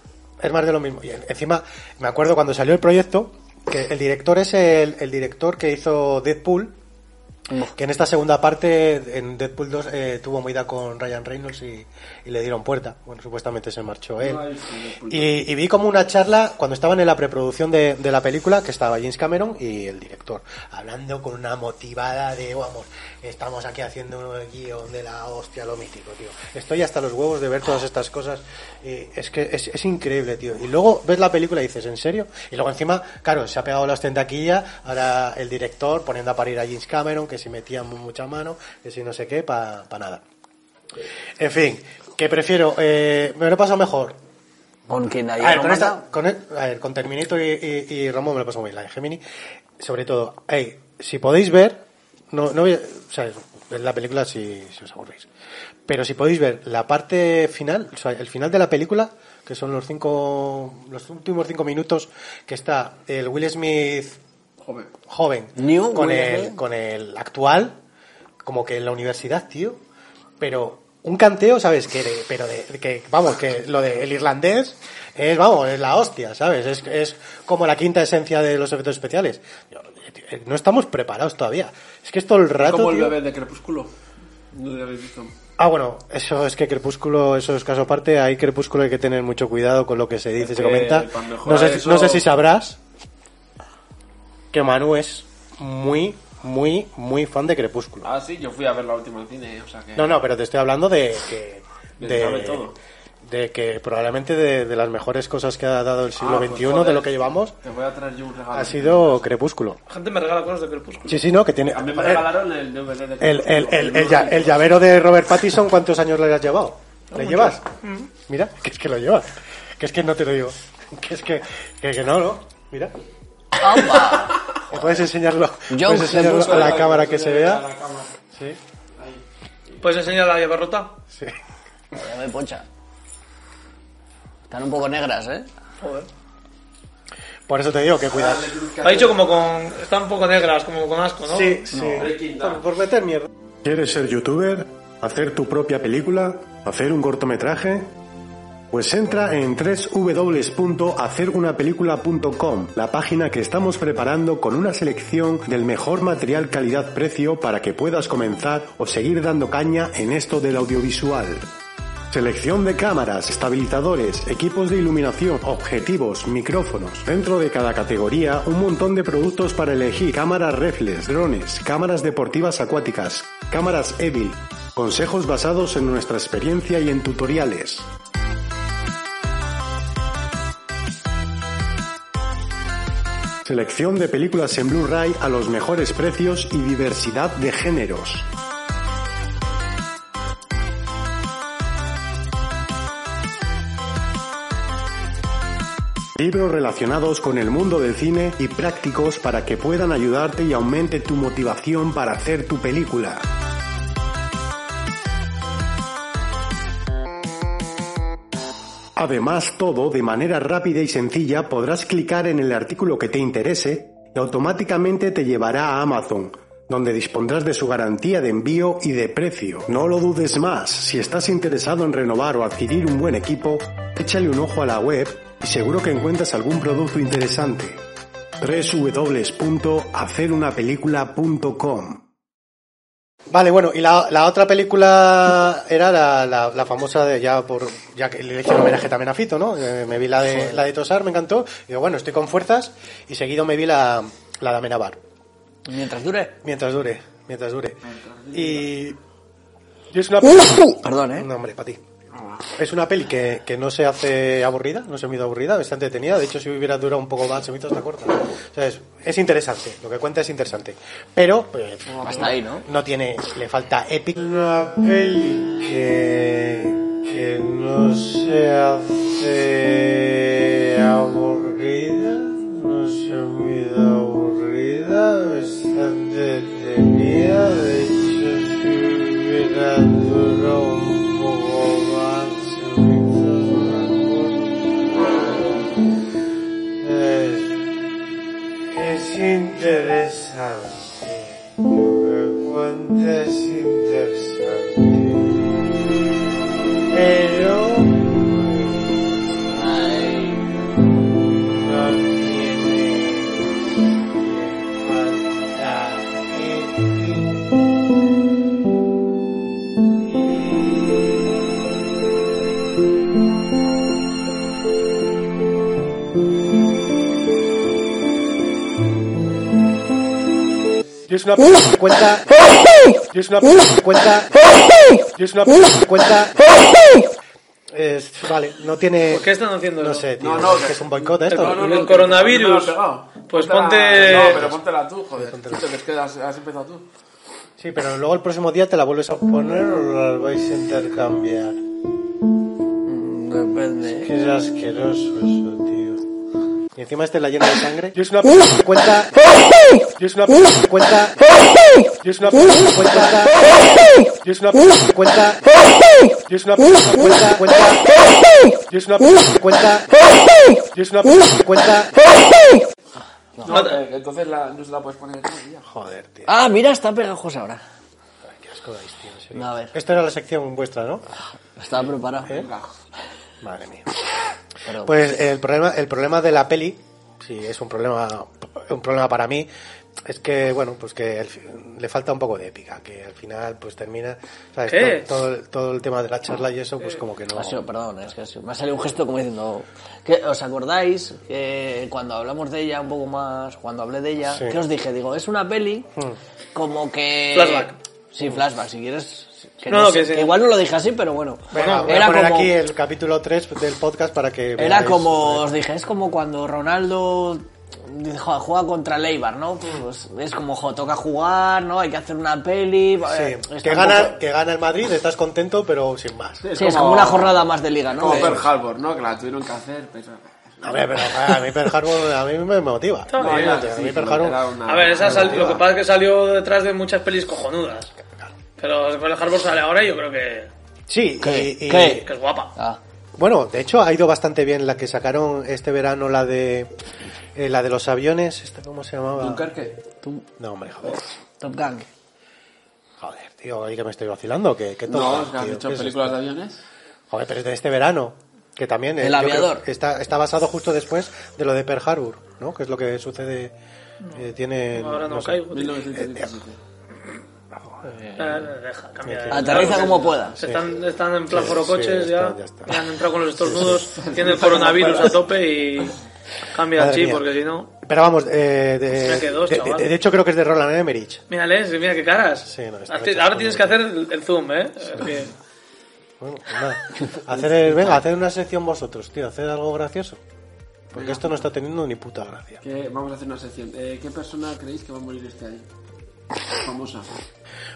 [SPEAKER 3] Es más de lo mismo. Y en- encima, me acuerdo cuando salió el proyecto, que el director es el, el director que hizo Deadpool, que en esta segunda parte, en Deadpool 2, eh, tuvo movida con Ryan Reynolds y, y le dieron puerta. Bueno, supuestamente se marchó él. Y, y vi como una charla cuando estaban en la preproducción de, de la película, que estaba James Cameron y el director, hablando con una motivada de, "Oh, vamos, estamos aquí haciendo un guión de la hostia, lo mítico, tío. Estoy hasta los huevos de ver todas estas cosas. y es que es, es increíble, tío. Y luego ves la película y dices, ¿en serio? Y luego encima, claro, se ha pegado la ostentaquilla, ahora el director poniendo a parir a James Cameron, que si metía mu- mucha mano, que si no sé qué, para nada. En fin, que prefiero, eh, me lo he pasado mejor.
[SPEAKER 7] Con quien
[SPEAKER 3] A
[SPEAKER 7] haya
[SPEAKER 3] ver, con,
[SPEAKER 7] romana.
[SPEAKER 3] esta, con, el- a ver, con Terminator y, y, y Rambo me lo paso muy bien, la de Gemini. Sobre todo, ey, si podéis ver, no, no voy a- o sea, ver la película si, si os aburrís. Pero si podéis ver la parte final, o sea, el final de la película, que son los cinco, los últimos cinco minutos que está el Will Smith
[SPEAKER 6] Joder.
[SPEAKER 3] joven
[SPEAKER 7] New
[SPEAKER 3] con
[SPEAKER 7] Will
[SPEAKER 3] el,
[SPEAKER 7] Smith.
[SPEAKER 3] con el actual, como que en la universidad, tío. Pero un canteo, ¿sabes? Que de- pero de, de que, vamos, que lo del irlandés es, vamos, es la hostia, ¿sabes? Es, es como la quinta esencia de los efectos especiales. Yo, eh, No estamos preparados todavía. Es que esto el rato.
[SPEAKER 6] Como el
[SPEAKER 3] tío-
[SPEAKER 6] bebé de Crepúsculo. No lo habéis visto.
[SPEAKER 3] Ah, bueno, eso es que Crepúsculo, eso es caso aparte. Ahí Crepúsculo hay que tener mucho cuidado con lo que se dice,
[SPEAKER 6] Es
[SPEAKER 3] se
[SPEAKER 6] que
[SPEAKER 3] comenta.
[SPEAKER 6] para mejorar
[SPEAKER 3] No sé,
[SPEAKER 6] eso-
[SPEAKER 3] no sé si sabrás que Manu es muy, muy, muy fan de Crepúsculo.
[SPEAKER 6] Ah, sí, yo fui a ver la última en cine, o sea que...
[SPEAKER 3] No, no, pero te estoy hablando de que.
[SPEAKER 6] De
[SPEAKER 3] De,
[SPEAKER 6] sabe todo.
[SPEAKER 3] de que probablemente de, de las mejores cosas que ha dado el siglo
[SPEAKER 6] Ah, pues,
[SPEAKER 3] XXI, de
[SPEAKER 6] joder. Ah,
[SPEAKER 3] lo que llevamos,
[SPEAKER 6] Te voy a traer yo un regalo.
[SPEAKER 3] ha sido Crepúsculo.
[SPEAKER 8] La gente me regala cosas de Crepúsculo.
[SPEAKER 3] Sí, sí, no, que tiene.
[SPEAKER 6] A mí me
[SPEAKER 3] eh,
[SPEAKER 6] regalaron el DVD de
[SPEAKER 3] El, el,
[SPEAKER 6] Crepúsculo,
[SPEAKER 3] el,
[SPEAKER 6] no
[SPEAKER 3] el ya-
[SPEAKER 6] sé.
[SPEAKER 3] el llavero de Robert Pattinson, ¿cuántos años le has llevado? ¿Le llevas? Mira, que es que lo llevas. Que es que no te lo digo. Que es que, que, que no, ¿no? Mira.
[SPEAKER 7] ¡Aupa!
[SPEAKER 3] Puedes enseñarlo,
[SPEAKER 7] Yo
[SPEAKER 3] puedes
[SPEAKER 7] que
[SPEAKER 3] enseñarlo
[SPEAKER 7] busco
[SPEAKER 3] a la
[SPEAKER 7] la-
[SPEAKER 3] cámara que se
[SPEAKER 6] A
[SPEAKER 3] vea.
[SPEAKER 6] la cámara.
[SPEAKER 3] Sí,
[SPEAKER 8] ¿Puedes enseñar la llaverrota?
[SPEAKER 3] sí.
[SPEAKER 7] Ya me pocha. Están un poco negras, ¿eh?
[SPEAKER 8] Joder.
[SPEAKER 3] Por eso te digo que cuidado.
[SPEAKER 8] Ha dicho como con... Están un poco negras, como con asco, ¿no?
[SPEAKER 3] Sí, sí.
[SPEAKER 6] Breaking
[SPEAKER 3] Por,
[SPEAKER 6] Dawn.
[SPEAKER 3] por meter mierda.
[SPEAKER 9] ¿Quieres ser youtuber? ¿Hacer tu propia película? ¿Hacer un cortometraje? Pues entra en www.hacerunapelícula.com, la página que estamos preparando con una selección del mejor material calidad-precio para que puedas comenzar o seguir dando caña en esto del audiovisual. Selección de cámaras, estabilizadores, equipos de iluminación, objetivos, micrófonos. Dentro de cada categoría, un montón de productos para elegir. Cámaras reflex, drones, cámaras deportivas acuáticas, cámaras Evil. Consejos basados en nuestra experiencia y en tutoriales. Selección de películas en Blu-ray a los mejores precios y diversidad de géneros. Libros relacionados con el mundo del cine y prácticos para que puedan ayudarte y aumente tu motivación para hacer tu película. Además, todo de manera rápida y sencilla podrás clicar en el artículo que te interese y automáticamente te llevará a Amazon, donde dispondrás de su garantía de envío y de precio. No lo dudes más, si estás interesado en renovar o adquirir un buen equipo,
[SPEAKER 10] Échale un ojo a la web y seguro que encuentras algún producto interesante. www.hacerunapelícula.com
[SPEAKER 3] Vale, bueno, y la, la otra película era la, la- la famosa de ya por ya que le hice un homenaje también a Fito, ¿no? Eh, Me vi la de la de Tosar, me encantó. Y digo, bueno, estoy con fuerzas y seguido me vi la, la de Amenabar.
[SPEAKER 7] Mientras dure.
[SPEAKER 3] Mientras dure, mientras dure. Y, y es una peli.
[SPEAKER 7] Perdón, ¿eh?
[SPEAKER 3] No, hombre, para ti. Es una peli que, que no se hace aburrida, no se me hizo aburrida, está entretenida. De hecho, si hubiera durado un poco más, se me hizo hasta corta. O sea, es, es interesante, lo que cuenta es interesante. Pero, pues,
[SPEAKER 7] Hasta ahí, ¿no?
[SPEAKER 3] no tiene, le falta épica. Una peli que, que no se hace aburrida, no se me hizo aburrida, está entretenida, de hecho si hubiera durado un poco más se me hizo una corta. Es, es interesante. Cuenta es interesante. Pero. No tiene. Falta. Y es una p- cuenta. Y es una p- cuenta. Y es una p- cuenta. Es, vale, no tiene.
[SPEAKER 8] ¿Por qué están haciendo
[SPEAKER 3] No
[SPEAKER 8] eso?
[SPEAKER 3] sé, tío.
[SPEAKER 6] No, no,
[SPEAKER 3] es que es un boicot esto.
[SPEAKER 8] no, no, El coronavirus.
[SPEAKER 6] no me lo he pegado.
[SPEAKER 8] Pues
[SPEAKER 6] Póntela-
[SPEAKER 8] ponte-
[SPEAKER 6] No, pero póntela tú, joder. Tú te- es que has, has empezado tú.
[SPEAKER 3] Sí, pero luego el próximo día te la vuelves a poner o las vais a intercambiar.
[SPEAKER 7] Mm, Depende. ¿eh?
[SPEAKER 3] Qué asqueroso eso, tío. Y encima este la llena de sangre. Y es una p- cuenta. Y es una p- cuenta. Y es una p- cuenta. Y es una p- cuenta. Y es una p- cuenta. cuenta. Y es una p- cuenta. Y es una p- cuenta.
[SPEAKER 8] Ah,
[SPEAKER 6] No, eh, entonces la, no se la puedes poner tú, ya.
[SPEAKER 3] Joder, tío.
[SPEAKER 7] Ah, mira, está pegajosa ahora.
[SPEAKER 3] Qué asco dais, tío. en serio.
[SPEAKER 7] A ver,
[SPEAKER 3] Esta era la sección vuestra, ¿no?
[SPEAKER 7] estaba preparado.
[SPEAKER 3] Madre mía.
[SPEAKER 7] Perdón.
[SPEAKER 3] Pues el problema, el problema de la peli, si es un problema, un problema para mí, es que bueno, pues que al fi- le falta un poco de épica, que al final pues termina, ¿sabes?
[SPEAKER 8] ¿Qué?
[SPEAKER 3] Todo, todo el- todo el tema de la charla y eso, pues como que no.
[SPEAKER 7] Ha sido- perdón, es que ha sido- me ha salido un gesto como diciendo, que ¿os acordáis que cuando hablamos de ella un poco más, cuando hablé de ella,
[SPEAKER 3] Sí.
[SPEAKER 7] qué os dije? Digo, es una peli como que...
[SPEAKER 8] Hmm. Flashback. Hmm.
[SPEAKER 7] Sí, flashback, si quieres... que
[SPEAKER 8] No, no, que
[SPEAKER 7] sé,
[SPEAKER 8] sí.
[SPEAKER 7] Igual no lo dije así, pero bueno.
[SPEAKER 3] Venga, voy a poner aquí el capítulo 3 del podcast para que
[SPEAKER 7] Era
[SPEAKER 3] veáis.
[SPEAKER 7] como, os dije, es como cuando Ronaldo dice, "Joder, juega contra el Eibar, ¿no?
[SPEAKER 8] Hmm.
[SPEAKER 7] Pues es como, jo, toca jugar, ¿no? Hay que hacer una peli. eh,
[SPEAKER 3] Sí,
[SPEAKER 7] está
[SPEAKER 3] que
[SPEAKER 7] un
[SPEAKER 3] gana,
[SPEAKER 7] poco-
[SPEAKER 3] que gana el Madrid, estás contento, pero sin más.
[SPEAKER 7] Sí, es como una jornada más de liga, ¿no?
[SPEAKER 6] Como
[SPEAKER 7] Eh,
[SPEAKER 6] Pearl Harbor, ¿no? Que la tuvieron que hacer, pero...
[SPEAKER 3] A ver, pero a mí Pearl Harbor a mí me motiva. Imagínate, a
[SPEAKER 6] Sí,
[SPEAKER 3] mí Pearl
[SPEAKER 6] pero
[SPEAKER 3] Harbor-
[SPEAKER 6] era una-
[SPEAKER 8] A ver, esa
[SPEAKER 6] una
[SPEAKER 8] sal-
[SPEAKER 6] motiva.
[SPEAKER 8] lo que pasa es que salió detrás de muchas pelis cojonudas. Pero después el Harbor sale ahora y yo creo que,
[SPEAKER 3] Sí,
[SPEAKER 7] ¿Qué?
[SPEAKER 3] y- y-
[SPEAKER 7] ¿Qué?
[SPEAKER 8] que es guapa.
[SPEAKER 7] Ah,
[SPEAKER 3] Bueno, de hecho ha ido bastante bien la que sacaron este verano, la de eh, la de los aviones, ¿esta cómo se llamaba?
[SPEAKER 6] Dunkerque.
[SPEAKER 3] No, hombre, joder.
[SPEAKER 7] Top Gun.
[SPEAKER 3] Joder, tío, ahí que me estoy vacilando, que, que
[SPEAKER 6] No,
[SPEAKER 3] toca,
[SPEAKER 6] es que has
[SPEAKER 3] tío,
[SPEAKER 6] hecho
[SPEAKER 3] ¿qué es
[SPEAKER 6] películas
[SPEAKER 3] esto? Eh,
[SPEAKER 6] de aviones.
[SPEAKER 3] Joder, pero es de este verano, que también eh,
[SPEAKER 7] El
[SPEAKER 3] yo creo
[SPEAKER 7] aviador.
[SPEAKER 3] que está está basado justo después de lo de Pearl Harbor, ¿no? Que es lo que sucede eh, tiene
[SPEAKER 8] Ahora no,
[SPEAKER 3] no sé.
[SPEAKER 8] caigo. tío.
[SPEAKER 6] 1917.
[SPEAKER 8] Eh, deja, cambia. de-
[SPEAKER 7] Aterriza como puedas.
[SPEAKER 8] Se están, están en plan
[SPEAKER 3] Sí,
[SPEAKER 8] foro coches
[SPEAKER 3] sí,
[SPEAKER 8] ya.
[SPEAKER 3] está, ya está.
[SPEAKER 8] Ya han entrado con los estornudos. Tiene el coronavirus a tope y cambia el
[SPEAKER 3] Madre
[SPEAKER 8] chip
[SPEAKER 3] mía.
[SPEAKER 8] porque si no.
[SPEAKER 3] Pero vamos, eh, de,
[SPEAKER 8] Mira que Pues dos,
[SPEAKER 3] de-
[SPEAKER 8] chaval.
[SPEAKER 3] de- de hecho creo que es de Roland Emmerich.
[SPEAKER 8] Mírales, mira qué caras.
[SPEAKER 3] Sí, no, está
[SPEAKER 8] ahora
[SPEAKER 3] hecho
[SPEAKER 8] ahora tienes que
[SPEAKER 3] con-
[SPEAKER 8] hacer el, el zoom, ¿eh? Es que-
[SPEAKER 3] Bueno, pues nada. Hacer el- venga, hacer una sección vosotros, tío, hacer algo gracioso. Porque esto no está teniendo ni puta gracia.
[SPEAKER 6] Que vamos a hacer una sección. Eh, ¿Qué persona creéis que va a morir este año? Famosa.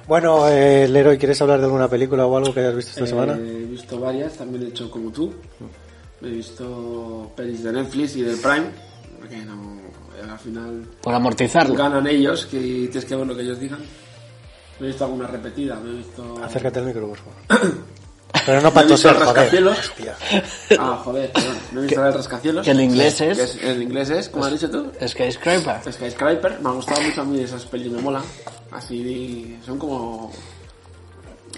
[SPEAKER 3] Bueno, eh, Leroy, ¿quieres hablar de alguna película o algo que hayas visto esta
[SPEAKER 6] Eh,
[SPEAKER 3] semana?
[SPEAKER 6] He visto varias, también he hecho como tú. He visto pelis de Netflix y del Prime. Porque no, eh, al final
[SPEAKER 7] Por amortizarlo.
[SPEAKER 6] ganan ellos que tienes que ver lo que ellos digan. Me he visto alguna repetida, me he visto.
[SPEAKER 3] Acércate al micro, por favor. Pero no para
[SPEAKER 6] Me he visto
[SPEAKER 3] toser,
[SPEAKER 6] el
[SPEAKER 3] joder.
[SPEAKER 6] rascacielos.
[SPEAKER 3] Hostia.
[SPEAKER 6] Ah, joder, perdón. Me he visto el rascacielos.
[SPEAKER 7] que el inglés es-
[SPEAKER 6] Que El inglés es, ¿cómo has dicho tú?
[SPEAKER 7] Skyscraper.
[SPEAKER 6] Skyscraper, me ha gustado mucho a mí esas pelis, me mola. Así, son como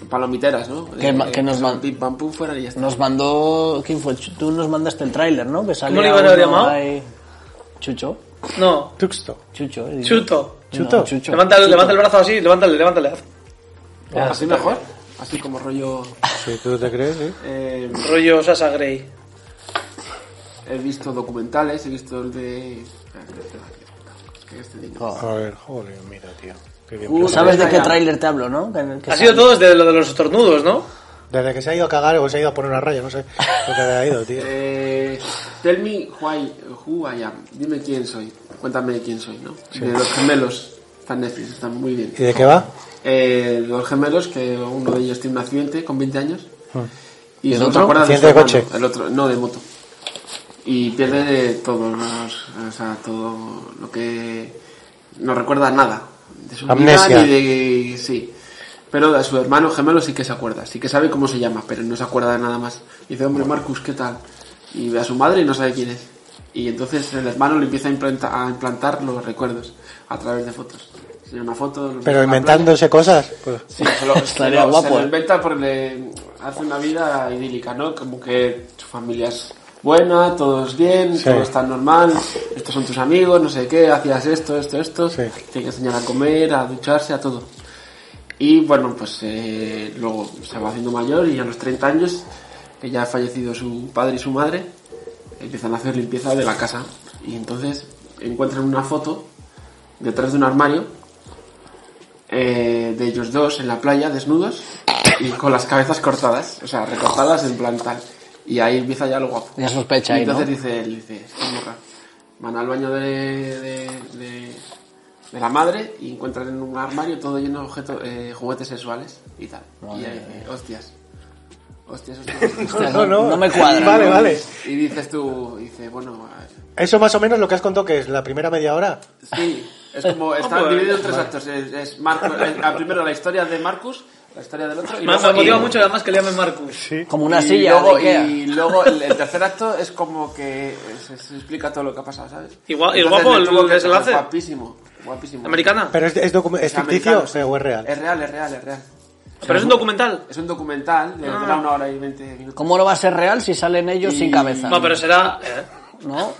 [SPEAKER 6] Palomiteras, ¿no?
[SPEAKER 7] Que, ma-
[SPEAKER 6] Eh,
[SPEAKER 7] que nos, man-
[SPEAKER 6] pim, pam, pum, fuera y ya está.
[SPEAKER 7] nos mandó. ¿Quién fue? Chu- Tú nos mandaste el tráiler, ¿no? Que salía
[SPEAKER 8] le ibas a haber
[SPEAKER 7] uno
[SPEAKER 8] llamado?
[SPEAKER 7] ahí- Chucho.
[SPEAKER 8] No,
[SPEAKER 11] Tuxto.
[SPEAKER 7] Chucho. eh,
[SPEAKER 8] Chuto.
[SPEAKER 7] no,
[SPEAKER 11] Chuto.
[SPEAKER 7] Chucho.
[SPEAKER 8] Levanta el, levanta el brazo así, levántale, levántale. haz.
[SPEAKER 6] Así mejor. Así como rollo.
[SPEAKER 11] Si tú te crees, sí.
[SPEAKER 6] eh,
[SPEAKER 8] Rollo Sasa Grey.
[SPEAKER 6] he visto documentales, he visto el de. Ah, espera, espera, que este niño-
[SPEAKER 7] Oh.
[SPEAKER 11] A ver, joder, mira, tío. Qué bien.
[SPEAKER 6] Uh,
[SPEAKER 7] ¿Sabes de qué
[SPEAKER 6] Vaya.
[SPEAKER 7] tráiler te hablo, no? Que en el que
[SPEAKER 8] Ha sido
[SPEAKER 7] sale-
[SPEAKER 8] todo desde lo de los estornudos, ¿no?
[SPEAKER 11] Desde que se ha ido a cagar o se ha ido a poner una raya, no sé lo que ha ido, tío.
[SPEAKER 6] Eh, tell me why, who I am. Dime quién soy. Cuéntame quién soy, ¿no? De los gemelos. Están Netflix, están muy bien.
[SPEAKER 11] ¿Y de qué va?
[SPEAKER 6] Eh, los gemelos, que uno de ellos tiene un accidente con 20 años.
[SPEAKER 11] Ah.
[SPEAKER 7] ¿Y
[SPEAKER 6] Y
[SPEAKER 7] el
[SPEAKER 6] solo se
[SPEAKER 7] otro?
[SPEAKER 6] acuerda
[SPEAKER 11] ¿Accidente
[SPEAKER 6] su
[SPEAKER 11] de coche?
[SPEAKER 6] hermano, El otro, no, de moto. Y pierde todo, o sea, todo lo que no recuerda nada. De su vida
[SPEAKER 11] Amnesia.
[SPEAKER 6] ni de- sí. Pero de su hermano gemelo sí que se acuerda, sí que sabe cómo se llama, pero no se acuerda de nada más. Y dice, hombre, Marcus, ¿qué tal? Y ve a su madre y no sabe quién es. Y entonces el hermano le empieza a implanta- a implantar los recuerdos a través de fotos. Se llama foto, los
[SPEAKER 11] Pero
[SPEAKER 6] ves en la
[SPEAKER 11] inventándose cosas. pues,
[SPEAKER 6] Sí, se lo, se
[SPEAKER 7] Estaría
[SPEAKER 6] lo- se
[SPEAKER 7] guapo,
[SPEAKER 6] lo
[SPEAKER 7] eh.
[SPEAKER 6] inventa porque le hace una vida idílica, ¿no? Como que su familia es buena, todos bien,
[SPEAKER 11] Sí.
[SPEAKER 6] todo está normal, estos son tus amigos, no sé qué, hacías esto, esto, esto,
[SPEAKER 11] Sí.
[SPEAKER 6] tiene que enseñar a comer, a ducharse, a todo. Y bueno, pues eh, luego se va haciendo mayor y a los 30 años, que ya ha fallecido su padre y su madre, empiezan a hacer limpieza de la casa. Y entonces encuentran una foto detrás de un armario eh, de ellos dos en la playa desnudos y con las cabezas cortadas, o sea, recortadas en plan tal. Y ahí empieza ya lo guapo.
[SPEAKER 7] Ya sospecha
[SPEAKER 6] Y
[SPEAKER 7] ahí, ¿no?
[SPEAKER 6] entonces dice él, dice, "Esta morra". van al baño de, de- de- de la madre y encuentran en un armario todo lleno de objetos, eh, juguetes sexuales y tal. y ahí dice, hostias. Hostias, hostias.
[SPEAKER 7] Hostia, no, no me cuadra,
[SPEAKER 11] Vale,
[SPEAKER 7] no.
[SPEAKER 11] vale.
[SPEAKER 6] Y dices tú, dice, bueno, a ver,
[SPEAKER 11] Eso más o menos lo que has contado que es la primera media hora.
[SPEAKER 6] Sí, es como está dividido en tres actos. Es, es Marcus, es- a primero la historia de Marcus, la historia del otro y
[SPEAKER 8] Me,
[SPEAKER 6] luego
[SPEAKER 8] me motiva
[SPEAKER 6] y-
[SPEAKER 8] mucho además que le llamen Marcus.
[SPEAKER 7] Como una
[SPEAKER 6] y
[SPEAKER 7] silla. de
[SPEAKER 6] Luego,
[SPEAKER 7] Ikea.
[SPEAKER 6] y luego el, el tercer acto es como que se, se explica todo lo que ha pasado, ¿sabes?
[SPEAKER 8] Y gua- y
[SPEAKER 6] Entonces,
[SPEAKER 8] guapo
[SPEAKER 6] le
[SPEAKER 8] el
[SPEAKER 6] tuvo que-
[SPEAKER 8] desenlace.
[SPEAKER 6] Guapísimo, guapísimo.
[SPEAKER 8] ¿Americana?
[SPEAKER 11] Pero es, es, docu-
[SPEAKER 6] Es
[SPEAKER 11] es ficticio
[SPEAKER 6] americano,
[SPEAKER 11] o sea, o es real.
[SPEAKER 6] Es real, es real, es real.
[SPEAKER 8] Pero es un documental.
[SPEAKER 6] Es un documental, de
[SPEAKER 8] Ah.
[SPEAKER 6] dura una hora y veinte minutos.
[SPEAKER 7] ¿Cómo no va a ser real si salen ellos sin cabeza?
[SPEAKER 8] No, pero será... eh,
[SPEAKER 7] ¿No?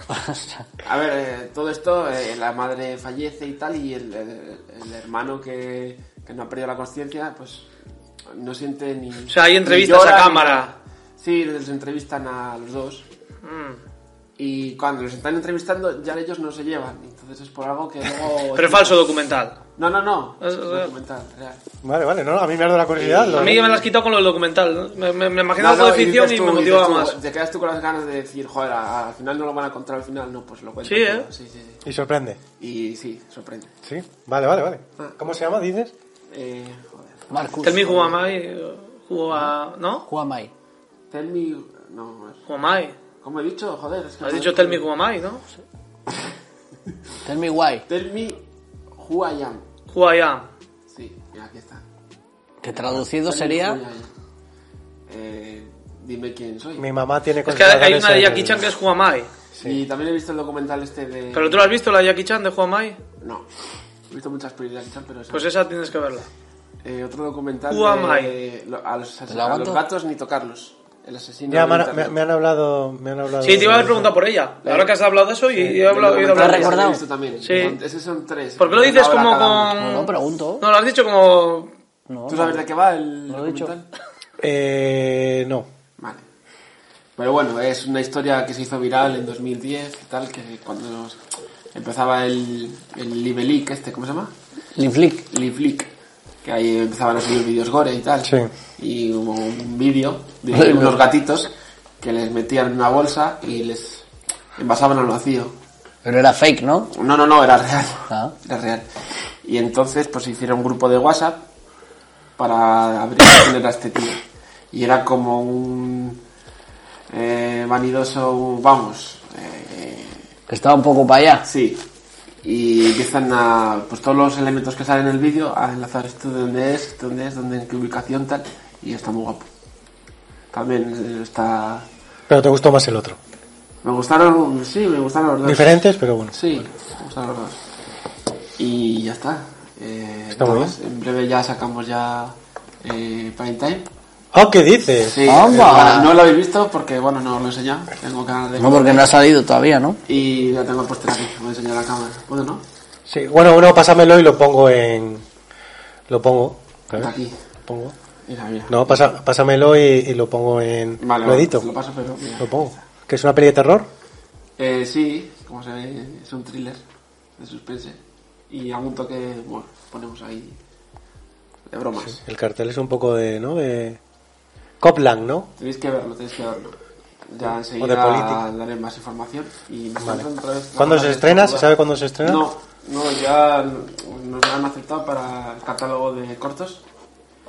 [SPEAKER 6] A ver, eh, todo esto, eh, la madre fallece y tal, y el, el- el hermano que, que no ha perdido la conciencia, pues no siente ni.
[SPEAKER 8] O sea, hay entrevistas a cámara.
[SPEAKER 6] Sí, les entrevistan a los dos.
[SPEAKER 8] Mm.
[SPEAKER 6] Y cuando los están entrevistando, ya ellos no se llevan. Entonces es por algo que luego.
[SPEAKER 8] Pero es falso documental.
[SPEAKER 6] No, no, no.
[SPEAKER 8] Es-
[SPEAKER 6] Es
[SPEAKER 8] es
[SPEAKER 6] documental, real.
[SPEAKER 11] Vale, vale, no, a mí me ha dado la curiosidad. lo-
[SPEAKER 8] A mí ya me las has quitado con lo del documental. ¿no? Me, me, me imaginaba
[SPEAKER 6] No, no,
[SPEAKER 8] algo de ficción y,
[SPEAKER 6] dices tú-
[SPEAKER 8] me
[SPEAKER 6] dices
[SPEAKER 8] motivaba
[SPEAKER 6] tú,
[SPEAKER 8] más.
[SPEAKER 6] Te quedas tú con las ganas de decir, joder, a- al final no lo van a contar, al final no, pues lo cuento.
[SPEAKER 8] Sí, ¿eh?
[SPEAKER 6] sí, sí, sí.
[SPEAKER 11] Y sorprende.
[SPEAKER 6] Y sí, sorprende. Ah.
[SPEAKER 11] Sí, vale, vale, vale. ¿Cómo se llama, dices?
[SPEAKER 6] Eh, joder.
[SPEAKER 7] Marcus.
[SPEAKER 8] Tell me who am I, eh, who a- ¿No?
[SPEAKER 7] Who am I?
[SPEAKER 6] Tell me... No,
[SPEAKER 8] Who am I.
[SPEAKER 6] ¿cómo he dicho? Joder, es que...
[SPEAKER 8] Has dicho tell me who am I, ¿no?
[SPEAKER 7] Tell me why.
[SPEAKER 6] Tell me who I am.
[SPEAKER 8] Who I am.
[SPEAKER 6] Sí, mira, aquí está.
[SPEAKER 7] Que traducido
[SPEAKER 6] Tell me who I
[SPEAKER 7] sería.
[SPEAKER 6] am. Eh, dime quién soy.
[SPEAKER 11] Mi mamá tiene
[SPEAKER 6] Pues
[SPEAKER 8] Es que hay
[SPEAKER 11] conservadores
[SPEAKER 8] una de
[SPEAKER 11] en-
[SPEAKER 8] Jackie Chan que es Who am I.
[SPEAKER 6] Y también he visto el documental este de...
[SPEAKER 8] Pero tú lo has visto, la de Jackie Chan de Who am I.
[SPEAKER 6] No. He visto muchas películas y tal, pero... esa-
[SPEAKER 8] Pues esa tienes que verla.
[SPEAKER 6] Eh, otro documental
[SPEAKER 8] Who am
[SPEAKER 6] de... lo- A los,
[SPEAKER 7] ¿Te la
[SPEAKER 6] a los
[SPEAKER 7] aguanto?
[SPEAKER 6] gatos ni tocarlos. El asesino...
[SPEAKER 11] Ya
[SPEAKER 6] del
[SPEAKER 11] me han,
[SPEAKER 6] internet.
[SPEAKER 11] me- me han hablado, me han hablado.
[SPEAKER 8] Sí, te iba a haber
[SPEAKER 11] de-
[SPEAKER 8] preguntado por ella. Ahora que has hablado de eso y y he hablado... he
[SPEAKER 6] Del
[SPEAKER 8] ido a hablar
[SPEAKER 7] ¿Te
[SPEAKER 6] documental
[SPEAKER 8] de
[SPEAKER 7] has
[SPEAKER 6] ese
[SPEAKER 8] ella.
[SPEAKER 7] recordado?
[SPEAKER 6] he visto también.
[SPEAKER 8] Sí.
[SPEAKER 6] Son- Esos son tres.
[SPEAKER 8] ¿Por qué lo dices
[SPEAKER 6] Una hora
[SPEAKER 8] como
[SPEAKER 6] cada uno.
[SPEAKER 8] con...?
[SPEAKER 7] No, no, pregunto.
[SPEAKER 8] No, lo has dicho como...
[SPEAKER 7] No,
[SPEAKER 6] ¿Tú sabes de qué va el
[SPEAKER 7] No lo he dicho.
[SPEAKER 6] documental?
[SPEAKER 11] Eh, no.
[SPEAKER 6] Vale. Pero bueno, es una historia que se hizo viral en 2010 y tal, que cuando nos- empezaba el, el Livelic este, ¿cómo se llama?
[SPEAKER 7] Linflick.
[SPEAKER 6] Livelic, que ahí empezaban a subir vídeos gore y tal.
[SPEAKER 11] Sí.
[SPEAKER 6] Y hubo un vídeo de
[SPEAKER 7] Ay, no.
[SPEAKER 6] unos gatitos que les metían en una bolsa y les envasaban al vacío.
[SPEAKER 7] Pero era fake, ¿no?
[SPEAKER 6] No, no, no, era real.
[SPEAKER 7] Ah.
[SPEAKER 6] Era real. Y entonces, pues hicieron un grupo de WhatsApp para abrir quién era este tío. Y era como un eh, vanidoso, vamos. eh,
[SPEAKER 7] Que estaba un poco para allá.
[SPEAKER 6] sí. Y empiezan a, pues todos los elementos que salen en el vídeo, a enlazar esto de dónde es, dónde es, dónde, en qué ubicación, tal. Y está muy guapo. También eh, está...
[SPEAKER 11] Pero te gustó más el otro.
[SPEAKER 6] Me gustaron, sí, me gustaron los dos.
[SPEAKER 11] Diferentes, pero bueno.
[SPEAKER 6] Sí, vamos a los dos. Y ya está. Eh,
[SPEAKER 11] Está muy
[SPEAKER 6] entonces, En breve ya sacamos ya eh, Time.
[SPEAKER 11] Ah, ¿qué dices?
[SPEAKER 6] Sí,
[SPEAKER 7] Ah,
[SPEAKER 6] eh,
[SPEAKER 7] va.
[SPEAKER 6] bueno, no lo habéis visto porque, bueno, no os lo he enseñado. Tengo ganas de...
[SPEAKER 7] No, porque no ha salido todavía, ¿no?
[SPEAKER 6] Y la tengo puesta aquí, voy a enseñar a la cámara. ¿Puedo, no?
[SPEAKER 11] Sí, bueno, uno pásamelo y lo pongo en. Lo pongo. A ver,
[SPEAKER 6] Está aquí.
[SPEAKER 11] Pongo.
[SPEAKER 6] Mira, mira.
[SPEAKER 11] No, pasa- pásamelo y, y lo pongo en.
[SPEAKER 6] Vale,
[SPEAKER 11] lo
[SPEAKER 6] vale,
[SPEAKER 11] edito.
[SPEAKER 6] lo paso, pero mira.
[SPEAKER 11] Lo pongo. ¿Que es una peli de terror?
[SPEAKER 6] Eh, sí, como se ve, es un thriller de suspense. Y algún toque, bueno, ponemos ahí de bromas.
[SPEAKER 11] El cartel es un poco de. ¿No? De. Copland, ¿no?
[SPEAKER 6] Tenéis que verlo, tenéis que verlo. Ya enseguida
[SPEAKER 11] política.
[SPEAKER 6] daré más información. Y me
[SPEAKER 11] Vale.
[SPEAKER 6] faltan otra vez-
[SPEAKER 11] ¿Cuándo se estrena?
[SPEAKER 6] otra-
[SPEAKER 11] ¿Se sabe cuándo se estrena?
[SPEAKER 6] No, no, ya nos lo han aceptado para el catálogo de cortos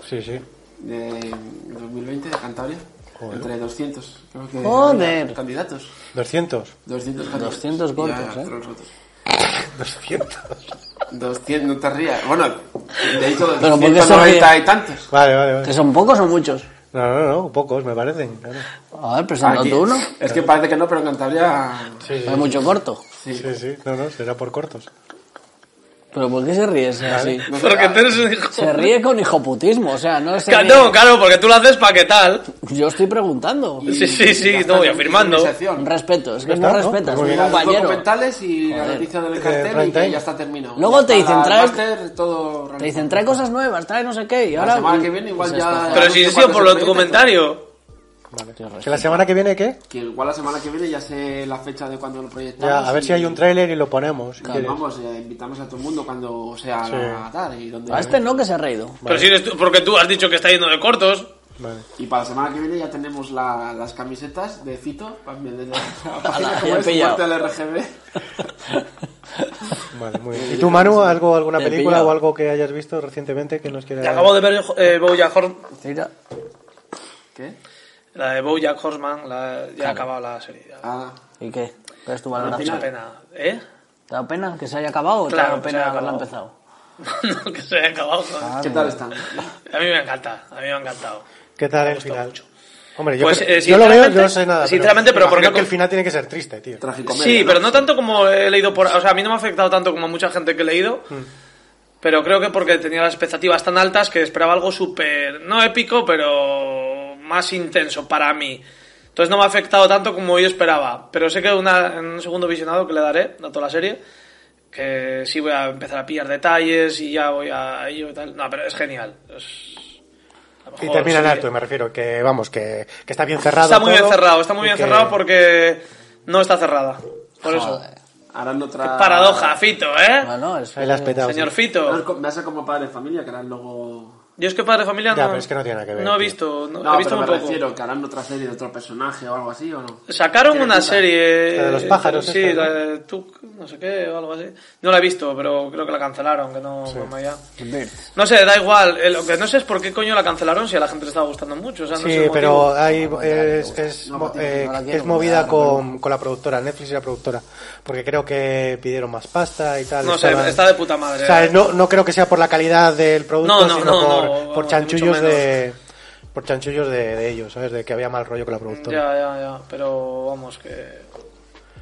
[SPEAKER 11] Sí, sí.
[SPEAKER 6] de 2020 de Cantabria.
[SPEAKER 11] Joder.
[SPEAKER 6] Entre 200, creo que.
[SPEAKER 7] Joder.
[SPEAKER 6] Candidatos.
[SPEAKER 11] 200.
[SPEAKER 6] 200 candidatos.
[SPEAKER 7] 200
[SPEAKER 6] Y ya
[SPEAKER 7] cortos, ¿eh?
[SPEAKER 6] todos los otros.
[SPEAKER 11] 200.
[SPEAKER 6] 200, no te rías. Bueno, de hecho,
[SPEAKER 7] Pero ¿por qué se
[SPEAKER 6] 290 y tantos.
[SPEAKER 11] Vale, vale,
[SPEAKER 7] ¿Que
[SPEAKER 11] vale.
[SPEAKER 7] son pocos o muchos?
[SPEAKER 11] No, no, no, pocos me parecen. claro.
[SPEAKER 7] A ver, presentando
[SPEAKER 6] Aquí.
[SPEAKER 7] tú uno.
[SPEAKER 6] Es que parece que no, pero en Cantabria.
[SPEAKER 7] Hay mucho corto.
[SPEAKER 6] Sí.
[SPEAKER 11] Sí, sí. No, no, será por cortos.
[SPEAKER 7] ¿Pero por qué se ríe ese así?
[SPEAKER 6] No sé,
[SPEAKER 8] Porque
[SPEAKER 6] ah,
[SPEAKER 8] tú eres un hijo.
[SPEAKER 7] Se ríe con hijoputismo, o sea, no es...
[SPEAKER 8] Ca- No, claro, porque tú lo haces para qué tal.
[SPEAKER 7] Yo estoy preguntando.
[SPEAKER 6] y-
[SPEAKER 8] Sí, sí, sí,
[SPEAKER 6] y ya
[SPEAKER 8] no,
[SPEAKER 6] está,
[SPEAKER 8] voy
[SPEAKER 6] y-
[SPEAKER 8] afirmando.
[SPEAKER 6] y mi sección.
[SPEAKER 7] Un respeto, es que
[SPEAKER 11] está,
[SPEAKER 7] no
[SPEAKER 11] ¿no?
[SPEAKER 7] respetas,
[SPEAKER 11] Muy
[SPEAKER 7] mi
[SPEAKER 11] bien.
[SPEAKER 6] Los
[SPEAKER 7] compañero.
[SPEAKER 6] documentales y la
[SPEAKER 7] Joder.
[SPEAKER 6] noticia del
[SPEAKER 11] Eh,
[SPEAKER 6] cartel y
[SPEAKER 11] Prime Time.
[SPEAKER 6] que ya está terminado.
[SPEAKER 7] Luego
[SPEAKER 6] Ya
[SPEAKER 7] te
[SPEAKER 6] está
[SPEAKER 7] dicen,
[SPEAKER 6] la
[SPEAKER 7] trae-
[SPEAKER 6] máster, todo
[SPEAKER 7] Te dicen, trae cosas nuevas, trae no sé qué, y
[SPEAKER 6] La
[SPEAKER 7] ahora...
[SPEAKER 6] semana que viene igual
[SPEAKER 7] Pues
[SPEAKER 6] ya-
[SPEAKER 8] Pero
[SPEAKER 7] esto,
[SPEAKER 8] si
[SPEAKER 6] anuncio
[SPEAKER 8] he sido
[SPEAKER 6] cuando
[SPEAKER 8] por
[SPEAKER 6] se
[SPEAKER 8] lo
[SPEAKER 6] proyecta.
[SPEAKER 8] documentario.
[SPEAKER 11] ¿Que la semana que viene qué?
[SPEAKER 6] Que igual la semana que viene ya sé la fecha de cuando lo proyectamos.
[SPEAKER 11] Ya, a ver
[SPEAKER 6] y-
[SPEAKER 11] si hay un tráiler y lo ponemos. si
[SPEAKER 6] y
[SPEAKER 11] quieres.
[SPEAKER 6] Vamos, eh, invitamos a todo el mundo cuando sea la tarde y donde.
[SPEAKER 7] A este no que se ha reído.
[SPEAKER 8] Pero si eres tú, porque tú has dicho que está lleno de cortos.
[SPEAKER 11] Vale.
[SPEAKER 6] Y para la semana que viene ya tenemos la- las camisetas de Fito, también de la,
[SPEAKER 7] Ala,
[SPEAKER 6] la página
[SPEAKER 7] ya
[SPEAKER 6] como
[SPEAKER 7] he
[SPEAKER 6] es
[SPEAKER 7] pillado.
[SPEAKER 6] parte del RGB.
[SPEAKER 11] Vale, muy bien. ¿Y tú, Manu, algo, alguna
[SPEAKER 7] Te he
[SPEAKER 11] película
[SPEAKER 7] pillado.
[SPEAKER 11] o algo que hayas visto recientemente que nos quieras...?
[SPEAKER 8] Acabo de ver eh, Bojack Horseman.
[SPEAKER 7] Mira,
[SPEAKER 6] ¿Qué?
[SPEAKER 8] La de Bojack Horseman, la, ya ha acabado la serie. ya.
[SPEAKER 6] Ah,
[SPEAKER 7] ¿Y qué? ¿Cuál es tu
[SPEAKER 8] Mucha
[SPEAKER 7] valoración?
[SPEAKER 8] pena. ¿Eh?
[SPEAKER 7] ¿Te da pena que se haya acabado o te
[SPEAKER 8] Claro, que
[SPEAKER 7] da
[SPEAKER 8] se
[SPEAKER 7] pena
[SPEAKER 8] haya
[SPEAKER 7] haberla
[SPEAKER 8] acabado.
[SPEAKER 7] empezado?
[SPEAKER 8] no, que se haya acabado. ¿no?
[SPEAKER 6] ¿Qué tal están?
[SPEAKER 8] A mí me encanta, a mí me ha encantado.
[SPEAKER 11] ¿Qué tal el final? Hombre, yo,
[SPEAKER 8] Pues,
[SPEAKER 11] creo-
[SPEAKER 8] eh,
[SPEAKER 11] yo lo veo, yo no
[SPEAKER 8] sinceramente-
[SPEAKER 11] sé nada.
[SPEAKER 8] sinceramente, pero
[SPEAKER 11] imagino
[SPEAKER 8] porque no-
[SPEAKER 11] que el final tiene que ser triste, tío.
[SPEAKER 6] Tragicomedia.
[SPEAKER 8] Sí,
[SPEAKER 6] ¿no?
[SPEAKER 8] pero no tanto como he leído por... O sea, a mí no me ha afectado tanto como a mucha gente que he leído.
[SPEAKER 11] Mm.
[SPEAKER 8] Pero creo que porque tenía las expectativas tan altas que esperaba algo súper... No épico, pero más intenso para mí. Entonces no me ha afectado tanto como yo esperaba. Pero sé que una- en un segundo visionado que le daré a toda la serie, que sí voy a empezar a pillar detalles y ya voy a ello y tal. No, pero es genial. Es- la
[SPEAKER 11] Y
[SPEAKER 8] mejor
[SPEAKER 11] termina en
[SPEAKER 8] serie.
[SPEAKER 11] alto, me refiero, que vamos, que, que está bien cerrado
[SPEAKER 8] Oh, Está muy bien
[SPEAKER 11] todo
[SPEAKER 8] cerrado, está muy
[SPEAKER 11] y
[SPEAKER 8] bien
[SPEAKER 11] que-
[SPEAKER 8] cerrado porque no está cerrada. Por eso.
[SPEAKER 6] Harán otra...
[SPEAKER 8] Paradoja, Fito, ¿eh?
[SPEAKER 7] Bueno, es
[SPEAKER 11] Ahí la has petado,
[SPEAKER 8] Señor
[SPEAKER 11] sí.
[SPEAKER 6] Harán
[SPEAKER 8] Fito.
[SPEAKER 6] co- Me hace como padre de familia, que harán luego...
[SPEAKER 8] Yo es que padre de familia no.
[SPEAKER 11] Ya, pero es que no tiene nada que ver,
[SPEAKER 8] No he
[SPEAKER 11] tío.
[SPEAKER 8] visto, no,
[SPEAKER 6] No,
[SPEAKER 8] he visto
[SPEAKER 6] pero me
[SPEAKER 8] muy poco.
[SPEAKER 6] refiero, que harán otra serie de otro personaje o algo así, ¿o no?
[SPEAKER 8] Sacaron
[SPEAKER 6] Tiene
[SPEAKER 8] una
[SPEAKER 6] pinta.
[SPEAKER 8] serie.
[SPEAKER 11] La de los pájaros,
[SPEAKER 8] Sí,
[SPEAKER 11] esta,
[SPEAKER 8] la
[SPEAKER 11] ¿no?
[SPEAKER 8] de Tuk, no sé qué, o algo así. No la he visto, pero creo que la cancelaron, que no. como ya. No sé, da igual. Eh, Lo que no sé es por qué coño la cancelaron si a la gente le estaba gustando mucho. O sea, no sé
[SPEAKER 11] Sí,
[SPEAKER 8] el
[SPEAKER 11] pero
[SPEAKER 8] motivo.
[SPEAKER 11] hay, eh, es, es,
[SPEAKER 6] No,
[SPEAKER 11] mo-
[SPEAKER 6] motivo,
[SPEAKER 11] eh,
[SPEAKER 7] no la quiero,
[SPEAKER 11] es
[SPEAKER 7] no,
[SPEAKER 11] movida
[SPEAKER 7] no,
[SPEAKER 11] con, con la productora, Netflix y la productora. Porque creo que pidieron más pasta y tal.
[SPEAKER 8] No sé,
[SPEAKER 11] estaban-
[SPEAKER 8] está de puta madre. eh.
[SPEAKER 11] O sea, no, no creo que sea por la calidad del producto,
[SPEAKER 8] No, no,
[SPEAKER 11] sino
[SPEAKER 8] no,
[SPEAKER 11] por,
[SPEAKER 8] no,
[SPEAKER 11] por
[SPEAKER 8] vamos,
[SPEAKER 11] chanchullos
[SPEAKER 8] mucho menos.
[SPEAKER 11] de por chanchullos de, de ellos, ¿sabes? De que había mal rollo con la productora.
[SPEAKER 8] Ya, ya, ya. Pero vamos, que.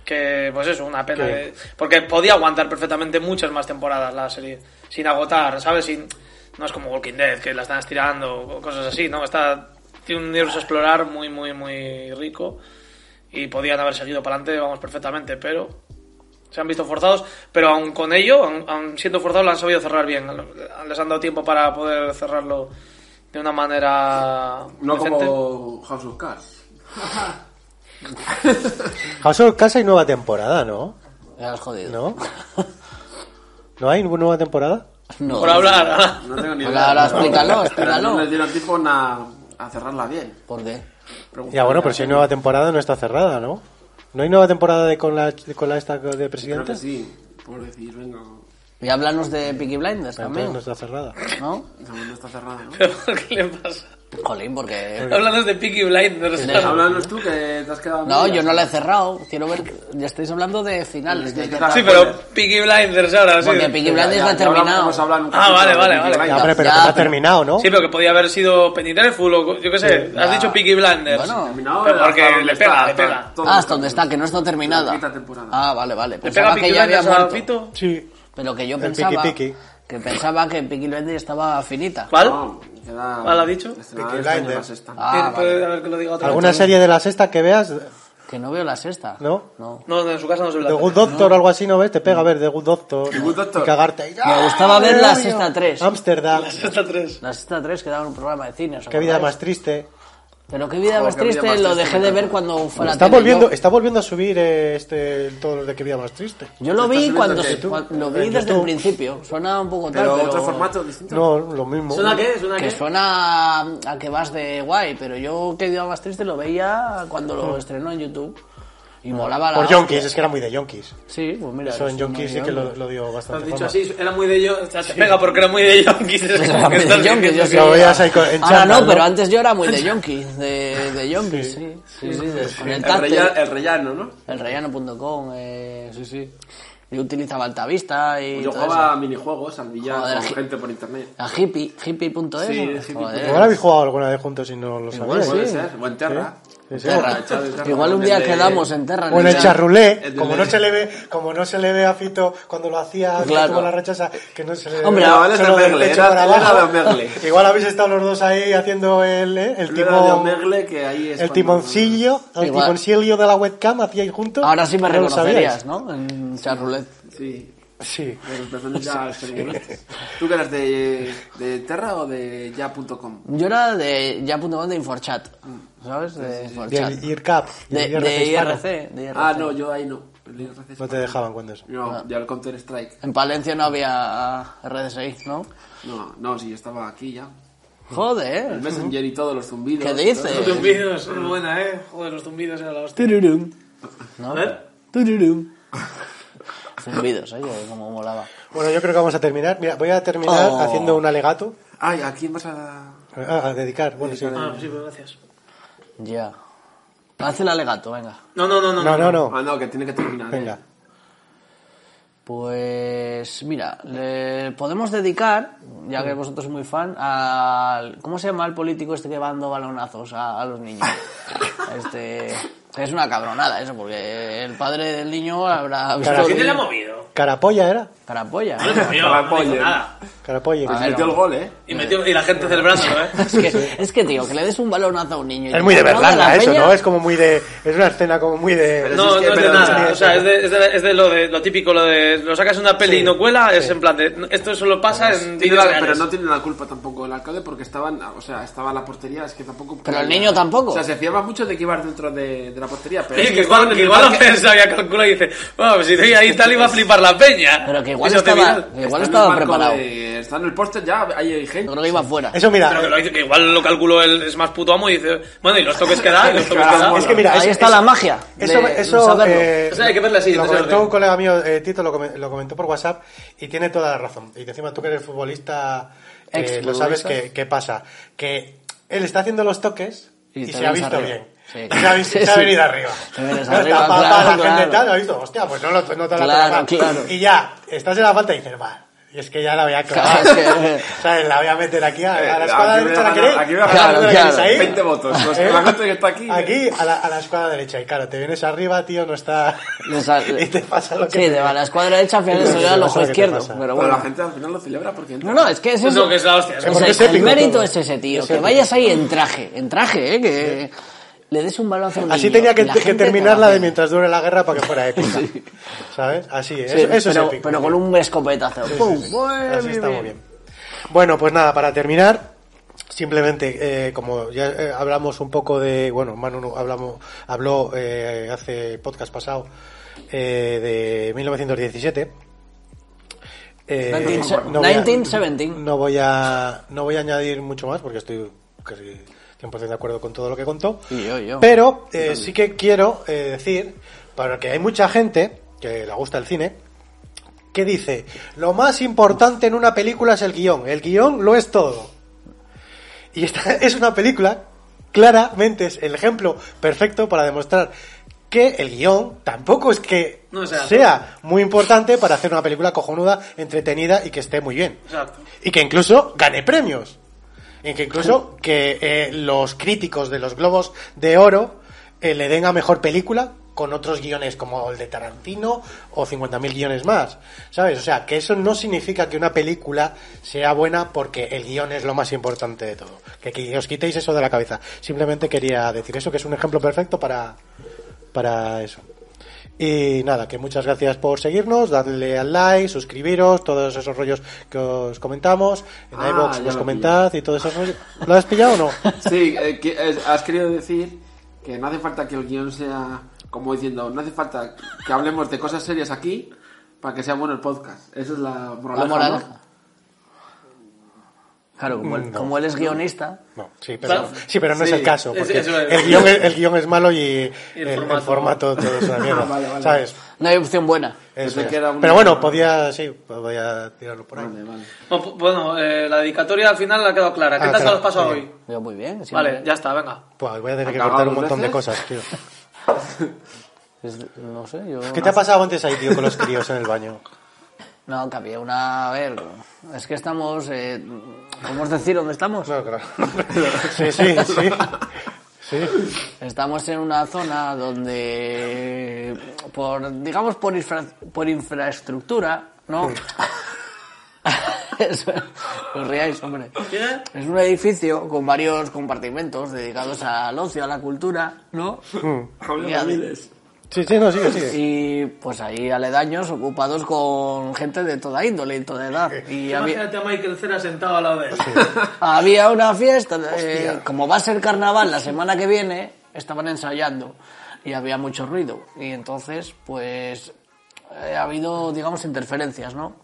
[SPEAKER 8] Que, pues eso, una pena.
[SPEAKER 11] Que-
[SPEAKER 8] que- porque podía aguantar perfectamente muchas más temporadas la serie. Sin agotar, ¿sabes? Sin, no es como Walking Dead, que la están estirando, o cosas así, ¿no? Está, tiene un universo a explorar muy, muy, muy rico. Y podían haber seguido para adelante, vamos, perfectamente, pero. Se han visto forzados, pero aún con ello, aun, aun siendo forzados, lo han sabido cerrar bien. Les han dado tiempo para poder cerrarlo de una manera.
[SPEAKER 6] No
[SPEAKER 8] decente.
[SPEAKER 6] como House of Cards.
[SPEAKER 11] House of Casa y nueva temporada, ¿no?
[SPEAKER 7] Ya has jodido.
[SPEAKER 11] ¿No? ¿No hay nueva temporada?
[SPEAKER 7] No.
[SPEAKER 8] Por hablar. ¿ah?
[SPEAKER 6] No tengo ni
[SPEAKER 7] Ahora,
[SPEAKER 6] idea.
[SPEAKER 7] ahora explícalo,
[SPEAKER 6] Pero
[SPEAKER 7] explícalo.
[SPEAKER 6] No les dieron tiempo na- a cerrarla bien.
[SPEAKER 7] ¿Por qué?
[SPEAKER 6] Pregunta
[SPEAKER 11] Ya, bueno,
[SPEAKER 6] ya.
[SPEAKER 11] pero si hay nueva temporada no está cerrada, ¿no? ¿No hay nueva temporada de con la, con la esta de
[SPEAKER 6] Creo
[SPEAKER 11] presidente?
[SPEAKER 6] que sí, por decir, venga...
[SPEAKER 7] Y háblanos de Peaky Blinders
[SPEAKER 11] Entonces
[SPEAKER 7] también,
[SPEAKER 11] no está cerrada.
[SPEAKER 7] ¿no?
[SPEAKER 6] No, no está cerrada, ¿no?
[SPEAKER 8] ¿Pero por qué le pasa?
[SPEAKER 7] Jolín, porque...
[SPEAKER 8] Hablando de Peaky Blinders.
[SPEAKER 7] Tiene-
[SPEAKER 6] Háblanos tú, que te has quedado...
[SPEAKER 7] No,
[SPEAKER 6] media.
[SPEAKER 7] yo no la he cerrado. Quiero ver... Ya estáis hablando de finales. de-
[SPEAKER 6] Tienes que dar
[SPEAKER 8] Sí,
[SPEAKER 6] spoiler.
[SPEAKER 8] pero Peaky Blinders ahora, sí.
[SPEAKER 7] Porque Peaky
[SPEAKER 6] Ya,
[SPEAKER 7] Blinders
[SPEAKER 6] ya,
[SPEAKER 7] la he
[SPEAKER 6] ya hablamos-
[SPEAKER 7] terminado.
[SPEAKER 6] hemos hablado en un
[SPEAKER 8] Ah, vale,
[SPEAKER 6] capítulo de
[SPEAKER 8] vale,
[SPEAKER 6] Peaky
[SPEAKER 8] vale.
[SPEAKER 6] Blinders.
[SPEAKER 11] Ya, hombre, pero
[SPEAKER 7] ya,
[SPEAKER 11] que no ha
[SPEAKER 7] pero-
[SPEAKER 11] terminado, ¿no?
[SPEAKER 8] Sí, pero que podía haber sido Penny Dreadful o yo qué sé. Has dicho Peaky Blinders.
[SPEAKER 7] Bueno.
[SPEAKER 6] Terminado,
[SPEAKER 8] Pero
[SPEAKER 6] hasta
[SPEAKER 8] porque
[SPEAKER 6] donde
[SPEAKER 8] le
[SPEAKER 6] está,
[SPEAKER 8] pega, le
[SPEAKER 6] hasta
[SPEAKER 8] pega.
[SPEAKER 6] todo.
[SPEAKER 7] Ah, hasta donde está, que no está terminada.
[SPEAKER 6] La quinta temporada.
[SPEAKER 7] Ah, vale, vale.
[SPEAKER 8] ¿Le pega
[SPEAKER 7] Pensaba
[SPEAKER 8] Peaky
[SPEAKER 7] que ya había
[SPEAKER 8] Blinders a
[SPEAKER 7] muerto.
[SPEAKER 8] Fito?
[SPEAKER 11] Sí.
[SPEAKER 7] Pero que yo
[SPEAKER 11] El
[SPEAKER 7] pensaba...
[SPEAKER 11] Peaky Peaky.
[SPEAKER 7] Que pensaba que Peaky Blinders estaba finita.
[SPEAKER 8] ¿Cuál?
[SPEAKER 6] No, Queda-
[SPEAKER 8] ¿Ah, lo ha dicho?
[SPEAKER 6] la escena
[SPEAKER 11] Peaky
[SPEAKER 6] del sueño de la
[SPEAKER 11] Blinders.
[SPEAKER 6] sexta.
[SPEAKER 7] Ah,
[SPEAKER 8] Eh,
[SPEAKER 7] vale.
[SPEAKER 8] A ver que lo diga otra
[SPEAKER 11] ¿Alguna
[SPEAKER 8] vez.
[SPEAKER 11] serie de la sexta que veas?
[SPEAKER 7] Que no veo la sexta.
[SPEAKER 11] ¿No?
[SPEAKER 7] No.
[SPEAKER 8] No, no, en su casa no se ve la
[SPEAKER 11] ¿The Good
[SPEAKER 8] tele.
[SPEAKER 11] Doctor o algo así no ves? Te pega a ver The Good Doctor.
[SPEAKER 6] The Good Doctor.
[SPEAKER 11] Y cagarte ahí.
[SPEAKER 7] Me gustaba ver la
[SPEAKER 11] ¡Ah,
[SPEAKER 7] sexta
[SPEAKER 11] coño!
[SPEAKER 7] 3.
[SPEAKER 11] Amsterdam.
[SPEAKER 8] Hasta tres.
[SPEAKER 7] La sexta 3 que daban un programa de cine. ¿os
[SPEAKER 11] Qué vida
[SPEAKER 7] acordáis?
[SPEAKER 11] más triste.
[SPEAKER 7] Pero qué vida
[SPEAKER 6] Joder,
[SPEAKER 7] más
[SPEAKER 6] qué vida
[SPEAKER 7] triste,
[SPEAKER 6] más
[SPEAKER 7] lo
[SPEAKER 6] triste,
[SPEAKER 7] dejé
[SPEAKER 6] me
[SPEAKER 7] de
[SPEAKER 6] encanta.
[SPEAKER 7] ver cuando fue a la
[SPEAKER 11] Está
[SPEAKER 7] tele.
[SPEAKER 11] volviendo,
[SPEAKER 7] Yo-
[SPEAKER 11] está volvolviendo a subir eh, este, todos los de qué vida más triste.
[SPEAKER 7] Yo lo
[SPEAKER 6] Está
[SPEAKER 7] vi
[SPEAKER 6] subiendo
[SPEAKER 7] cuando
[SPEAKER 6] en
[SPEAKER 7] se-
[SPEAKER 6] YouTube.
[SPEAKER 7] cuan- lo vi
[SPEAKER 11] En
[SPEAKER 7] desde el
[SPEAKER 11] YouTube.
[SPEAKER 7] principio. Suena un poco tal,
[SPEAKER 6] Pero
[SPEAKER 7] pero,
[SPEAKER 6] otro formato distinto.
[SPEAKER 11] No, lo mismo.
[SPEAKER 8] ¿Suena a qué? ¿Suena a
[SPEAKER 7] Que
[SPEAKER 8] qué?
[SPEAKER 7] suena a a que vas de guay, pero yo qué vida más triste lo veía cuando lo estrenó en YouTube. Y molaba la
[SPEAKER 11] Ah. Por
[SPEAKER 7] hostia.
[SPEAKER 11] Yonkis, es que era muy de Yonkis.
[SPEAKER 7] Sí, pues mira.
[SPEAKER 11] Eso en
[SPEAKER 7] es una
[SPEAKER 11] Yonkis sí que
[SPEAKER 7] mierda.
[SPEAKER 11] lo, lo dio
[SPEAKER 4] Lo has
[SPEAKER 11] bastante.
[SPEAKER 4] dicho
[SPEAKER 11] fama.
[SPEAKER 4] así, era muy de yo.
[SPEAKER 8] O sea, te pega porque era muy de Yonkis. Es como que
[SPEAKER 7] Pues Era
[SPEAKER 8] estás
[SPEAKER 7] muy de yonkis,
[SPEAKER 8] diciendo
[SPEAKER 7] yo
[SPEAKER 8] que-
[SPEAKER 7] sí
[SPEAKER 11] lo
[SPEAKER 7] era.
[SPEAKER 11] veías ahí con- en
[SPEAKER 7] Ahora
[SPEAKER 11] chándal,
[SPEAKER 7] Ah, no, pero
[SPEAKER 11] ¿no?
[SPEAKER 7] antes yo era muy de yonkis, de, de yonkis, sí. Sí, sí, de- con el
[SPEAKER 6] El,
[SPEAKER 7] táctil,
[SPEAKER 6] rellano, el rellano, ¿no?
[SPEAKER 7] el rellano.com, eh, sí, sí. Yo utilizaba Altavista y
[SPEAKER 6] Pues Yo
[SPEAKER 7] todo
[SPEAKER 6] jugaba
[SPEAKER 7] eso.
[SPEAKER 6] a minijuegos, al billar,
[SPEAKER 7] Joder,
[SPEAKER 6] con
[SPEAKER 7] je-
[SPEAKER 6] gente por internet.
[SPEAKER 7] A hippie, hippie.es.
[SPEAKER 6] Sí,
[SPEAKER 7] joder.
[SPEAKER 6] hippie.es.
[SPEAKER 11] Igual habéis jugado alguna vez juntos y no lo
[SPEAKER 6] Puede
[SPEAKER 11] sabíais.
[SPEAKER 6] ser, o en Terra.
[SPEAKER 11] Sí, sí.
[SPEAKER 7] Terra.
[SPEAKER 6] Aprovechar el Terra.
[SPEAKER 7] Igual un día
[SPEAKER 6] El de-
[SPEAKER 7] quedamos en Terra.
[SPEAKER 11] O en el
[SPEAKER 7] ya.
[SPEAKER 11] charrulé,
[SPEAKER 6] El de-
[SPEAKER 11] como no se le ve, como no se le ve a Fito cuando lo hacía, que
[SPEAKER 7] Claro.
[SPEAKER 11] tuvo la rechaza, que no se le
[SPEAKER 7] Hombre,
[SPEAKER 11] ve,
[SPEAKER 7] la
[SPEAKER 6] bala es
[SPEAKER 11] solo
[SPEAKER 6] de
[SPEAKER 11] del
[SPEAKER 6] Merle,
[SPEAKER 11] pecho
[SPEAKER 6] era-
[SPEAKER 11] para
[SPEAKER 6] era
[SPEAKER 11] abajo.
[SPEAKER 6] de Merle.
[SPEAKER 11] Igual habéis estado los dos ahí haciendo el, eh, el
[SPEAKER 6] El era de
[SPEAKER 11] timón,
[SPEAKER 6] Omegle, que ahí es
[SPEAKER 11] el
[SPEAKER 6] cuando-
[SPEAKER 11] timoncillo, el
[SPEAKER 7] Igual.
[SPEAKER 11] timoncillo de la webcam hacíais juntos.
[SPEAKER 7] Ahora sí me
[SPEAKER 11] ¿No lo
[SPEAKER 7] reconocerías,
[SPEAKER 11] sabíais?
[SPEAKER 7] ¿no? En charrulet.
[SPEAKER 6] Sí,
[SPEAKER 11] Sí.
[SPEAKER 6] de los personas ya seguro. ¿Tú que eras de, de Terra o de ya.com?
[SPEAKER 7] Yo era de ya.com de Inforchat, ¿sabes? De Inforchat.
[SPEAKER 11] Del IRCAP.
[SPEAKER 7] De,
[SPEAKER 11] del IRC
[SPEAKER 7] de
[SPEAKER 11] hispano.
[SPEAKER 7] IRC, de IRC.
[SPEAKER 6] Ah, no, yo ahí no. El IRC es-
[SPEAKER 11] No te dejaban cuando eso.
[SPEAKER 6] No, yo al Counter Strike.
[SPEAKER 7] En Palencia no había RDSI, ¿no?
[SPEAKER 6] No, no, sí, yo estaba aquí ya. El
[SPEAKER 7] Joder.
[SPEAKER 6] Messenger y todos los zumbidos.
[SPEAKER 7] ¿Qué dices?
[SPEAKER 8] Los zumbidos, muy buena, eh. Joder, los zumbidos era la hostia.
[SPEAKER 7] Tururum.
[SPEAKER 8] A
[SPEAKER 7] ¿No?
[SPEAKER 8] ver.
[SPEAKER 7] Tururum. Zumbidos, ¿eh? Que Como molaba.
[SPEAKER 11] Bueno, yo creo que vamos a terminar. Mira, voy a terminar
[SPEAKER 7] Oh.
[SPEAKER 11] haciendo un alegato.
[SPEAKER 6] Ay, ¿a quién vas a...?
[SPEAKER 11] Ah, a dedicar. Bueno, sí.
[SPEAKER 8] Ah, sí, pues gracias.
[SPEAKER 7] Ya. Haz el alegato, venga.
[SPEAKER 8] No, no, no, no.
[SPEAKER 11] No, no, no.
[SPEAKER 6] Ah, no, que tiene que terminar. ¿eh?
[SPEAKER 11] Venga.
[SPEAKER 7] Pues mira, le podemos dedicar, ya que vosotros sois muy fan, al... ¿Cómo se llama el político este que va dando balonazos a, a los niños? Este... Es una cabronada eso, porque el padre del niño habrá visto...
[SPEAKER 11] Cara-
[SPEAKER 8] ¿Quién te
[SPEAKER 7] que-
[SPEAKER 8] la ha movido?
[SPEAKER 11] Carapolla era.
[SPEAKER 7] Carapolla.
[SPEAKER 8] No le movió, no le hizo
[SPEAKER 6] Carapolla.
[SPEAKER 8] nada.
[SPEAKER 11] Carapolla.
[SPEAKER 7] Ah,
[SPEAKER 6] Metió el gol, ¿eh?
[SPEAKER 8] Y, metió, y la gente celebrándolo, eh.
[SPEAKER 7] Es que, es que, tío, que le des un balonazo a un niño... y
[SPEAKER 11] Es
[SPEAKER 7] te
[SPEAKER 11] muy de
[SPEAKER 7] cabronea
[SPEAKER 11] verdad
[SPEAKER 7] la
[SPEAKER 11] eso,
[SPEAKER 7] peña.
[SPEAKER 11] ¿no? Es como muy de... Es una escena como muy de...
[SPEAKER 6] Pero
[SPEAKER 8] No,
[SPEAKER 6] es que-
[SPEAKER 8] no es de
[SPEAKER 6] pero-
[SPEAKER 8] nada.
[SPEAKER 11] sí,
[SPEAKER 8] O sea, es de, es de, es de lo, de lo típico, lo de lo sacas en una peli y no cuela, es en plan de esto solo pasa en
[SPEAKER 6] Tiene
[SPEAKER 8] vídeos
[SPEAKER 6] la-
[SPEAKER 8] reales.
[SPEAKER 6] pero no tiene la culpa tampoco el alcalde porque estaban, o sea, estaba la portería, es que tampoco.
[SPEAKER 7] Pero el niño tampoco.
[SPEAKER 6] O sea, se fiaba mucho de que ibas dentro de, de la portería, pero.
[SPEAKER 8] Oye,
[SPEAKER 6] es
[SPEAKER 8] que igual,
[SPEAKER 6] estaban en
[SPEAKER 8] que
[SPEAKER 6] el
[SPEAKER 8] igual lo
[SPEAKER 6] parque-
[SPEAKER 8] piensa, ya calcula y dice, bueno, pues si estoy ahí tal iba a flipar la peña.
[SPEAKER 7] Pero que igual
[SPEAKER 8] Eso te
[SPEAKER 7] estaba-
[SPEAKER 8] viral.
[SPEAKER 7] igual
[SPEAKER 6] está en el
[SPEAKER 7] estaba
[SPEAKER 6] marco
[SPEAKER 7] preparado.
[SPEAKER 6] de- está en el póster ya, ahí hay
[SPEAKER 7] Yo
[SPEAKER 6] gente.
[SPEAKER 7] creo que iba fuera.
[SPEAKER 8] Pero
[SPEAKER 11] Eso
[SPEAKER 8] que,
[SPEAKER 11] mira... eh,
[SPEAKER 8] lo dice, que igual lo calculó él, es más puto amo y dice, bueno, y los toques que da, y los toques que da.
[SPEAKER 11] Es que mira...
[SPEAKER 7] Ahí
[SPEAKER 11] eso-
[SPEAKER 7] está
[SPEAKER 11] eso-
[SPEAKER 7] la magia
[SPEAKER 11] Eso,
[SPEAKER 7] de
[SPEAKER 11] eso,
[SPEAKER 7] saberlo.
[SPEAKER 11] eh,
[SPEAKER 8] O sea, hay que verla así,
[SPEAKER 11] Lo
[SPEAKER 8] en ese
[SPEAKER 11] comentó
[SPEAKER 8] orden.
[SPEAKER 11] un colega mío, eh, Tito, lo, come- lo comentó por WhatsApp y tiene toda la razón. Y encima tú que eres futbolista, eh,
[SPEAKER 7] Ex
[SPEAKER 11] lo sabes
[SPEAKER 7] futbolista.
[SPEAKER 11] que, que pasa. Que él está haciendo los toques
[SPEAKER 7] Y
[SPEAKER 11] y,
[SPEAKER 7] te
[SPEAKER 11] se ha
[SPEAKER 7] vienes
[SPEAKER 11] visto
[SPEAKER 7] arriba.
[SPEAKER 11] bien.
[SPEAKER 7] Sí.
[SPEAKER 11] Se ha, vis-
[SPEAKER 7] Sí,
[SPEAKER 11] se ha
[SPEAKER 7] sí.
[SPEAKER 11] venido arriba.
[SPEAKER 7] Te vienes
[SPEAKER 11] No
[SPEAKER 7] arriba,
[SPEAKER 11] está pa- pa-
[SPEAKER 7] claro,
[SPEAKER 11] la gente
[SPEAKER 7] claro.
[SPEAKER 11] tal, ha visto, hostia, pues no, lo, no te la
[SPEAKER 7] Claro,
[SPEAKER 11] toca.
[SPEAKER 7] claro.
[SPEAKER 11] Y ya, estás en la falta y dices, va. Y es que ya la voy a clavar.
[SPEAKER 7] Claro, es que-
[SPEAKER 11] ¿Sabes? La voy a meter aquí a, a la
[SPEAKER 6] Eh,
[SPEAKER 11] escuadra
[SPEAKER 6] aquí voy
[SPEAKER 11] derecha.
[SPEAKER 6] a
[SPEAKER 11] ¿La
[SPEAKER 6] ganar-
[SPEAKER 11] queréis?
[SPEAKER 6] aquí voy a
[SPEAKER 11] ¿La
[SPEAKER 7] ganar
[SPEAKER 11] queréis
[SPEAKER 7] claro.
[SPEAKER 11] ahí? ¿Eh?
[SPEAKER 6] 20 votos. Pues con la gente que está aquí.
[SPEAKER 11] Aquí, a la, a la escuadra derecha. Y claro, te vienes arriba, tío, no está...
[SPEAKER 7] Le sal-
[SPEAKER 11] y te pasa lo que...
[SPEAKER 7] Sí, de la escuadra derecha al final
[SPEAKER 11] Sí,
[SPEAKER 7] se ve al
[SPEAKER 11] no
[SPEAKER 7] ojo
[SPEAKER 11] sé qué te
[SPEAKER 7] izquierdo.
[SPEAKER 11] pasa.
[SPEAKER 7] Pero
[SPEAKER 6] Pero
[SPEAKER 7] bueno.
[SPEAKER 6] la gente al final lo celebra porque entra.
[SPEAKER 7] No, no, es que es
[SPEAKER 8] Eso es
[SPEAKER 7] eso.
[SPEAKER 8] lo que es la hostia. es
[SPEAKER 11] Eh,
[SPEAKER 8] como-
[SPEAKER 7] O sea,
[SPEAKER 11] porque es
[SPEAKER 7] el
[SPEAKER 11] épico
[SPEAKER 7] mérito
[SPEAKER 11] todo.
[SPEAKER 7] es ese, tío.
[SPEAKER 11] Es
[SPEAKER 7] que
[SPEAKER 11] épico.
[SPEAKER 7] vayas ahí en traje, en traje, ¿eh? Que le des un balón a un
[SPEAKER 11] Así
[SPEAKER 7] niño
[SPEAKER 11] tenía
[SPEAKER 7] y
[SPEAKER 11] que,
[SPEAKER 7] la
[SPEAKER 11] que
[SPEAKER 7] gente te
[SPEAKER 11] terminar
[SPEAKER 7] va
[SPEAKER 11] la
[SPEAKER 7] a
[SPEAKER 11] de
[SPEAKER 7] hacer.
[SPEAKER 11] mientras dure la guerra para que fuera épica. ¿Sabes? Así es.
[SPEAKER 7] Sí,
[SPEAKER 11] eso eso
[SPEAKER 7] pero,
[SPEAKER 11] es épico.
[SPEAKER 7] pero con un escopetazo. ¡Pum!
[SPEAKER 11] Así está muy bien. Bueno, pues nada, para terminar, simplemente, eh, como ya eh, hablamos un poco de, bueno, Manu no- hablamos, habló eh, hace podcast pasado eh, de 1917. Eh, no voy a-
[SPEAKER 7] 1917.
[SPEAKER 11] no voy a no voy a añadir mucho más porque estoy casi 100% de acuerdo con todo lo que contó.
[SPEAKER 7] Y yo, yo.
[SPEAKER 11] Pero eh, sí que quiero eh, decir, para que hay mucha gente que le gusta el cine, que dice, lo más importante en una película es el guión, el guión lo es todo. Y esta es una película, claramente es el ejemplo perfecto para demostrar que el guión tampoco es que
[SPEAKER 8] No sea-
[SPEAKER 11] sea muy importante para hacer una película cojonuda, entretenida y que esté muy bien
[SPEAKER 8] Exacto.
[SPEAKER 11] y que incluso gane premios. Y que incluso que eh, los críticos de los Globos de Oro eh, le den a mejor película con otros guiones como el de Tarantino o 50.000 guiones más, ¿sabes? O sea, que eso no significa que una película sea buena porque el guión es lo más importante de todo. Que, que os quitéis eso de la cabeza. Simplemente quería decir eso, que es un ejemplo perfecto para, para eso. Y nada, que muchas gracias por seguirnos, darle al like, suscribiros, todos esos rollos que os comentamos, en
[SPEAKER 6] Ah,
[SPEAKER 11] iVoox
[SPEAKER 6] ya
[SPEAKER 11] pues
[SPEAKER 6] lo
[SPEAKER 11] comentad y todos esos rollos. ¿Lo has pillado o no?
[SPEAKER 6] Sí, eh, que, eh, has querido decir que no hace falta que el guión sea, como diciendo, no hace falta que hablemos de cosas serias aquí para que sea bueno el podcast. Esa es la moraleja. ¿no?
[SPEAKER 7] moraleja. Claro, como, él-
[SPEAKER 11] No.
[SPEAKER 7] como él es guionista.
[SPEAKER 11] No, sí, pero,
[SPEAKER 8] Claro.
[SPEAKER 11] sí, pero no
[SPEAKER 6] Sí,
[SPEAKER 11] es el caso,
[SPEAKER 8] es-
[SPEAKER 11] porque
[SPEAKER 8] eso es.
[SPEAKER 11] el, guión es, el guión es malo y el,
[SPEAKER 8] el
[SPEAKER 11] el formato,
[SPEAKER 8] formato.
[SPEAKER 11] todo es una mierda,
[SPEAKER 6] Ah, vale, vale.
[SPEAKER 11] ¿sabes?
[SPEAKER 7] No hay opción buena.
[SPEAKER 11] Eso
[SPEAKER 6] Pensé
[SPEAKER 11] es.
[SPEAKER 6] que era una-
[SPEAKER 11] Pero bueno, podía, sí, podía tirarlo por ahí.
[SPEAKER 6] Vale, vale.
[SPEAKER 8] Bueno, pu- Bueno, eh, la dedicatoria al final la ha quedado clara. ¿Qué
[SPEAKER 11] Ah,
[SPEAKER 8] tal se
[SPEAKER 11] claro,
[SPEAKER 8] los paso
[SPEAKER 11] muy
[SPEAKER 8] hoy?
[SPEAKER 11] bien.
[SPEAKER 7] Yo muy bien. sí,
[SPEAKER 8] Vale,
[SPEAKER 7] muy
[SPEAKER 8] ya
[SPEAKER 7] bien.
[SPEAKER 8] está, venga.
[SPEAKER 11] Buah, voy a tener que
[SPEAKER 6] Acabado
[SPEAKER 11] cortar un
[SPEAKER 6] dos
[SPEAKER 11] montón de
[SPEAKER 6] veces.
[SPEAKER 11] cosas, tío.
[SPEAKER 7] Es- no sé, yo...
[SPEAKER 11] ¿Qué te ha pasado antes ahí, tío, con los críos en el baño?
[SPEAKER 7] No, que había una... A ver, es que estamos... Eh, ¿Cómo os decir dónde estamos?
[SPEAKER 11] No, claro. Sí, sí, sí. Sí.
[SPEAKER 7] Estamos en una zona donde, por digamos, por, infra- por infraestructura, ¿no? Es- No os riáis, hombre. Es un edificio con varios compartimentos dedicados al ocio, a la cultura, ¿no? Y, a-
[SPEAKER 11] Sí, sí, no, sigue, sigue.
[SPEAKER 7] y, pues ahí aledaños ocupados con gente de toda índole y toda edad. Y había,
[SPEAKER 8] a Michael Cera sentado a la vez.
[SPEAKER 7] Había una fiesta, eh, como va a ser carnaval la semana que viene, estaban ensayando y había mucho ruido. Y entonces, pues, eh, ha habido, digamos, interferencias, ¿no?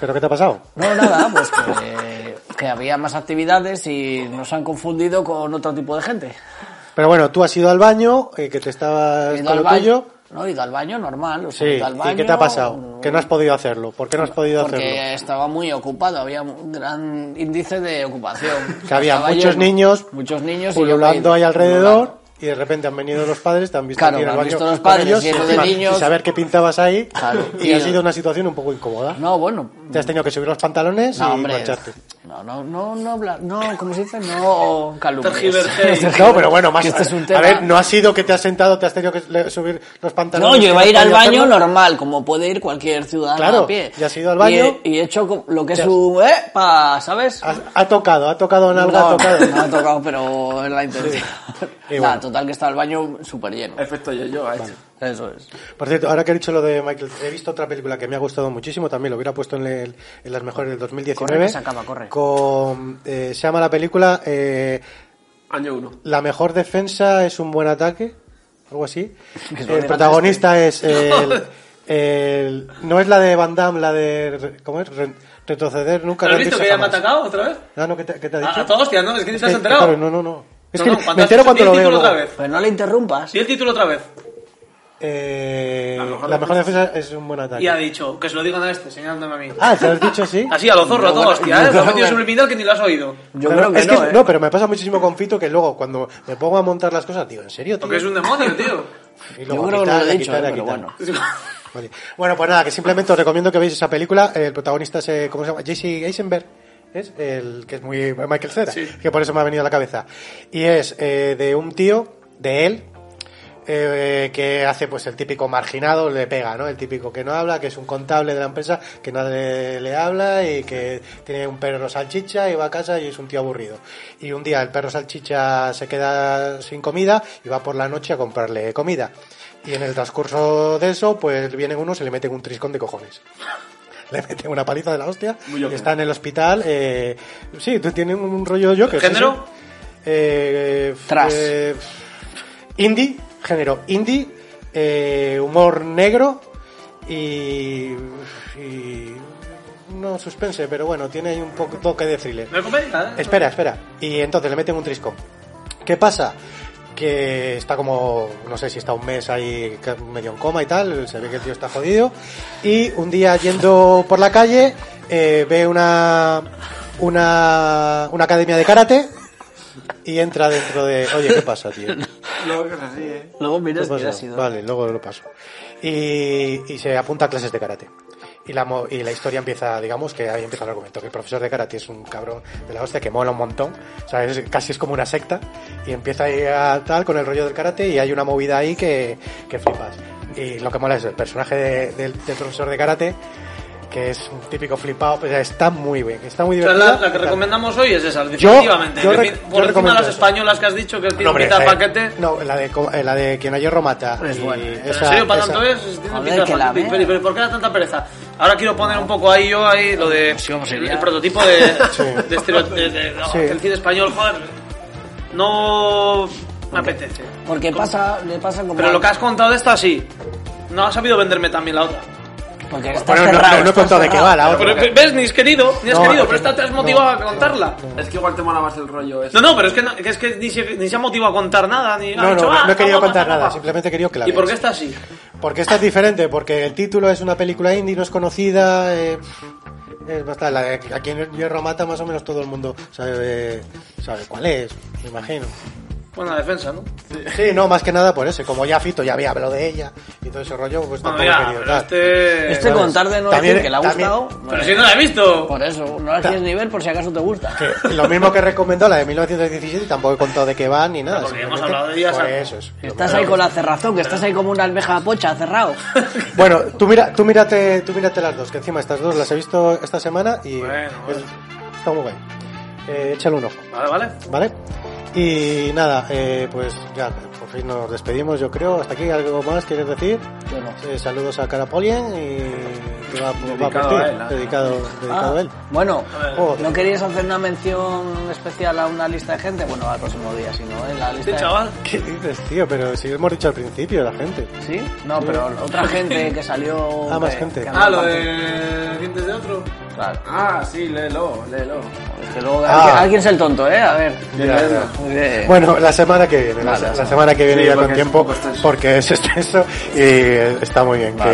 [SPEAKER 11] ¿Pero qué te ha pasado?
[SPEAKER 7] No, nada, pues que, que había más actividades y nos han confundido con otro tipo de gente.
[SPEAKER 11] Pero bueno, tú has ido al baño, eh, que te
[SPEAKER 7] He
[SPEAKER 11] estabas
[SPEAKER 7] ido
[SPEAKER 11] con
[SPEAKER 7] al
[SPEAKER 11] lo
[SPEAKER 7] baño-
[SPEAKER 11] tuyo.
[SPEAKER 7] No, he ido al baño normal. o sea, he
[SPEAKER 11] Sí,
[SPEAKER 7] ido al
[SPEAKER 11] ¿y qué te
[SPEAKER 7] baño,
[SPEAKER 11] ha pasado? Que no has podido hacerlo. ¿Por qué no has podido hacerlo?
[SPEAKER 7] Porque estaba muy ocupado, había un gran índice de ocupación.
[SPEAKER 11] Que había
[SPEAKER 7] Estaba
[SPEAKER 11] muchos
[SPEAKER 7] lleno,
[SPEAKER 11] niños
[SPEAKER 7] muchos niños y yo me he
[SPEAKER 11] pululando
[SPEAKER 7] ido,
[SPEAKER 11] ahí
[SPEAKER 7] pululando.
[SPEAKER 11] alrededor y de repente han venido los padres, te han visto
[SPEAKER 7] Claro,
[SPEAKER 11] a ti en el
[SPEAKER 7] han
[SPEAKER 11] baño
[SPEAKER 7] visto los
[SPEAKER 11] con
[SPEAKER 7] padres
[SPEAKER 11] ellos,
[SPEAKER 7] lleno de
[SPEAKER 11] encima,
[SPEAKER 7] niños.
[SPEAKER 11] y saber qué pintabas ahí
[SPEAKER 7] Claro,
[SPEAKER 11] y
[SPEAKER 7] y
[SPEAKER 11] ha
[SPEAKER 7] el-
[SPEAKER 11] sido una situación un poco incómoda.
[SPEAKER 7] No, bueno.
[SPEAKER 11] Te has tenido que subir los pantalones
[SPEAKER 7] No,
[SPEAKER 11] y
[SPEAKER 7] hombre.
[SPEAKER 11] marcharte.
[SPEAKER 7] No, no, no, no, habla- no, ¿cómo se dice? No calumnias.
[SPEAKER 8] Tergiverséis.
[SPEAKER 11] No, pero bueno, más.
[SPEAKER 7] Que este es un
[SPEAKER 11] A
[SPEAKER 7] tema-
[SPEAKER 11] ver, no ha sido que te has sentado, te has tenido que le- subir los pantalones.
[SPEAKER 7] No, yo iba a
[SPEAKER 11] que
[SPEAKER 7] ir al
[SPEAKER 11] podías
[SPEAKER 7] baño
[SPEAKER 11] hacerlo.
[SPEAKER 7] normal, como puede ir cualquier ciudadano
[SPEAKER 11] Claro,
[SPEAKER 7] a pie.
[SPEAKER 11] y has ido al baño.
[SPEAKER 7] Y he, y he hecho co- lo que es
[SPEAKER 11] Te has-
[SPEAKER 7] un... ¡Eh! pa, ¿Sabes?
[SPEAKER 11] Ha, ha tocado, ha tocado en
[SPEAKER 7] no,
[SPEAKER 11] algo, ha tocado.
[SPEAKER 7] no ha tocado, pero es la intención.
[SPEAKER 11] Y
[SPEAKER 7] Nada,
[SPEAKER 11] bueno.
[SPEAKER 7] total que estaba el baño súper lleno.
[SPEAKER 6] Efecto yo-yo ha hecho.
[SPEAKER 7] Eso es.
[SPEAKER 11] Por cierto, ahora que he dicho lo de Michael, he visto otra película que me ha gustado muchísimo, también lo hubiera puesto en, el- en las mejores del 2019.
[SPEAKER 7] Corre, que se acaba, corre.
[SPEAKER 11] Con, eh, se llama la película eh,
[SPEAKER 6] Año uno.
[SPEAKER 11] La mejor defensa es un buen ataque, algo así.
[SPEAKER 7] Es
[SPEAKER 11] el
[SPEAKER 7] verdad,
[SPEAKER 11] protagonista es el, el- No es la de Van Damme, la de... ¿Cómo es? Re- retroceder nunca.
[SPEAKER 8] ¿Has
[SPEAKER 11] rendirse
[SPEAKER 8] visto que ya me ha
[SPEAKER 11] jamás. Ah,
[SPEAKER 8] atacado otra vez? Ah,
[SPEAKER 11] No, no, ¿qué te, qué te ha dicho?
[SPEAKER 8] A, a todos, tío, ¿no? Es que ni te has
[SPEAKER 11] Eh,
[SPEAKER 8] enterado.
[SPEAKER 11] claro, no, no, no. Es
[SPEAKER 8] No,
[SPEAKER 11] que
[SPEAKER 8] no,
[SPEAKER 11] me
[SPEAKER 8] cuando
[SPEAKER 11] entero
[SPEAKER 8] has-
[SPEAKER 11] cuando
[SPEAKER 8] di
[SPEAKER 11] lo
[SPEAKER 8] el
[SPEAKER 11] veo.
[SPEAKER 8] título otra
[SPEAKER 11] luego.
[SPEAKER 8] vez.
[SPEAKER 7] Pero Pues no le interrumpas.
[SPEAKER 8] Di el título otra vez.
[SPEAKER 11] Eh, la mejor defensa es un buen ataque.
[SPEAKER 8] Y ha dicho, que se lo digan a este, señalándome a mí.
[SPEAKER 11] Ah, te lo has dicho, sí.
[SPEAKER 8] Así, a lo zorro, a todo, hostia, ¿eh? Lo ha metido subliminal que ni lo has oído.
[SPEAKER 7] Yo
[SPEAKER 11] Claro,
[SPEAKER 7] creo que
[SPEAKER 11] es
[SPEAKER 7] no, ¿eh?
[SPEAKER 11] pero me pasa muchísimo con Fito que luego cuando me pongo a montar las cosas digo, ¿en serio, tío?
[SPEAKER 8] Porque es un demonio, tío.
[SPEAKER 11] Y
[SPEAKER 7] Yo
[SPEAKER 11] luego a
[SPEAKER 7] creo que no
[SPEAKER 11] quitar,
[SPEAKER 7] lo
[SPEAKER 11] a
[SPEAKER 7] he dicho,
[SPEAKER 11] quitar,
[SPEAKER 7] ¿eh?
[SPEAKER 11] a
[SPEAKER 7] pero
[SPEAKER 11] quitar.
[SPEAKER 7] bueno.
[SPEAKER 11] Vale. Bueno, pues nada, que simplemente os recomiendo que veáis esa película. El protagonista es, eh, ¿cómo se llama? Jesse Eisenberg. Es el que es muy Michael Cera, que por eso me ha venido a la cabeza. Y es eh, de un tío, de él, eh, que hace pues el típico marginado, le pega, ¿no? El típico que no habla, que es un contable de la empresa, que nadie le habla y que tiene un perro salchicha y va a casa y es un tío aburrido. Y un día el perro salchicha se queda sin comida y va por la noche a comprarle comida. Y en el transcurso de eso, pues vienen unos y le meten un triscón de cojones. Le meten una paliza de la hostia.
[SPEAKER 6] Muy Joker.
[SPEAKER 11] y está en el hospital. Eh, sí, tiene un rollo yo que...
[SPEAKER 8] ¿Género?
[SPEAKER 11] Eh,
[SPEAKER 7] Trash.
[SPEAKER 11] eh, indie, género indie, eh, humor negro y, y no suspense, pero bueno, tiene ahí un poco toque de thriller.
[SPEAKER 8] No es comedia, ¿eh?
[SPEAKER 11] Espera, espera. Y entonces le meten un trisco. ¿Qué pasa? Que está como, no sé si está un mes ahí ca- medio en coma y tal, se ve que el tío está jodido. Y un día yendo por la calle, eh, ve una, una, una academia de karate y entra dentro de... Oye, ¿qué pasa, tío?
[SPEAKER 6] Luego que es así, ¿eh?
[SPEAKER 7] Luego
[SPEAKER 11] ¿Qué
[SPEAKER 7] miras que
[SPEAKER 11] pasa?
[SPEAKER 7] ha sido...
[SPEAKER 11] Vale, luego lo paso. Y, y se apunta a clases de karate. Y la, mo- y la historia empieza, digamos, que ahí empieza el argumento, que el profesor de karate es un cabrón de la hostia que mola un montón, o sea, es- casi es como una secta, y empieza ahí a tal con el rollo del karate y hay una movida ahí que, que flipas. Y lo que mola es el personaje de- del, del profesor de karate, que es un típico flipado, pero está muy bien, está muy
[SPEAKER 8] O sea,
[SPEAKER 11] divertido.
[SPEAKER 8] la, la que recomendamos hoy es esa,
[SPEAKER 11] Yo-
[SPEAKER 8] definitivamente.
[SPEAKER 11] yo
[SPEAKER 8] Que
[SPEAKER 11] rec-
[SPEAKER 8] pi-
[SPEAKER 11] yo
[SPEAKER 8] por encima
[SPEAKER 11] recomiendo
[SPEAKER 8] de las
[SPEAKER 11] eso.
[SPEAKER 8] españolas que has dicho que
[SPEAKER 11] No,
[SPEAKER 8] tienen
[SPEAKER 11] hombre,
[SPEAKER 8] mitad
[SPEAKER 11] eh,
[SPEAKER 8] paquete.
[SPEAKER 11] No, la de, co- eh, la de quien a hierro mata.
[SPEAKER 7] Es
[SPEAKER 11] y
[SPEAKER 7] buena, ¿eh?
[SPEAKER 11] esa-
[SPEAKER 8] ¿En serio para
[SPEAKER 11] esa-
[SPEAKER 8] tanto es? Tiene
[SPEAKER 7] Joder,
[SPEAKER 8] pinta
[SPEAKER 7] que la
[SPEAKER 8] fácil.
[SPEAKER 7] vea.
[SPEAKER 8] pero, pero ¿por qué da tanta pereza? Ahora quiero poner un poco ahí yo ahí lo de
[SPEAKER 7] Sí, vamos a ir
[SPEAKER 8] el,
[SPEAKER 7] ya.
[SPEAKER 8] el prototipo de,
[SPEAKER 11] Sí.
[SPEAKER 8] de estilo de, de- no,
[SPEAKER 11] Sí.
[SPEAKER 8] el cine español, joder. No me apetece.
[SPEAKER 7] Porque pasa, le pasa como.
[SPEAKER 8] Pero lo que has contado de esta sí. No has sabido venderme también la otra.
[SPEAKER 7] Porque está
[SPEAKER 11] Bueno, no-
[SPEAKER 7] cerrado.
[SPEAKER 11] no, no he
[SPEAKER 7] está
[SPEAKER 11] contado de qué
[SPEAKER 7] cerrado.
[SPEAKER 11] va la
[SPEAKER 8] Pero,
[SPEAKER 11] otra.
[SPEAKER 8] pero- ¿Ves? Ni has querido, ni has
[SPEAKER 11] No,
[SPEAKER 8] querido,
[SPEAKER 11] no,
[SPEAKER 8] pero esta te has
[SPEAKER 11] no,
[SPEAKER 8] motivado a
[SPEAKER 11] no,
[SPEAKER 8] contarla.
[SPEAKER 6] Es que igual te mola más el rollo ese.
[SPEAKER 8] No, no, pero es que, no- que es que ni, se, ni se ha motivado a contar nada. Ni, ha
[SPEAKER 11] No,
[SPEAKER 8] dicho,
[SPEAKER 11] no,
[SPEAKER 8] "Ah,
[SPEAKER 11] no, no he querido
[SPEAKER 8] guapa,
[SPEAKER 11] contar
[SPEAKER 8] guapa".
[SPEAKER 11] nada, simplemente he querido que la
[SPEAKER 8] ¿Y por qué
[SPEAKER 11] veas.
[SPEAKER 8] está así?
[SPEAKER 11] Porque esta es diferente, porque el título es una película indie, no es conocida. Eh, es bastante, la de Aquí en Hierro Mata, más o menos todo el mundo sabe, sabe cuál es, me imagino.
[SPEAKER 8] Buena Pues defensa, ¿no?
[SPEAKER 11] Sí, no, más que nada por eso. y Como ya Fito ya había hablado de ella y todo ese rollo, pues
[SPEAKER 8] Bueno,
[SPEAKER 11] tampoco he
[SPEAKER 8] ya,
[SPEAKER 11] querido
[SPEAKER 8] pero
[SPEAKER 11] dar.
[SPEAKER 8] este...
[SPEAKER 7] Este
[SPEAKER 11] ¿sabes?
[SPEAKER 7] contar de no
[SPEAKER 11] También-
[SPEAKER 7] decir que le ha
[SPEAKER 11] también-
[SPEAKER 7] gustado.
[SPEAKER 8] Pero si no la he visto.
[SPEAKER 7] Por eso, no la quieres ni ver por si acaso te gusta.
[SPEAKER 11] Que lo mismo que recomendó la de 1917, tampoco he contado de qué va ni nada.
[SPEAKER 8] Porque hemos
[SPEAKER 11] simplemente
[SPEAKER 8] hablado de ella,
[SPEAKER 11] por
[SPEAKER 8] ¿sabes?
[SPEAKER 11] eso es.
[SPEAKER 7] Estás ahí con la cerrazón, que estás ahí como una almeja pocha cerrado.
[SPEAKER 11] Bueno, tú, mira, tú, mírate, tú mírate las dos, que encima estas dos las he visto esta semana y
[SPEAKER 8] Bueno, bueno.
[SPEAKER 11] está muy guay. Eh, échale un ojo,
[SPEAKER 8] Vale, vale.
[SPEAKER 11] ¿vale? Y nada, eh, pues ya, por fin nos despedimos, yo creo. Hasta aquí, ¿algo más quieres decir?
[SPEAKER 7] Yo no.
[SPEAKER 11] Eh, saludos a Carapolien y que va, va
[SPEAKER 6] Dedicado
[SPEAKER 11] por ti,
[SPEAKER 6] a él, ¿eh?
[SPEAKER 11] dedicado, dedicado a
[SPEAKER 7] Ah,
[SPEAKER 11] él.
[SPEAKER 7] bueno, eh,
[SPEAKER 11] Joder.
[SPEAKER 7] ¿no querías hacer una mención especial a una lista de gente? Bueno, al próximo día, si no, ¿eh? La lista
[SPEAKER 8] Este
[SPEAKER 7] de-
[SPEAKER 8] chaval.
[SPEAKER 11] ¿Qué dices, tío? Pero si hemos dicho al principio, la gente.
[SPEAKER 7] ¿Sí? No, pero otra gente que salió...
[SPEAKER 11] Ah, más
[SPEAKER 7] que-
[SPEAKER 11] gente.
[SPEAKER 7] que
[SPEAKER 8] Ah, lo
[SPEAKER 7] había
[SPEAKER 8] de dientes de otro.
[SPEAKER 7] partido. Claro.
[SPEAKER 6] Ah, sí, léelo, léelo.
[SPEAKER 7] Es que luego
[SPEAKER 11] Ah.
[SPEAKER 7] alguien, alguien es el tonto, ¿eh? A ver.
[SPEAKER 11] Ya, ya.
[SPEAKER 7] Eh,
[SPEAKER 11] Bueno, la semana que viene, la,
[SPEAKER 7] Vale,
[SPEAKER 11] la
[SPEAKER 7] o sea,
[SPEAKER 11] semana que viene
[SPEAKER 6] sí,
[SPEAKER 11] ya
[SPEAKER 6] porque
[SPEAKER 11] con
[SPEAKER 6] es un
[SPEAKER 11] tiempo,
[SPEAKER 6] poco extenso.
[SPEAKER 11] porque es extenso y eh, está muy bien
[SPEAKER 6] Vale.